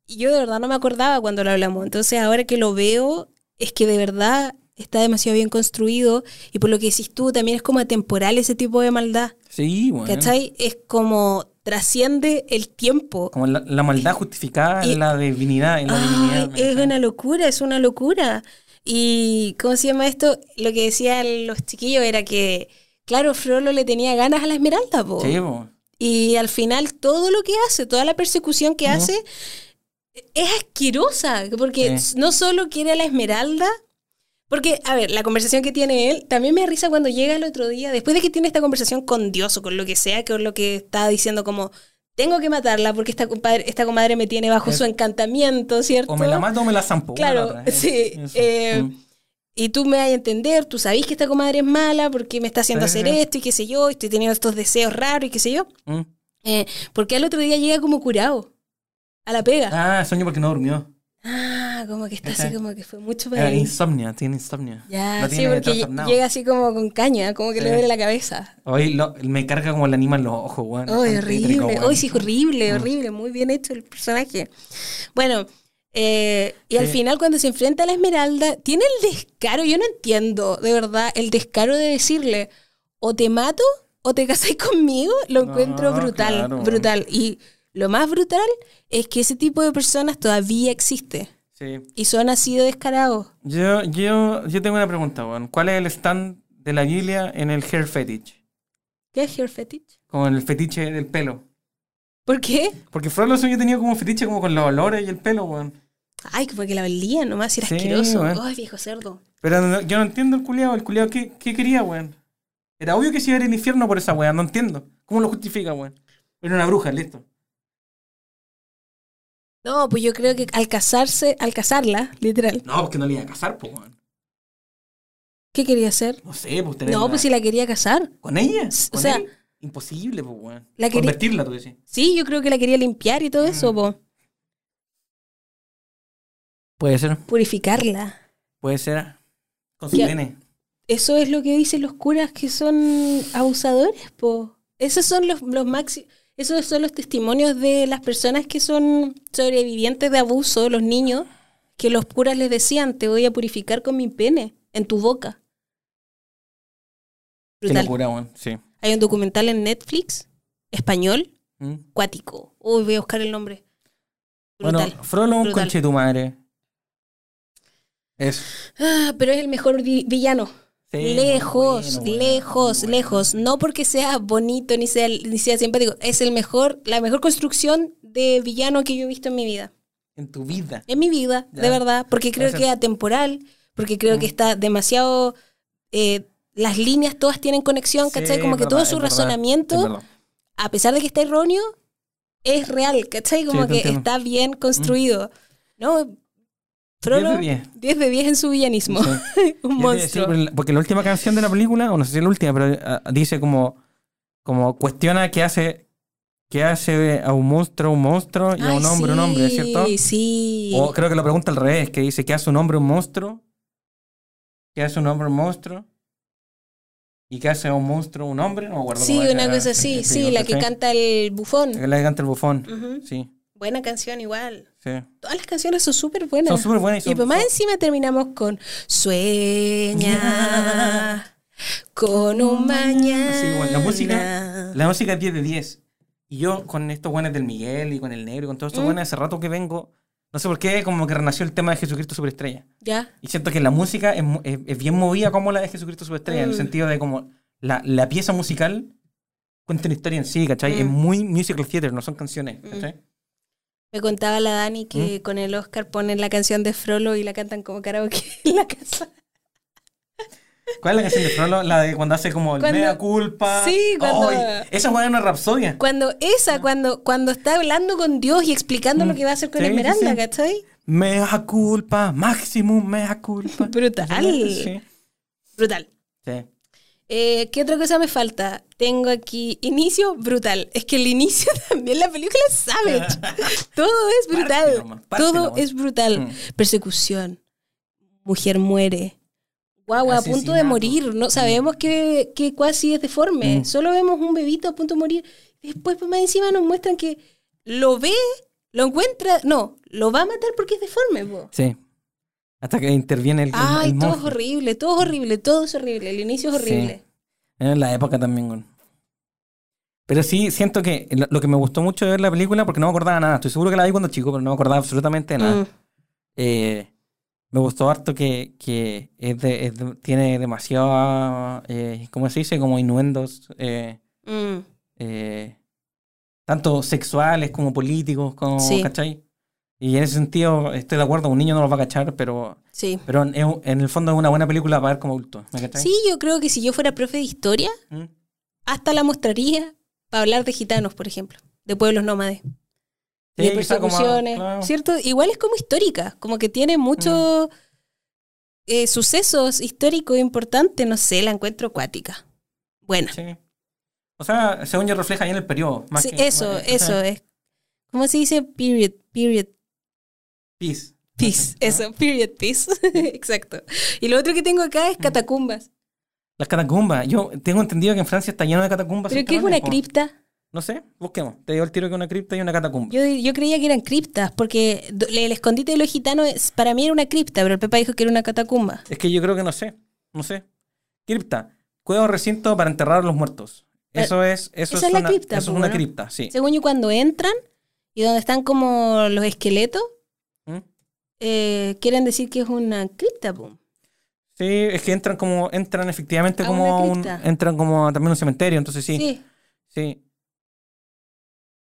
[SPEAKER 3] Y yo de verdad no me acordaba cuando lo hablamos. Entonces, ahora que lo veo, es que de verdad está demasiado bien construido. Y por lo que decís tú, también es como atemporal ese tipo de maldad.
[SPEAKER 4] Sí, weón.
[SPEAKER 3] ¿Cachai? Es como trasciende el tiempo.
[SPEAKER 4] Como la, la maldad justificada
[SPEAKER 3] Y-
[SPEAKER 4] en la divinidad. En la
[SPEAKER 3] Ay,
[SPEAKER 4] divinidad
[SPEAKER 3] es
[SPEAKER 4] ¿cachai?
[SPEAKER 3] una locura, es una locura. Y, ¿cómo se llama esto? Lo que decían los chiquillos era que, claro, Frollo le tenía ganas a la Esmeralda, po.
[SPEAKER 4] Sí, po.
[SPEAKER 3] Y al final todo lo que hace, toda la persecución que hace, es asquerosa, porque
[SPEAKER 4] Sí.
[SPEAKER 3] no solo quiere a la Esmeralda, porque, a ver, la conversación que tiene él, también me da risa cuando llega el otro día, después de que tiene esta conversación con Dios o con lo que sea, con lo que está diciendo como, tengo que matarla porque esta, compadre- esta comadre me tiene bajo
[SPEAKER 4] Es-
[SPEAKER 3] su encantamiento, ¿cierto?
[SPEAKER 4] O me la mato o me la zampo. una
[SPEAKER 3] Claro,
[SPEAKER 4] u otra, ¿eh?
[SPEAKER 3] sí,
[SPEAKER 4] Eso.
[SPEAKER 3] eh,
[SPEAKER 4] Mm.
[SPEAKER 3] y tú me vas a entender, tú sabés que esta comadre es mala porque me está haciendo
[SPEAKER 4] Sí, sí,
[SPEAKER 3] hacer
[SPEAKER 4] sí.
[SPEAKER 3] esto y qué sé yo, y estoy teniendo estos deseos raros y qué sé yo.
[SPEAKER 4] Mm.
[SPEAKER 3] Eh, porque al otro día llega como curado a la pega.
[SPEAKER 4] Ah, sueño porque no durmió.
[SPEAKER 3] Ah, como que está así,
[SPEAKER 4] Ese.
[SPEAKER 3] como que fue mucho para
[SPEAKER 4] Eh,
[SPEAKER 3] mí.
[SPEAKER 4] insomnia, tiene insomnia.
[SPEAKER 3] Ya,
[SPEAKER 4] Lo
[SPEAKER 3] sí,
[SPEAKER 4] tiene
[SPEAKER 3] porque lle-
[SPEAKER 4] trastornado.
[SPEAKER 3] llega así como con caña, como que
[SPEAKER 4] Sí.
[SPEAKER 3] le duele la cabeza.
[SPEAKER 4] Hoy lo- me carga como le animan los ojos, weón.
[SPEAKER 3] Ay,
[SPEAKER 4] Es
[SPEAKER 3] horrible.
[SPEAKER 4] tétrico, weón.
[SPEAKER 3] Ay, sí,
[SPEAKER 4] Mm.
[SPEAKER 3] horrible, horrible. Muy bien hecho el personaje. Bueno, eh, y al
[SPEAKER 4] Sí.
[SPEAKER 3] final cuando se enfrenta a la Esmeralda, tiene el descaro, yo no entiendo, de verdad, el descaro de decirle, o te mato o te (laughs) casáis conmigo, lo
[SPEAKER 4] No,
[SPEAKER 3] encuentro brutal,
[SPEAKER 4] claro.
[SPEAKER 3] brutal. Y lo más brutal es que ese tipo de personas todavía existe
[SPEAKER 4] Sí.
[SPEAKER 3] y son así de descarados.
[SPEAKER 4] Yo, yo, yo tengo una pregunta, weón. ¿Cuál es el stand de la Biblia en el hair fetish?
[SPEAKER 3] ¿Qué es hair fetish?
[SPEAKER 4] Con el fetiche del pelo.
[SPEAKER 3] ¿Por qué?
[SPEAKER 4] Porque Frollo yo tenía como fetiche como con los olores y el pelo, weón.
[SPEAKER 3] Ay, que porque la olía nomás, era
[SPEAKER 4] Sí,
[SPEAKER 3] asqueroso.
[SPEAKER 4] weón.
[SPEAKER 3] Ay, viejo cerdo.
[SPEAKER 4] Pero no- yo no entiendo el culiado. ¿El culiado qué, qué quería, weón? Era obvio que se iba a ir al infierno por esa weá. No entiendo. ¿Cómo lo justifica, weón? Era una bruja, listo.
[SPEAKER 3] No, pues yo creo que al casarse, al casarla, literal,
[SPEAKER 4] No, porque no le iba a casar, pues, weón.
[SPEAKER 3] ¿qué quería hacer?
[SPEAKER 4] No sé, pues tener
[SPEAKER 3] No,
[SPEAKER 4] una-
[SPEAKER 3] pues si la quería casar.
[SPEAKER 4] ¿Con ella?
[SPEAKER 3] S- o
[SPEAKER 4] ¿Con
[SPEAKER 3] sea-
[SPEAKER 4] él? Imposible, pues, weón.
[SPEAKER 3] La quería-
[SPEAKER 4] Convertirla, tú decís.
[SPEAKER 3] Sí, yo creo que la quería limpiar y todo eso,
[SPEAKER 4] Mm.
[SPEAKER 3] po.
[SPEAKER 4] Puede ser,
[SPEAKER 3] purificarla.
[SPEAKER 4] puede ser. Con su
[SPEAKER 3] Ya.
[SPEAKER 4] nene.
[SPEAKER 3] Eso es lo que dicen los curas que son abusadores, po. Esos son los, los maxi- esos son los testimonios de las personas que son sobrevivientes de abuso, los niños, que los curas les decían, te voy a purificar con mi pene en tu boca.
[SPEAKER 4] Qué
[SPEAKER 3] Brutal.
[SPEAKER 4] locura, weón. Sí.
[SPEAKER 3] Hay un documental en Netflix, español,
[SPEAKER 4] Mm.
[SPEAKER 3] cuático. Uy, voy a buscar el nombre.
[SPEAKER 4] Bueno,
[SPEAKER 3] Brutal.
[SPEAKER 4] Frollo, un
[SPEAKER 3] Brutal.
[SPEAKER 4] conche tu madre. Eso.
[SPEAKER 3] Ah, pero es el mejor di- villano.
[SPEAKER 4] Sí,
[SPEAKER 3] lejos,
[SPEAKER 4] muy bueno, weón,
[SPEAKER 3] lejos,
[SPEAKER 4] muy bueno.
[SPEAKER 3] lejos. No porque sea bonito ni sea, ni sea simpático. Es el mejor, la mejor construcción de villano que yo he visto en mi vida.
[SPEAKER 4] En tu vida.
[SPEAKER 3] En mi vida,
[SPEAKER 4] Ya.
[SPEAKER 3] de verdad. Porque creo
[SPEAKER 4] Gracias. Mm.
[SPEAKER 3] que es atemporal, porque creo que está demasiado. eh, las líneas todas tienen conexión, ¿cachai?
[SPEAKER 4] Sí,
[SPEAKER 3] Como que
[SPEAKER 4] es
[SPEAKER 3] todo
[SPEAKER 4] verdad,
[SPEAKER 3] su
[SPEAKER 4] es verdad,
[SPEAKER 3] razonamiento
[SPEAKER 4] es verdad.
[SPEAKER 3] a pesar de que está erróneo, es real, ¿cachai? Como
[SPEAKER 4] Sí, te
[SPEAKER 3] que
[SPEAKER 4] entiendo.
[SPEAKER 3] está bien construido. ¿No? Frollo,
[SPEAKER 4] 10 de 10.
[SPEAKER 3] 10 de 10 en su villanismo. (laughs)
[SPEAKER 4] Sí.
[SPEAKER 3] Un
[SPEAKER 4] Ya te iba a decir,
[SPEAKER 3] monstruo.
[SPEAKER 4] pero la- porque la última canción de la película, o no sé si es la última, pero ah, dice como, como cuestiona que hace, que hace a un monstruo un monstruo y a un
[SPEAKER 3] Ay,
[SPEAKER 4] hombre un hombre, ¿cierto? Oh,
[SPEAKER 3] Sí, sí.
[SPEAKER 4] O creo que lo pregunta al revés, que dice que hace un hombre un monstruo, que hace un hombre un monstruo y que hace a un monstruo un hombre, no me acuerdo.
[SPEAKER 3] Sí,
[SPEAKER 4] cómo era
[SPEAKER 3] una
[SPEAKER 4] la-
[SPEAKER 3] cosa así,
[SPEAKER 4] el
[SPEAKER 3] sí,
[SPEAKER 4] título,
[SPEAKER 3] la que
[SPEAKER 4] ¿cachai?
[SPEAKER 3] canta Mm. el
[SPEAKER 4] La
[SPEAKER 3] bufón.
[SPEAKER 4] que le canta el bufón,
[SPEAKER 3] Ujú.
[SPEAKER 4] sí,
[SPEAKER 3] Buena canción igual.
[SPEAKER 4] sí.
[SPEAKER 3] Todas las canciones son súper
[SPEAKER 4] Son
[SPEAKER 3] buenas.
[SPEAKER 4] súper buenas y
[SPEAKER 3] y
[SPEAKER 4] son-
[SPEAKER 3] pues más encima terminamos con
[SPEAKER 4] (laughs)
[SPEAKER 3] Sueña con un mañana.
[SPEAKER 4] Sí, bueno, la música- La música es 10 de 10. Y yo con estos buenos del Miguel y con el negro y con todos estos
[SPEAKER 3] Mm.
[SPEAKER 4] buenos hace rato que vengo, no sé por qué, como que renació el tema de Jesucristo Superestrella.
[SPEAKER 3] Ya.
[SPEAKER 4] Y siento que la música es, mu- es- es bien movida como la de Jesucristo Superestrella, en
[SPEAKER 3] Mm.
[SPEAKER 4] el sentido de como la, la pieza musical cuenta una historia en sí, ¿cachai? Es
[SPEAKER 3] Mm.
[SPEAKER 4] muy musical theater, no son canciones, ¿cachai?
[SPEAKER 3] Me contaba la Dani
[SPEAKER 4] ¿Mm?
[SPEAKER 3] que con el Oscar ponen la canción de Frollo y la cantan como karaoke (laughs) en la casa.
[SPEAKER 4] ¿Cuál es la canción de Frollo? La de cuando hace como el
[SPEAKER 3] Cuando-
[SPEAKER 4] mea culpa.
[SPEAKER 3] Sí, cuando-
[SPEAKER 4] ¡Ay! esa fue una rapsodia.
[SPEAKER 3] Cuando esa, cuando, cuando está hablando con Dios y explicando
[SPEAKER 4] Ah. Mm,
[SPEAKER 3] lo que va a hacer con
[SPEAKER 4] sí, sí,
[SPEAKER 3] Esmeralda,
[SPEAKER 4] sí.
[SPEAKER 3] ¿cachai?
[SPEAKER 4] Mea culpa, máximo mea culpa.
[SPEAKER 3] (laughs) Brutal.
[SPEAKER 4] Sí,
[SPEAKER 3] Brutal.
[SPEAKER 4] sí.
[SPEAKER 3] Eh, ¿Qué otra cosa me falta? Tengo aquí inicio brutal. Es que el inicio (laughs) también la película es
[SPEAKER 4] (laughs)
[SPEAKER 3] savage. Todo es brutal.
[SPEAKER 4] Parte nomás, parte
[SPEAKER 3] Todo
[SPEAKER 4] nomás.
[SPEAKER 3] es brutal.
[SPEAKER 4] Mm.
[SPEAKER 3] Persecución. Mujer muere. Guau, a punto de
[SPEAKER 4] Asesinato.
[SPEAKER 3] morir. No sabemos que, que Quasi es deforme.
[SPEAKER 4] Mm.
[SPEAKER 3] Solo vemos un bebito a punto de morir. Después, pues, más encima nos muestran que lo ve, lo encuentra. No, lo va a matar porque es deforme. po.
[SPEAKER 4] Sí. Hasta que interviene el, el-
[SPEAKER 3] Ay,
[SPEAKER 4] el
[SPEAKER 3] todo es
[SPEAKER 4] monje.
[SPEAKER 3] horrible, todo es horrible, todo es horrible. El inicio es
[SPEAKER 4] Sí.
[SPEAKER 3] horrible.
[SPEAKER 4] En la época también, güey. Pero sí, siento que lo, lo que me gustó mucho de ver la película, porque no me acordaba nada. Estoy seguro que la vi cuando chico, pero no me acordaba absolutamente de nada.
[SPEAKER 3] Mm.
[SPEAKER 4] Eh, me gustó harto que, que es de- es de- tiene demasiado, eh, ¿cómo se dice? Como innuendos, eh,
[SPEAKER 3] Mm.
[SPEAKER 4] eh, tanto sexuales como políticos, como,
[SPEAKER 3] Sí.
[SPEAKER 4] ¿cachai? Y en ese sentido estoy de acuerdo, un niño no lo va a cachar, pero
[SPEAKER 3] Sí.
[SPEAKER 4] Pero en, en el fondo es una buena película para ver como adulto. ¿Me cachai?
[SPEAKER 3] Sí, yo creo que si yo fuera profe de historia,
[SPEAKER 4] ¿Mm?
[SPEAKER 3] hasta la mostraría para hablar de gitanos, por ejemplo, de pueblos nómades, de
[SPEAKER 4] Sí, quizá como-
[SPEAKER 3] persecuciones,
[SPEAKER 4] claro. Mm.
[SPEAKER 3] ¿cierto? Igual es como histórica, como que tiene muchos eh, sucesos históricos importantes, no sé, la encuentro acuática. Buena.
[SPEAKER 4] Sí. O sea, según yo refleja ahí en el periodo. Más
[SPEAKER 3] Sí,
[SPEAKER 4] que-
[SPEAKER 3] eso,
[SPEAKER 4] más que- (laughs)
[SPEAKER 3] eso es. ¿Cómo se dice? Period, period
[SPEAKER 4] Peace.
[SPEAKER 3] piece.
[SPEAKER 4] Ajá.
[SPEAKER 3] Eso, period piece. (laughs) Exacto. Y lo otro que tengo acá es
[SPEAKER 4] Mm.
[SPEAKER 3] catacumbas.
[SPEAKER 4] Las catacumbas. Yo tengo entendido que en Francia está lleno de catacumbas.
[SPEAKER 3] ¿Pero qué es una
[SPEAKER 4] subterráneas, po.
[SPEAKER 3] cripta?
[SPEAKER 4] No sé, busquemos. Te digo el tiro que una cripta y una catacumba.
[SPEAKER 3] Yo, yo creía que eran criptas, porque do- el escondite de los gitanos es- para mí era una cripta, pero el Pepa dijo que era una catacumba.
[SPEAKER 4] Es que yo creo que no sé. No sé. Cripta. Cueva o recinto para enterrar a los muertos.
[SPEAKER 3] Pero-
[SPEAKER 4] Eso es, eso
[SPEAKER 3] Eh, esa
[SPEAKER 4] es
[SPEAKER 3] es la
[SPEAKER 4] una
[SPEAKER 3] cripta,
[SPEAKER 4] Eso
[SPEAKER 3] po,
[SPEAKER 4] es una
[SPEAKER 3] ¿no?
[SPEAKER 4] cripta, sí.
[SPEAKER 3] Según yo, cuando entran y donde están como los esqueletos,
[SPEAKER 4] ¿Mm?
[SPEAKER 3] eh, quieren decir que es una cripta, pum.
[SPEAKER 4] Sí, es que entran como, entran efectivamente
[SPEAKER 3] A
[SPEAKER 4] como
[SPEAKER 3] Ah, una
[SPEAKER 4] a un,
[SPEAKER 3] cripta.
[SPEAKER 4] entran como a también un cementerio, entonces
[SPEAKER 3] Sí.
[SPEAKER 4] sí. Sí.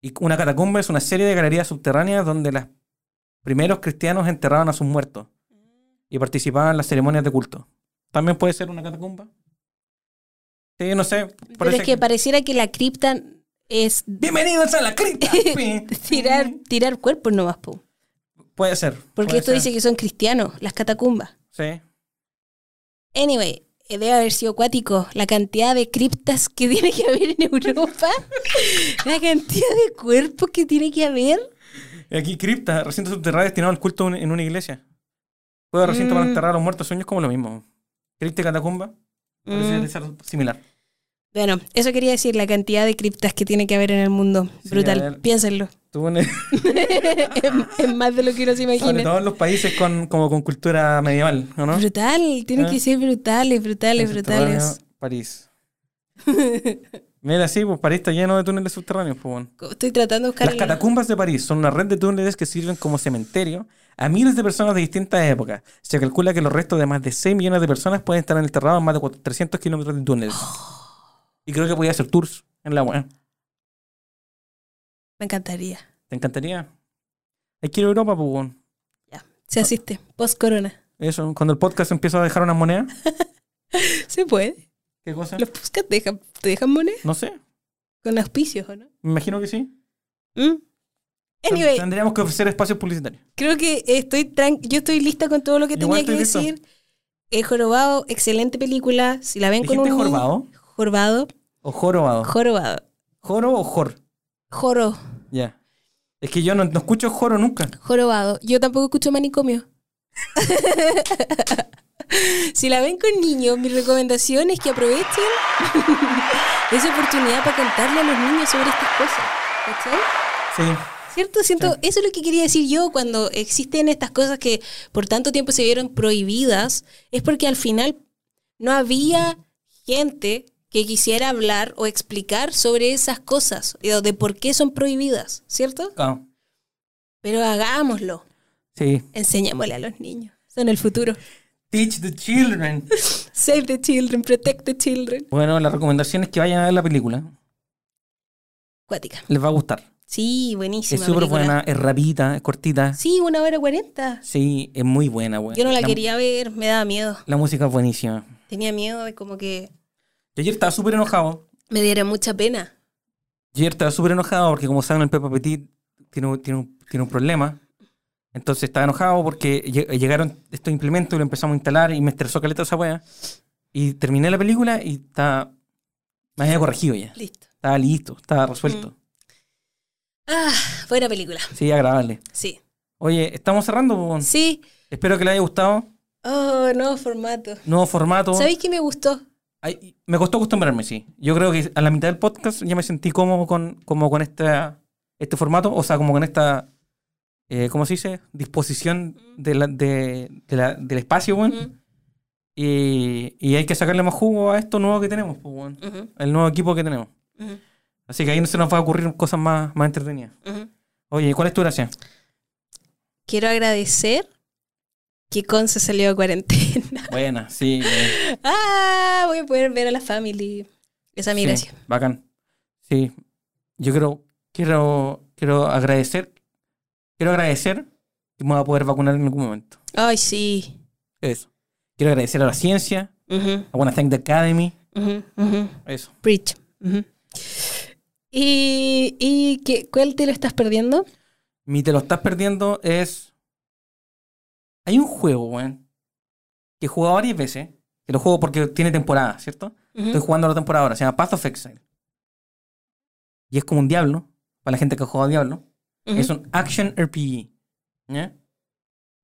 [SPEAKER 4] Y una catacumba es una serie de galerías subterráneas donde los primeros cristianos enterraban a sus muertos y participaban en las ceremonias de culto. También puede ser una catacumba. Sí, no sé.
[SPEAKER 3] Pero
[SPEAKER 4] parece
[SPEAKER 3] es que pareciera que la cripta es
[SPEAKER 4] Bienvenidos a la
[SPEAKER 3] (laughs)
[SPEAKER 4] cripta. Pi.
[SPEAKER 3] tirar, tirar cuerpos nomás, po.
[SPEAKER 4] Puede ser.
[SPEAKER 3] Porque
[SPEAKER 4] puede
[SPEAKER 3] esto
[SPEAKER 4] ser.
[SPEAKER 3] dice que son cristianos, las catacumbas.
[SPEAKER 4] Sí.
[SPEAKER 3] Anyway, eh, debe haber sido acuático la cantidad de criptas que (laughs) tiene que haber en Europa, la cantidad de cuerpos que tiene que haber.
[SPEAKER 4] Y aquí cripta, recinto subterráneo destinado al culto un- en una iglesia. Juego de recinto para
[SPEAKER 3] Mm.
[SPEAKER 4] enterrar a los muertos, sueños como lo mismo. Cripta y catacumba, parece
[SPEAKER 3] Mm.
[SPEAKER 4] ser similar.
[SPEAKER 3] Bueno, eso quería decir, la cantidad de criptas que tiene que haber en el mundo.
[SPEAKER 4] Sí, a
[SPEAKER 3] Brutal,
[SPEAKER 4] ver.
[SPEAKER 3] piénsenlo. (laughs)
[SPEAKER 4] Tú en-
[SPEAKER 3] es, es más de lo que uno se
[SPEAKER 4] sobre
[SPEAKER 3] imagina.
[SPEAKER 4] todo en los países con, como con cultura medieval, ¿o no?
[SPEAKER 3] Brutal, tienen
[SPEAKER 4] Ah.
[SPEAKER 3] que ser brutales, brutales,
[SPEAKER 4] Subterráneo,
[SPEAKER 3] brutales.
[SPEAKER 4] París. Mira, sí, pues París está lleno de túneles subterráneos, pues bueno.
[SPEAKER 3] Estoy tratando de buscar
[SPEAKER 4] Las
[SPEAKER 3] el-
[SPEAKER 4] catacumbas de París son una red de túneles que sirven como cementerio a miles de personas de distintas épocas. Se calcula que los restos de más de 6 millones de personas pueden estar enterrados en más de 400 300 kilómetros de túneles. Y creo que podía hacer tours en la web.
[SPEAKER 3] Me encantaría.
[SPEAKER 4] ¿Te encantaría? Hay que ir a Europa, pues. weón.
[SPEAKER 3] Ya. Se asiste, post-corona. (laughs)
[SPEAKER 4] Eso, cuando el podcast empieza a dejar una moneda.
[SPEAKER 3] Se puede.
[SPEAKER 4] ¿Qué cosa?
[SPEAKER 3] Los podcasts te dejan, te dejan moneda
[SPEAKER 4] No sé.
[SPEAKER 3] con auspicios, ¿o no?
[SPEAKER 4] Me imagino que sí.
[SPEAKER 3] ¿Mm?
[SPEAKER 4] Ten-
[SPEAKER 3] Anyway,
[SPEAKER 4] Tendríamos que ofrecer espacios publicitarios.
[SPEAKER 3] creo que estoy tran- yo estoy lista con todo lo que
[SPEAKER 4] Igual
[SPEAKER 3] tenía que
[SPEAKER 4] estoy
[SPEAKER 3] decir. El Jorobado, excelente película. Si la ven con un
[SPEAKER 4] ¿Dijiste
[SPEAKER 3] niño-
[SPEAKER 4] jorobado?
[SPEAKER 3] Jorobado,
[SPEAKER 4] ¿O jorobado?
[SPEAKER 3] jorobado.
[SPEAKER 4] ¿Joro o jor?
[SPEAKER 3] Joro,
[SPEAKER 4] Ya. Es que yo no, no escucho joro nunca.
[SPEAKER 3] jorobado. Yo tampoco escucho manicomio. (laughs) si la ven con niños, mi recomendación es que aprovechen (laughs) esa oportunidad para contarle a los niños sobre estas cosas. ¿Cachai?
[SPEAKER 4] Sí.
[SPEAKER 3] ¿Cierto? Siento,
[SPEAKER 4] Sí.
[SPEAKER 3] eso es lo que quería decir yo cuando existen estas cosas que por tanto tiempo se vieron prohibidas, es porque al final no había gente que quisiera hablar o explicar sobre esas cosas, eh, o de por qué son prohibidas, ¿cierto?
[SPEAKER 4] Ah,
[SPEAKER 3] Pero hagámoslo,
[SPEAKER 4] sí.
[SPEAKER 3] enseñémosle a los niños, son el futuro.
[SPEAKER 4] Teach the children.
[SPEAKER 3] Save the children, protect the children.
[SPEAKER 4] Bueno, la recomendación es que vayan a ver la película.
[SPEAKER 3] Cuática.
[SPEAKER 4] Les va a gustar.
[SPEAKER 3] Sí, buenísima.
[SPEAKER 4] es súper
[SPEAKER 3] película.
[SPEAKER 4] buena, es rapidita, es cortita.
[SPEAKER 3] Sí, una hora cuarenta.
[SPEAKER 4] Sí, es muy buena, güey.
[SPEAKER 3] Yo no la, quería ver, me daba miedo.
[SPEAKER 4] La música es buenísima.
[SPEAKER 3] Tenía miedo de como que
[SPEAKER 4] Yo ayer estaba súper enojado.
[SPEAKER 3] me diera mucha pena.
[SPEAKER 4] Yo ayer estaba súper enojado porque, como saben, el Peppa Petit tiene, un- tiene, un- tiene un problema. Entonces estaba enojado porque lle- llegaron estos implementos y lo empezamos a instalar y me estresó caleta esa wea. Y terminé la película y estaba. Me había corregido ya.
[SPEAKER 3] Listo.
[SPEAKER 4] Estaba listo, estaba resuelto.
[SPEAKER 3] Ah, buena película,
[SPEAKER 4] Sí, agradable.
[SPEAKER 3] sí.
[SPEAKER 4] Oye, estamos cerrando. po.
[SPEAKER 3] Sí.
[SPEAKER 4] Espero que les haya gustado.
[SPEAKER 3] Oh, nuevo formato.
[SPEAKER 4] Nuevo formato.
[SPEAKER 3] ¿Sabéis qué me gustó?
[SPEAKER 4] Ay, me costó acostumbrarme, sí. Yo creo que a la mitad del podcast ya me sentí cómodo con, como con esta, este formato, o sea, como con esta, eh, ¿cómo se dice? Disposición de la- de- de la- del espacio, weón.
[SPEAKER 3] Mm,
[SPEAKER 4] Y, y hay que sacarle más jugo a esto nuevo que tenemos, pues, weón.
[SPEAKER 3] ujú,
[SPEAKER 4] El nuevo equipo que tenemos.
[SPEAKER 3] ujú,
[SPEAKER 4] Así que ahí no se nos va a ocurrir cosas más, más entretenidas.
[SPEAKER 3] ujú.
[SPEAKER 4] Oye, ¿cuál es tu gracia?
[SPEAKER 3] Quiero agradecer que Conce salió a cuarentena. (laughs)
[SPEAKER 4] Buena, sí. eh,
[SPEAKER 3] ah, voy a poder ver a la family. Esa es mi
[SPEAKER 4] sí,
[SPEAKER 3] gracia.
[SPEAKER 4] Bacán. Sí. Yo quiero, quiero, quiero agradecer. Quiero agradecer que me voy a poder vacunar en algún momento.
[SPEAKER 3] Ay, sí.
[SPEAKER 4] Eso. Quiero agradecer a la ciencia,
[SPEAKER 3] Ujú,
[SPEAKER 4] a Wanna Thank the Academy.
[SPEAKER 3] ujú, ujú.
[SPEAKER 4] Eso.
[SPEAKER 3] Preach. Ujú. ¿Y, y qué, cuál te lo estás perdiendo?
[SPEAKER 4] Mi te lo estás perdiendo es. Hay un juego, weón, que he jugado varias veces. Que lo juego porque tiene temporada, ¿cierto?
[SPEAKER 3] Ujú.
[SPEAKER 4] Estoy jugando la temporada ahora, se llama Path of Exile. Y es como un Diablo, para la gente que ha jugado a Diablo.
[SPEAKER 3] Ujú.
[SPEAKER 4] Es un action RPG. ¿ya?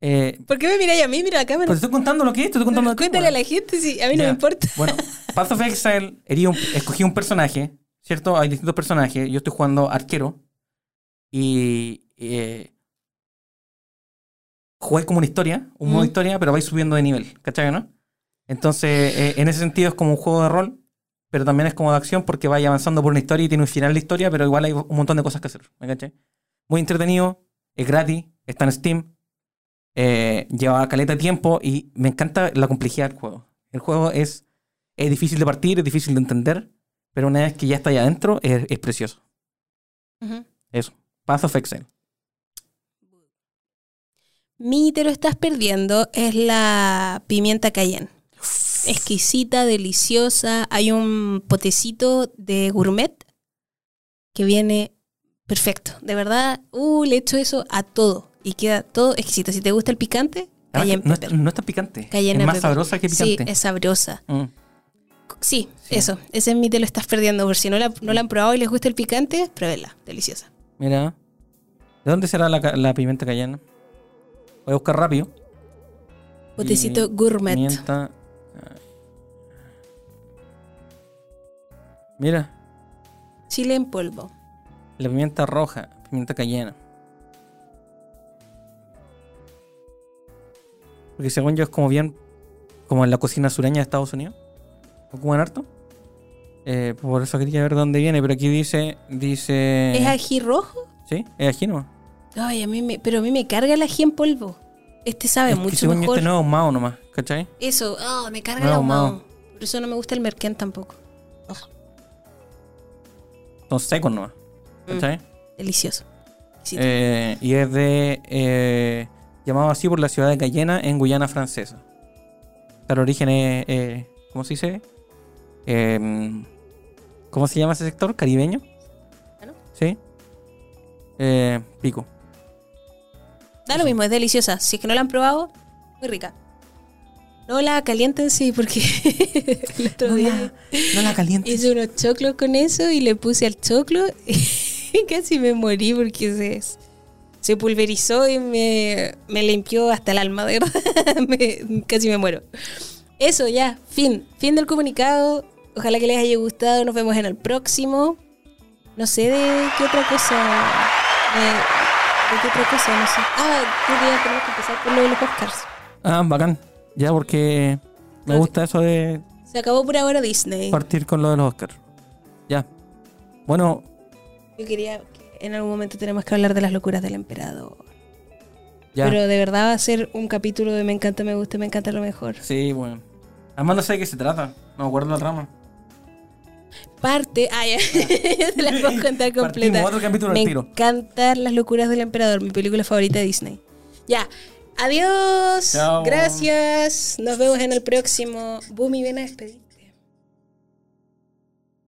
[SPEAKER 4] Eh,
[SPEAKER 3] ¿Por qué me miráis a mí? Mira la
[SPEAKER 4] pero te
[SPEAKER 3] cámara.
[SPEAKER 4] estoy contando lo que es, te estoy contando lo que es,
[SPEAKER 3] Cuéntale a
[SPEAKER 4] weón.
[SPEAKER 3] la gente, sí. A mí
[SPEAKER 4] pues.
[SPEAKER 3] no
[SPEAKER 4] Ya.
[SPEAKER 3] me importa.
[SPEAKER 4] Bueno, Path of Exile, herí un- escogí un personaje, ¿cierto? Hay distintos personajes. Yo estoy jugando arquero. Y. Eh, jugáis como una historia, un modo
[SPEAKER 3] Mm.
[SPEAKER 4] historia, pero vais subiendo de nivel, ¿cachai, no? Entonces, eh, en ese sentido es como un juego de rol, pero también es como de acción porque vais avanzando por una historia y tiene un final la historia, pero igual hay un montón de cosas que hacer, ¿me cachai? Muy entretenido, es gratis, está en Steam, eh, lleva caleta de tiempo y me encanta la complejidad del juego. El juego es, es difícil de partir, es difícil de entender, pero una vez que ya está ahí adentro, es, es precioso.
[SPEAKER 3] Ujú.
[SPEAKER 4] Eso. Path of Excel.
[SPEAKER 3] Mi te lo estás perdiendo es la pimienta cayenne. Exquisita, deliciosa. Hay un potecito de gourmet que viene perfecto. De verdad, uh, le echo eso a todo y queda todo exquisito. Si te gusta el picante,
[SPEAKER 4] Además,
[SPEAKER 3] cayenne
[SPEAKER 4] no,
[SPEAKER 3] pepper.
[SPEAKER 4] es, no es tan picante.
[SPEAKER 3] Cayenne
[SPEAKER 4] es más
[SPEAKER 3] pepper.
[SPEAKER 4] sabrosa que
[SPEAKER 3] Sí,
[SPEAKER 4] picante.
[SPEAKER 3] es sabrosa.
[SPEAKER 4] Mm.
[SPEAKER 3] Sí,
[SPEAKER 4] Sí.
[SPEAKER 3] eso. Ese es mi te lo estás perdiendo. Por si no la, no la han probado y les gusta el picante, pruébela. Deliciosa.
[SPEAKER 4] Mira. ¿De dónde será la, ca- la pimienta cayenne? Voy a buscar rápido.
[SPEAKER 3] Potecito
[SPEAKER 4] Y-
[SPEAKER 3] gourmet.
[SPEAKER 4] Pimienta. Mira.
[SPEAKER 3] Chile en polvo.
[SPEAKER 4] La pimienta roja, pimienta cayena. Porque según yo es como bien, como en la cocina sureña de Estados Unidos. Ocupan harto. Eh, por eso quería ver dónde viene, pero aquí dice, dice...
[SPEAKER 3] ¿Es ají rojo?
[SPEAKER 4] Sí, es ají nomás.
[SPEAKER 3] Ay, a mí me, pero a mí me carga el ají en polvo. Este sabe
[SPEAKER 4] Es que
[SPEAKER 3] mucho
[SPEAKER 4] según yo
[SPEAKER 3] mejor.
[SPEAKER 4] este no es ahumado nomás, ¿cachai?
[SPEAKER 3] Eso, ah, me carga
[SPEAKER 4] No,
[SPEAKER 3] el ahumado.
[SPEAKER 4] no.
[SPEAKER 3] Por eso no me gusta el merquén tampoco.
[SPEAKER 4] Son secos nomás,
[SPEAKER 3] Mm.
[SPEAKER 4] ¿cachai?
[SPEAKER 3] Delicioso. Exquisito.
[SPEAKER 4] Eh, y es de... eh, llamado así por la ciudad de Cayena en Guyana francesa. Claro, origen es... eh, ¿Cómo se dice? Em, ¿Cómo se llama ese sector? ¿Caribeño?
[SPEAKER 3] Claro.
[SPEAKER 4] Sí. Eh, pico.
[SPEAKER 3] da lo mismo, es deliciosa. Si es que no la han probado, muy rica. No la calienten, sí, porque (laughs) el otro día
[SPEAKER 4] no la calientes.
[SPEAKER 3] hice unos choclos con eso y le puse al choclo (laughs) y casi me morí porque se, se pulverizó y me, me limpió hasta el alma, de verdad. (laughs) Me- casi me muero. Eso ya, fin. Fin del comunicado. Ojalá que les haya gustado. Nos vemos en el próximo. No sé de qué otra cosa. De, de qué otra cosa, no sé. Ah, creo que ya tenemos que empezar por lo de los Oscars.
[SPEAKER 4] Ah, bacán. Ya, porque me
[SPEAKER 3] Ok.
[SPEAKER 4] gusta eso de
[SPEAKER 3] Se acabó por ahora Disney.
[SPEAKER 4] partir con lo de los Oscars. Ya. Bueno,
[SPEAKER 3] Yo quería que en algún momento tenemos que hablar de las locuras del emperador.
[SPEAKER 4] ya.
[SPEAKER 3] Pero de verdad va a ser un capítulo de me encanta, me gusta, me encanta lo mejor.
[SPEAKER 4] Sí, bueno. Además no sé de qué se trata. No me acuerdo la trama.
[SPEAKER 3] Parte, ah, (laughs) ya, te la puedo contar completa.
[SPEAKER 4] Partimos otro capítulo al
[SPEAKER 3] me
[SPEAKER 4] tiro.
[SPEAKER 3] encantan las locuras del emperador, mi película favorita de Disney. Ya, adiós.
[SPEAKER 4] Chao.
[SPEAKER 3] Gracias. Nos vemos en el próximo. Boomy, ven a despedir.